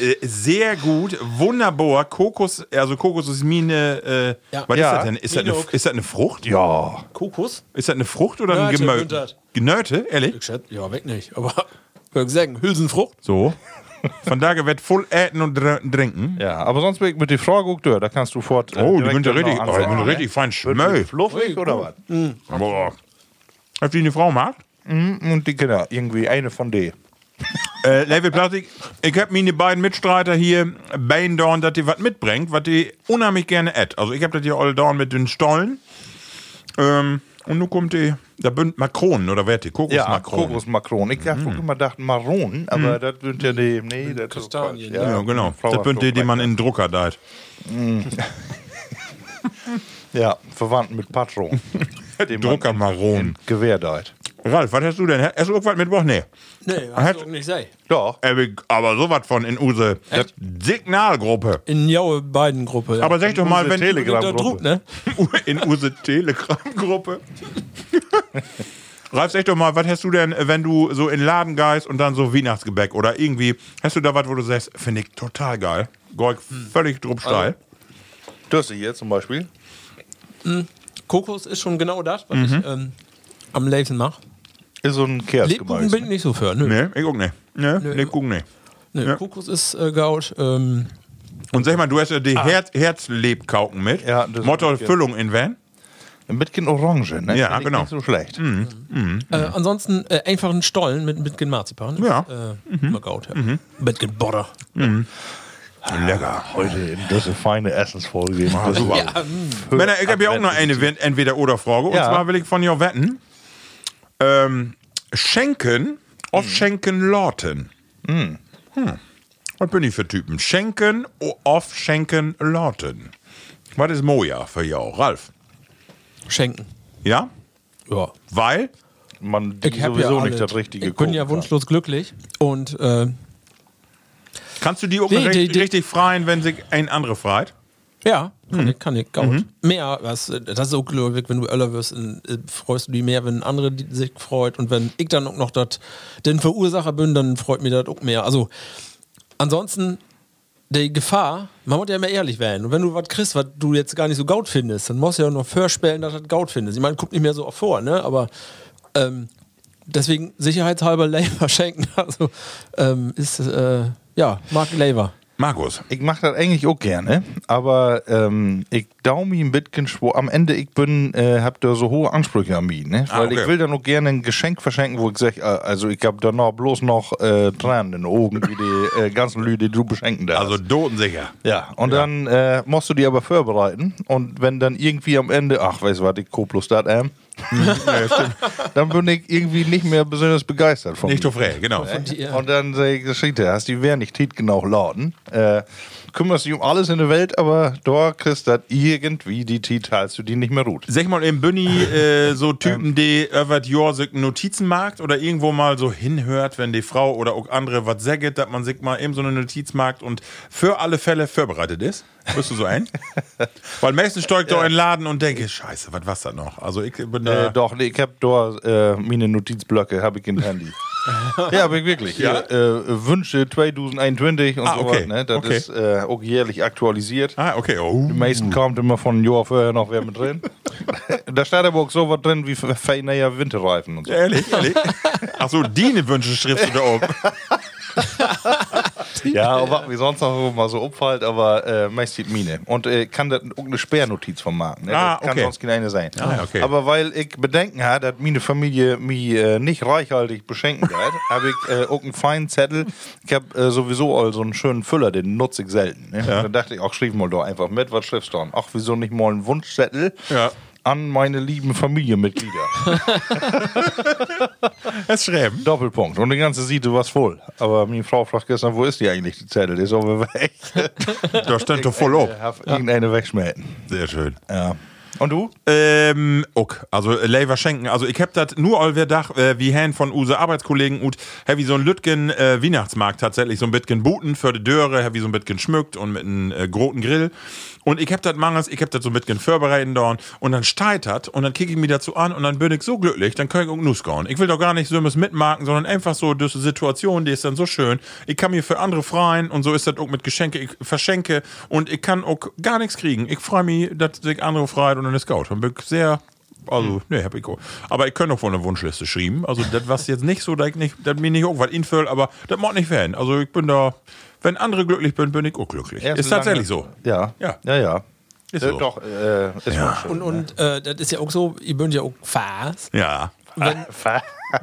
S3: äh, äh, sehr gut, wunderbar. Kokos, also Kokos ist Mine. Äh,
S5: Ja.
S3: Was
S4: Ja.
S3: ist das denn? Ist das, eine,
S5: Minok.
S3: ist das eine Frucht?
S4: Ja.
S5: Kokos?
S3: Ist das eine Frucht oder ein
S5: Nöte,
S3: Gemö?
S5: Günther.
S3: Genöte, ehrlich?
S5: Ich schätze, ja, weg nicht. Aber *laughs* würde ich sagen, Hülsenfrucht.
S4: *laughs*
S3: So. Von daher wird voll äten und dr- trinken.
S4: Ja, aber sonst bin ich mit die Frage auch durch, da kannst du fort. äh,
S3: Oh, die
S4: direkt
S3: sind ja
S4: noch
S3: richtig, oh, die
S4: anfangen,
S3: sind
S4: ne?
S3: richtig fein
S4: Wird die
S3: schmöll.
S4: Fluffig oder was?
S3: Boah. Hat die eine Frau gemacht?
S4: Mhm, Und die Kinder, irgendwie eine von denen.
S3: Äh, Level Plastik, ich habe meine beiden Mitstreiter hier beiden Dorn, dass die was mitbringt, was die unheimlich gerne ät. Also ich habe das hier all Dorn mit den Stollen. Ähm, und nun kommt die, da bünd Makronen oder wer hat die? Kokosmakronen.
S4: Kokosmakronen. Ich habe immer gedacht Maronen, aber das sind ja die, nee, das ist
S5: Kastanien, ne?
S4: falsch.
S3: ja, genau.
S4: Frau
S3: Das
S4: hat
S3: bünd die, die
S4: Flugbein.
S3: man in den Drucker deit.
S4: Ja, verwandt mit Patron. den man
S3: Druckermaronen.
S4: Gewehr deit.
S3: Ralf, was hast du denn? Hast du irgendwas mitgebracht? Nee.
S5: Nee,
S3: Hat-
S5: hast du auch nicht sei.
S4: Doch.
S3: Äh, Aber sowas von in Use.
S5: Echt?
S3: Signalgruppe.
S5: In Jaue beiden Gruppe.
S3: Aber sag doch mal, wenn
S5: da drüben, ne?
S3: in unsere Telegram-Gruppe. Ralf, sag doch mal, was hast du denn, äh, wenn du so in den Laden gehst und dann so Weihnachtsgebäck oder irgendwie, hast du da was, wo du sagst, finde ich total geil. Gorg völlig drupp
S4: Also,
S3: steil.
S4: Das hier zum Beispiel.
S5: Kokos ist schon genau das, was ich ähm, am liebsten mache.
S4: Ist so ein
S5: Lebkuchen
S4: Kerzgemüse.
S5: bin ich nicht so für. Nö.
S3: Nee, ich guck nicht. Nee, nee, guck nicht.
S5: Nö,
S3: Ja.
S5: Kokos ist äh, Gaut. Ähm,
S3: Und sag mal, du hast ja die Herz Herzlebkauken mit.
S4: Ah. Ja, das
S3: Motto
S4: ist-
S3: Füllung in Van.
S4: Mit Kind Orange, ne?
S3: Ja,
S4: Find ich
S3: genau.
S4: Nicht so schlecht.
S5: äh, ansonsten äh, einfach einen Stollen mit, mit gen Marzipan. Ist,
S3: Ja.
S5: Äh, immer Gaut, ja. Mit gen Butter.
S3: Lecker.
S4: Ah, Heute, das ist eine feine Essensfolge.
S3: Ah, super. Männer, ich habe ja auch noch eine Wen- Entweder-Oder-Frage. Und
S4: Ja.
S3: zwar will ich von dir wetten. Ähm, schenken auf Schenken Lorten. Hm. Was bin ich für Typen? Schenken auf Schenken Lorten. Was ist Moja für jou, Ralf?
S5: Schenken.
S3: Ja?
S5: Ja.
S3: Weil?
S4: Man
S5: Ich
S4: die
S5: hab
S4: sowieso
S5: ja
S4: nicht
S5: alle-
S4: das richtige
S5: Ich bin
S4: gucken
S5: ja
S4: kann.
S5: wunschlos glücklich. Und äh,
S3: Kannst du die auch
S5: Die-
S3: recht,
S5: die- die-
S3: richtig freien, wenn sich ein anderer freit?
S5: ja, kann ich, kann ich Gaut. Mehr, was, äh, das ist auch glücklich, wenn du Öller wirst, in, äh, freust du dich mehr, wenn andere die, sich freut. Und wenn ich dann auch noch dat, den Verursacher bin, dann freut mir das auch mehr. Also, ansonsten, die Gefahr, man muss ja immer ehrlich werden. Und wenn du was kriegst, was du jetzt gar nicht so gaut findest, dann musst du ja noch vorstellen, dass du das gaut findest. Ich meine, guck nicht mehr so oft vor, ne? Aber ähm, deswegen sicherheitshalber *laughs* Labor schenken. Also ähm, ist äh, ja Mark Labor.
S3: Markus.
S4: Ich mache das eigentlich auch gerne, aber ähm, ich daume ein bisschen schwor. Am Ende, ich bin, äh, hab da so hohe Ansprüche an mich, ne?
S3: Ah,
S4: Weil
S3: okay.
S4: ich will dann auch gerne ein Geschenk verschenken, wo ich sage, also ich hab danach bloß noch äh, Tränen in den Augen, wie die äh, ganzen Leute, die du beschenken darfst.
S3: Also dotensicher.
S4: ja, und dann äh, musst du die aber vorbereiten und wenn dann irgendwie am Ende, ach, weißt du was, ich Koplus dat
S3: *laughs*
S4: ähm, dann bin ich irgendwie nicht mehr besonders begeistert von
S3: Nicht
S4: mir.
S3: so frei, genau.
S5: Ja.
S4: Und dann sage ich, Geschichte hast, die wären nicht tit genau lauten. Äh, kümmerst dich um alles in der Welt, aber da kriegst du das irgendwie die Tit, als du die nicht mehr ruht.
S3: Sag mal, im Bunny äh, so Typen, die über Jorsik Notizen macht oder irgendwo mal so hinhört, wenn die Frau oder auch andere was sagt, dass man sich mal eben so eine Notiz macht und für alle Fälle vorbereitet ist. Bist du so ein? Weil meistens steigt ja. in den Laden und denke, scheiße, was war's da noch? Also ich bin da...
S4: Äh, doch, nee, ich hab da äh, meine Notizblöcke, hab ich im
S3: *laughs*
S4: Handy. ja, aber ich wirklich.
S3: Ja?
S4: Äh, äh, Wünsche 2021 und
S3: Ah,
S4: so
S3: okay.
S4: was. Ne? Das
S3: Okay.
S4: ist äh, auch jährlich aktualisiert.
S3: ah, okay. Oh. *laughs*
S4: Die meisten kommt immer von ein Jahr vorher noch wer mit drin. da steht aber auch sowas drin wie feiner Winterreifen und so.
S3: Ehrlich, ehrlich. Achso, Dine Wünsche schriftst du da oben.
S4: ja, und was mich sonst noch mal so abfällt, aber äh, meist die Mine. Und äh, kann das auch eine Sperrnotiz vom Marken. Ne?
S3: Ah,
S4: das kann
S3: okay.
S4: sonst keine sein.
S3: Ah, ja, okay.
S4: Aber weil ich Bedenken habe, dass meine Familie mich äh, nicht reichhaltig
S3: *laughs*
S4: beschenken wird, habe ich äh, auch einen feinen Zettel. Ich habe äh, sowieso all so einen schönen Füller, den nutze ich selten. Ne?
S3: Ja.
S4: Da dachte ich, auch schrieb mal doch einfach mit, was schriftst du dann? Ach, wieso nicht mal einen Wunschzettel?
S3: Ja.
S4: An meine lieben Familienmitglieder. *laughs*
S3: Es schreiben.
S4: Doppelpunkt. Und die ganze Siete war's voll. Aber meine Frau fragt gestern, wo ist die eigentlich, die Zettel? Die ist aber weg.
S3: Da stand doch voll
S4: Ich
S3: ob.
S4: hab irgendeine wegschmelzen.
S3: Sehr schön.
S4: Ja. Und du?
S3: Ähm, ok, also äh, Lever schenken. Also ich hab das nur all Dach, äh, wie Herrn von use Arbeitskollegen und hab wie so ein Lütgen äh, Weihnachtsmarkt tatsächlich so ein bisschen booten für die Döre, hab wie so ein bisschen schmückt und mit einem äh, großen Grill. Und ich hab das manges, ich hab das so ein bisschen vorbereiten dorn und dann steigt das und dann kicke ich mir dazu an und dann bin ich so glücklich, dann kann ich auch nus gauen. Ich will doch gar nicht so etwas mitmarken, sondern einfach so diese Situation, die ist dann so schön. Ich kann mir für andere freien und so ist das auch mit Geschenke, ich verschenke und ich kann auch gar nichts kriegen. Ich freue mich, dass sich andere freien und dann ist gaut. Dann bin ich sehr
S4: Hm.
S3: also, nee, hab ich auch. Aber ich könnte auch von der Wunschliste schreiben. Also, das was jetzt nicht so, dass ich nicht, dass mir nicht auch was infällt, aber das macht nicht werden. Also, ich bin da, wenn andere glücklich bin, bin ich auch glücklich.
S4: Ja,
S3: ist
S4: solange-
S3: tatsächlich so.
S4: Ja.
S3: Ja.
S4: Ja, ja.
S3: Ist
S4: Äh,
S3: so.
S4: Doch, äh, ist wohl schön.
S5: Und, und äh, das ist ja auch so, ihr bündet ja auch Fass.
S3: Ja.
S5: Wenn,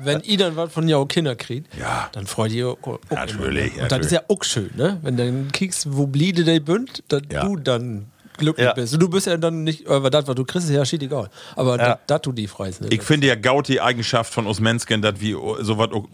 S5: wenn ihr dann was von euren Kindern kriegt,
S3: Ja.
S5: dann freut ihr euch. auch immer, ne?
S3: Natürlich,
S5: Und das
S3: natürlich.
S5: ist ja auch schön, ne? Wenn dann kriegst, wo bliebe der bünd, dass
S3: Ja.
S5: du dann glücklich
S4: Ja.
S5: bist. Und du bist ja dann nicht, aber das, was du kriegst, ist ja shit egal. Aber
S4: Ja.
S5: das, das du die freist. Ne?
S3: Ich finde ja gaut die Eigenschaft von uns Menschen, dass wir sowas auch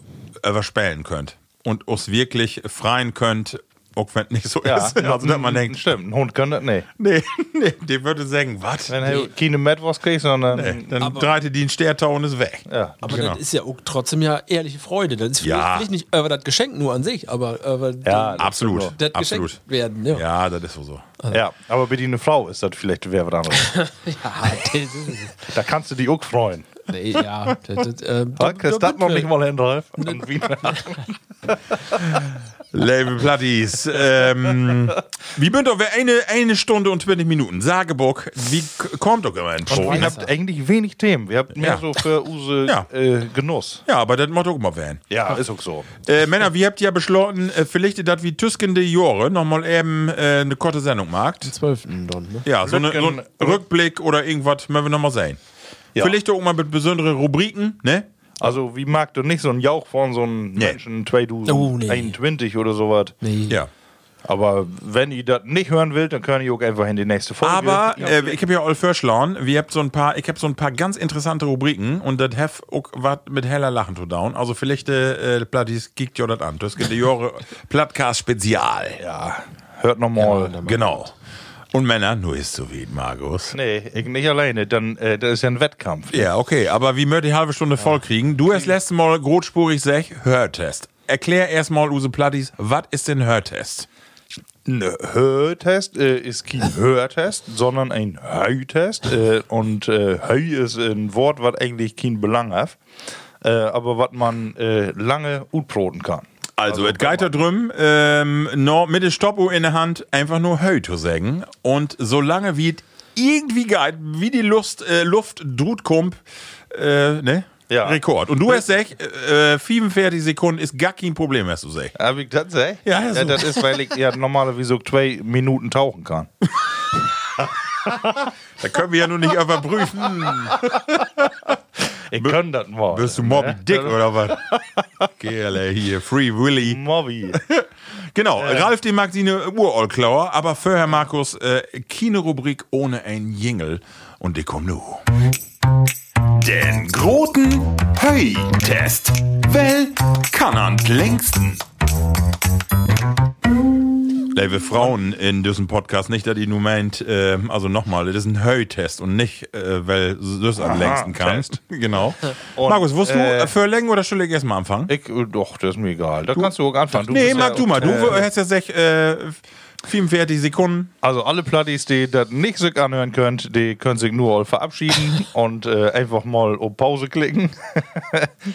S3: überspellen könnt. Und uns wirklich freien könnt, auch wenn es nicht so
S4: *laughs* *laughs* Ja.
S3: ist. Also, dass man denkt,
S4: Stimmt, ein Hund kann das nicht.
S3: nee, *laughs* nee, die würde sagen, was?
S4: Wenn er keine Metwurst kriegt, sondern.
S3: Nee, dann dreite die einen Stärtau und ist weg.
S4: Ja.
S5: aber
S3: genau.
S5: das ist ja auch trotzdem ja ehrliche Freude. Das ist vielleicht,
S3: Ja.
S5: vielleicht nicht über das Geschenk nur an sich, aber über
S4: Ja,
S3: Absolut.
S5: das Geschenk
S3: Absolut.
S5: werden. *laughs* Ja,
S3: Ja, das ist wohl so.
S4: Ja, aber bitte eine Frau ist das vielleicht wer was *laughs* anderes.
S5: ja Ah, das ist es.
S4: da kannst du dich auch freuen.
S5: Nee, ja. Das, das, ähm,
S4: Da, das darf man nicht mal hin, *laughs* Ralf. Und wieder.
S3: Label Platties. ähm, wie bünd doch wer eine, eine Stunde und 20 Minuten. Sageburg, wie k- kommt doch immer ein
S4: Und
S3: Pro.
S4: ihr habt eigentlich wenig Themen. Wir habt mehr
S3: Ja.
S4: so für Use
S3: Ja.
S4: äh, Genuss.
S3: Ja, aber das macht auch immer wen.
S4: Ja, ist auch so.
S3: Äh, Männer, wir habt ja beschlossen, äh, vielleicht das wie Tüskende Jore nochmal eben äh, eine kurze Sendung macht.
S5: 12. Dann, ne?
S3: Ja, so, eine, so ein
S4: Rücken-
S3: Rückblick oder irgendwas, wenn wir nochmal sehen.
S4: Ja.
S3: Vielleicht auch mal mit besonderen Rubriken, ne?
S4: Also, wie mag du nicht so einen Jauch von so einem
S3: Nee.
S4: Menschen 2021
S5: Oh, nee.
S4: oder sowas?
S5: Nee.
S3: Ja.
S4: Aber wenn ihr das nicht hören wollt, dann könnt ihr auch einfach in die nächste Folge.
S3: Aber
S4: Ja.
S3: äh, ich habe ja all verschlauen. Wir habt so ein paar, ich habe so ein paar ganz interessante Rubriken und das hef auch was mit heller Lachen zu down. Also vielleicht äh, Plattis kickt ja das an. Das geht die Jore *laughs* Plattcast Spezial.
S4: ja, hört nochmal.
S3: Genau. Und Männer, nur ist so wie Markus.
S4: nee, ich nicht alleine, dann äh, das ist ja ein Wettkampf.
S3: Ja, okay, aber wie möchte die halbe Stunde voll kriegen? Du hast letztes Mal großspurig sech Hörtest. Erklär erstmal Use Plattis, was ist denn Hörtest?
S4: Ein Hörtest äh,
S3: *laughs*
S4: ist kein Hörtest, sondern ein Höitest. Äh, und äh, Höi ist ein Wort, was eigentlich keinen Belang hat, äh, aber was man äh, lange utproten kann.
S3: Also, es geht da drum, ähm, no, mit der Stoppuhr in der Hand einfach nur Hö zu sagen. Und solange wie es irgendwie geht, wie die Lust, äh, Luft drut kommt, äh, ne?
S4: Ja.
S3: Rekord. Und du hast sech, äh, 45 Sekunden ist gar kein Problem, hast du sech.
S4: Hab ich das gesagt?
S3: Ja, ja, so.
S4: das ist, weil ich ja normalerweise so zwei Minuten tauchen kann.
S3: Da können wir ja nur nicht überprüfen.
S4: Ich kann das mal.
S3: Bist du Moby
S4: Ne?
S3: Dick
S4: Also
S3: oder was? Gerle hier, Free Willy.
S4: Mobby.
S3: Genau, Ralf die Magdine Urolklauer, aber vorher Markus, äh, Kinorubrik ohne ein Jingle und die kommt nu. Den großen Höi-Test. Well, kann an längsten. Liebe Frauen in diesem Podcast, nicht, dass ihr nur meint, äh, also nochmal, das ist ein Höi-Test und nicht, äh, weil das am längsten kann. Genau. Markus, wusstest du, äh, für Längen oder soll ich erstmal anfangen?
S4: äh, Ich, doch, das ist mir egal. Da kannst du auch anfangen. Du
S3: nee,
S4: bist
S3: Marc,
S4: ja-
S3: du mal. Du
S4: Äh,
S3: hast ja sech, äh, 44 Sekunden.
S4: Also alle Plattis, die das nicht sich anhören könnt, die können sich nur
S3: *laughs*
S4: all verabschieden und äh, einfach mal auf Pause klicken.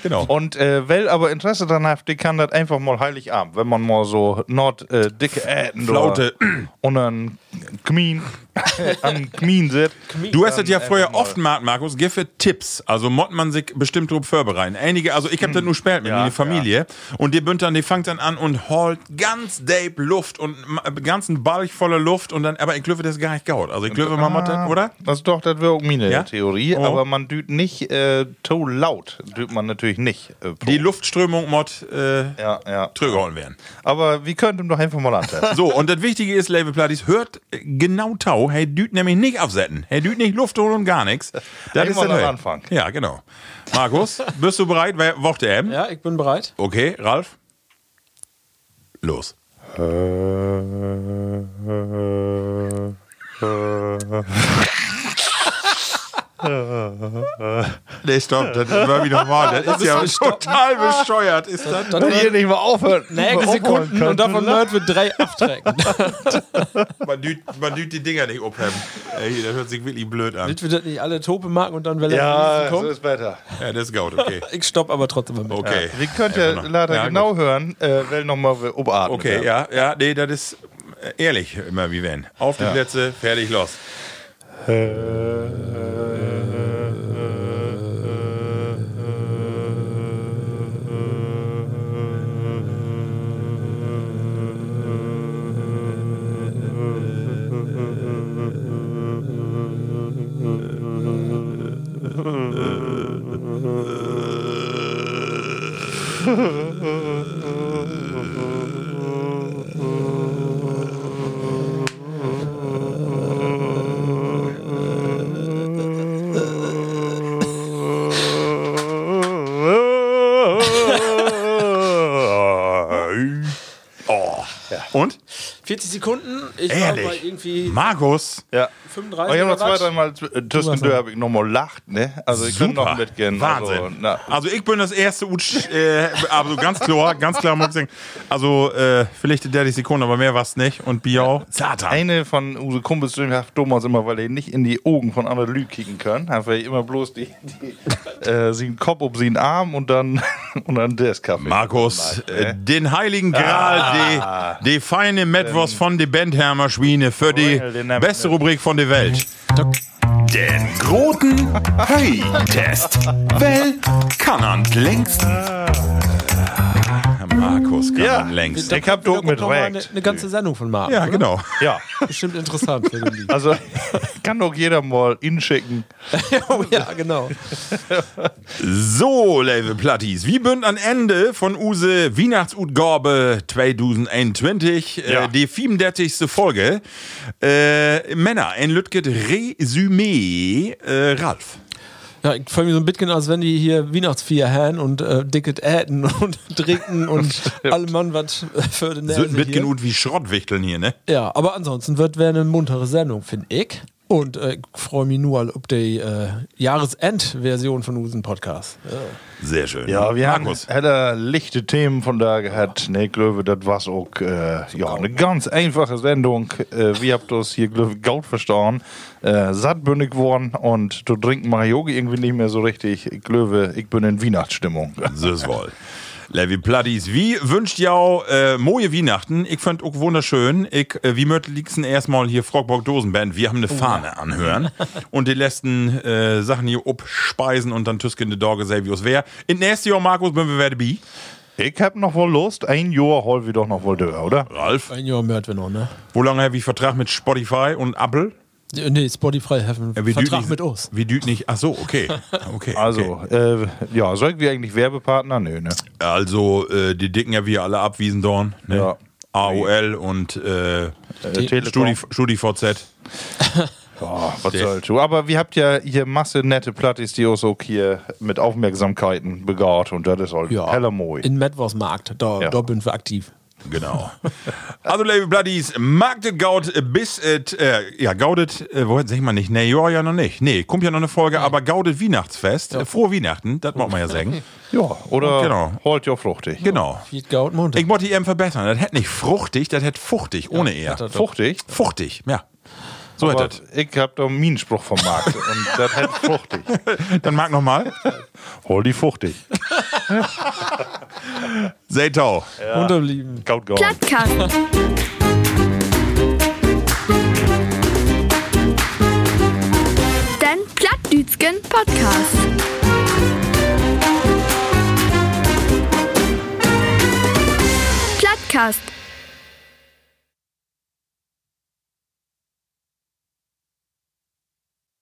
S3: genau.
S4: *laughs* Und äh, wer aber Interesse daran hat, die kann das einfach mal Heiligabend, wenn man mal so not äh, dicke Äten
S3: Flaute.
S4: und an Kmin *laughs* an Kmin sitzt.
S3: Du hast das ja
S4: dann
S3: vorher
S4: einfach mal-
S3: oft gemacht, Markus, Giffe Tipps. Also mott man sich bestimmt drauf vorbereiten. Einige, also ich hab das nur spät mit
S4: Ja,
S3: meiner Familie. Und die Bündner, die fangt dann an und holt ganz deep Luft und ma- ganzen Balch voller Luft und dann, aber ich glaube, das ist gar nicht gaut. Also ich glaube, man mott
S4: Ah.
S3: das, oder?
S4: Das doch, das wäre auch meine
S3: Ja?
S4: Theorie,
S3: Oh.
S4: aber man düht nicht äh, to laut, düht man natürlich nicht. äh, pro.
S3: Die Luftströmung mott äh,
S4: ja, ja.
S3: zurückgeholt werden.
S4: Aber wir könnten doch einfach mal antesten.
S3: So, und das Wichtige ist, Label Platties, hört äh, genau Tau. Hey, Düt nämlich nicht absetzen. Hey, Düt nicht Luft holen und gar nichts. Das
S4: *laughs* Einmal
S3: das
S4: am
S3: Hey.
S4: Anfang.
S3: Ja, genau. Markus, bist du bereit? Wer Worte M?
S5: Ja, ich bin bereit.
S3: Okay, Ralf? Los. Nee, stopp, das war wie normal.
S4: *laughs*
S3: Das ist ja total bescheuert. Ist das?
S4: Wenn ihr nicht mal aufhört.
S5: Nächste Sekunden und davon hört wir drei abstrecken.
S3: Man düht, man düht die Dinger nicht opheben. Ey, das hört sich wirklich blöd an.
S5: Damit wir das *laughs* nicht alle Tope marken und dann, wenn
S4: Ja,
S5: er
S4: so
S5: kommt.
S4: ist besser.
S3: Ja, das ist gut, okay.
S5: Ich stopp aber trotzdem mal mit.
S3: Okay.
S4: Wir könnt ja
S3: Einfach noch.
S4: leider
S3: Ja,
S4: genau hören, äh, weil nochmal obatmen.
S3: Okay, ja, ja, nee, das ist äh, ehrlich immer wie wenn. Auf die Plätze, fertig, los. Oh. Und?
S5: 40 Sekunden, ich
S3: Ehrlich?
S5: war bei irgendwie
S3: Markus,
S4: ja. Aber
S5: 35
S4: ich habe
S5: oder
S4: noch zwei,
S5: was.
S4: dreimal zwischendurch habe ich nochmal gelacht, ne? Also ich könnte noch
S3: super.
S4: mitgehen. Also,
S3: Wahnsinn.
S4: na,
S3: Also, ich bin das erste Utsch, äh, aber so ganz klar, ganz klar muss ich sagen. Also, äh, vielleicht der die Sekunde, aber mehr war's nicht. Und Biau, Satan.
S4: Eine von unseren Kumpels zu mir hat damals immer, weil er nicht in die Augen von anderen Lü kicken können, haben wir immer bloß die, die äh, sie einen Kopf um sie einen Arm und dann *laughs* und dann das Kaffee.
S3: Markus, äh, den heiligen Gral, die, die feine Metwurst von die Bentheimer Schwine für die
S4: Well, den haben-
S3: beste Rubrik von der Welt.
S7: Den großen Höhi-Test. Well, kann an längst.
S3: Ah, Markus, kann
S4: Ja.
S3: man längst.
S4: ich hab Druck mit
S5: Noch mal eine,
S4: Rekt.
S5: eine ganze Sendung von Marc.
S3: Ja,
S5: oder?
S3: genau.
S4: Ja,
S5: Bestimmt interessant für den Lied.
S4: also kann doch jeder mal inschicken.
S5: oh, *laughs* ja, genau.
S3: So, liebe Platties, wie bünd an Ende von Use Weihnachtsutgabe 2021,
S4: Ja.
S3: äh, die 37. Folge. Äh, Männer, ein Lütget Resümee, äh, Ralf.
S5: Ja, ich fühle mich so ein bisschen, als wenn die hier Weihnachtsvier haben und äh, dicket äten und *laughs* trinken und allem Mann was für den
S3: So ein
S5: Nase
S3: bisschen
S5: hier.
S3: gut wie Schrottwichteln hier, ne?
S5: Ja, aber ansonsten wird wäre eine muntere Sendung, finde ich. Und äh, ich freue mich nur auf die äh, Jahresend-Version von unserem Podcast.
S3: Sehr schön.
S4: Ja, wir haben
S3: Markus.
S4: heller lichte Themen von da gehabt. Ne, Glöwe, das war's auch äh, ja, eine ganz einfache Sendung. Äh, wir habt uns hier Glöwe Gaut verstauen, äh, sattbündig geworden und du trinken Mariogi irgendwie nicht mehr so richtig. Glöwe, ich bin in Weihnachtsstimmung.
S3: So ist wohl. Levi Platties, wie wünscht jau äh, moje Weihnachten? Ich fand auch wunderschön. Ich, äh, wie Mörtel liegsen erstmal hier Frogbock Dosenband. Wir haben
S5: Oh
S3: eine Fahne anhören und die letzten äh, Sachen hier obspeisen und dann Tüsken de Dorge Selvius wer. In nächstes Jahr, Markus, bin wir werde bi.
S4: Ich hab noch wohl Lust, ein Jahr hol wir doch noch wohl dör, oder?
S3: Ralf,
S5: Ein Jahr mört wir noch, ne?
S3: wo lange habe ich Vertrag mit Spotify und Apple?
S5: Äh, Nee, Spotify haben
S3: Äh,
S5: einen
S3: wir düt
S5: Vertrag
S3: nicht-
S5: mit uns.
S3: Wir düt nicht. Ach so,
S5: *laughs*
S3: okay. okay okay.
S4: Also, äh, ja, sollten wir eigentlich Werbepartner? Nö, ne?
S3: also äh, die dicken ja wir alle ab, Wiesendorn. Ne?
S4: Ja.
S3: AOL und äh,
S4: Äh, Telekom.
S3: Studi, StudiVZ.
S4: Ja, Oh, was sollst du? Aber wir habt ja hier Masse nette Plattis, die uns auch hier mit Aufmerksamkeiten begaut und das ist halt heller mooi.
S5: In Medwars Markt, da,
S4: Ja.
S5: da bin wir aktiv.
S3: Genau. Also, liebe Bloodies, mag das Gaut bis et, äh, ja, gaudet, äh, woher sag ich mal nicht, ne, ja, ja, noch nicht. Nee, kommt ja noch eine Folge, aber gaudet Weihnachtsfest, äh, frohe Weihnachten, das mag man *laughs* ja sagen.
S4: Ja, oder
S3: Genau.
S4: holt ja fruchtig.
S3: Genau.
S5: Piet Gaut Montag.
S3: Ich wollte die eben verbessern. Das hätte nicht fruchtig, das hätte fuchtig, ohne eher.
S4: das doch. Fuchtig?
S3: Fuchtig, ja. So
S4: Aber
S3: hätte das.
S4: ich hab da einen Minenspruch vom Markt *laughs* und das hat fruchtig.
S3: Dann mag *laughs* nochmal.
S4: Hol
S3: *laughs*
S4: die fruchtig.
S3: Seitau.
S5: Unterblieben.
S4: Gaut, gaut.
S1: Plattcast. Dein Plattdütschen Podcast. Plattcast.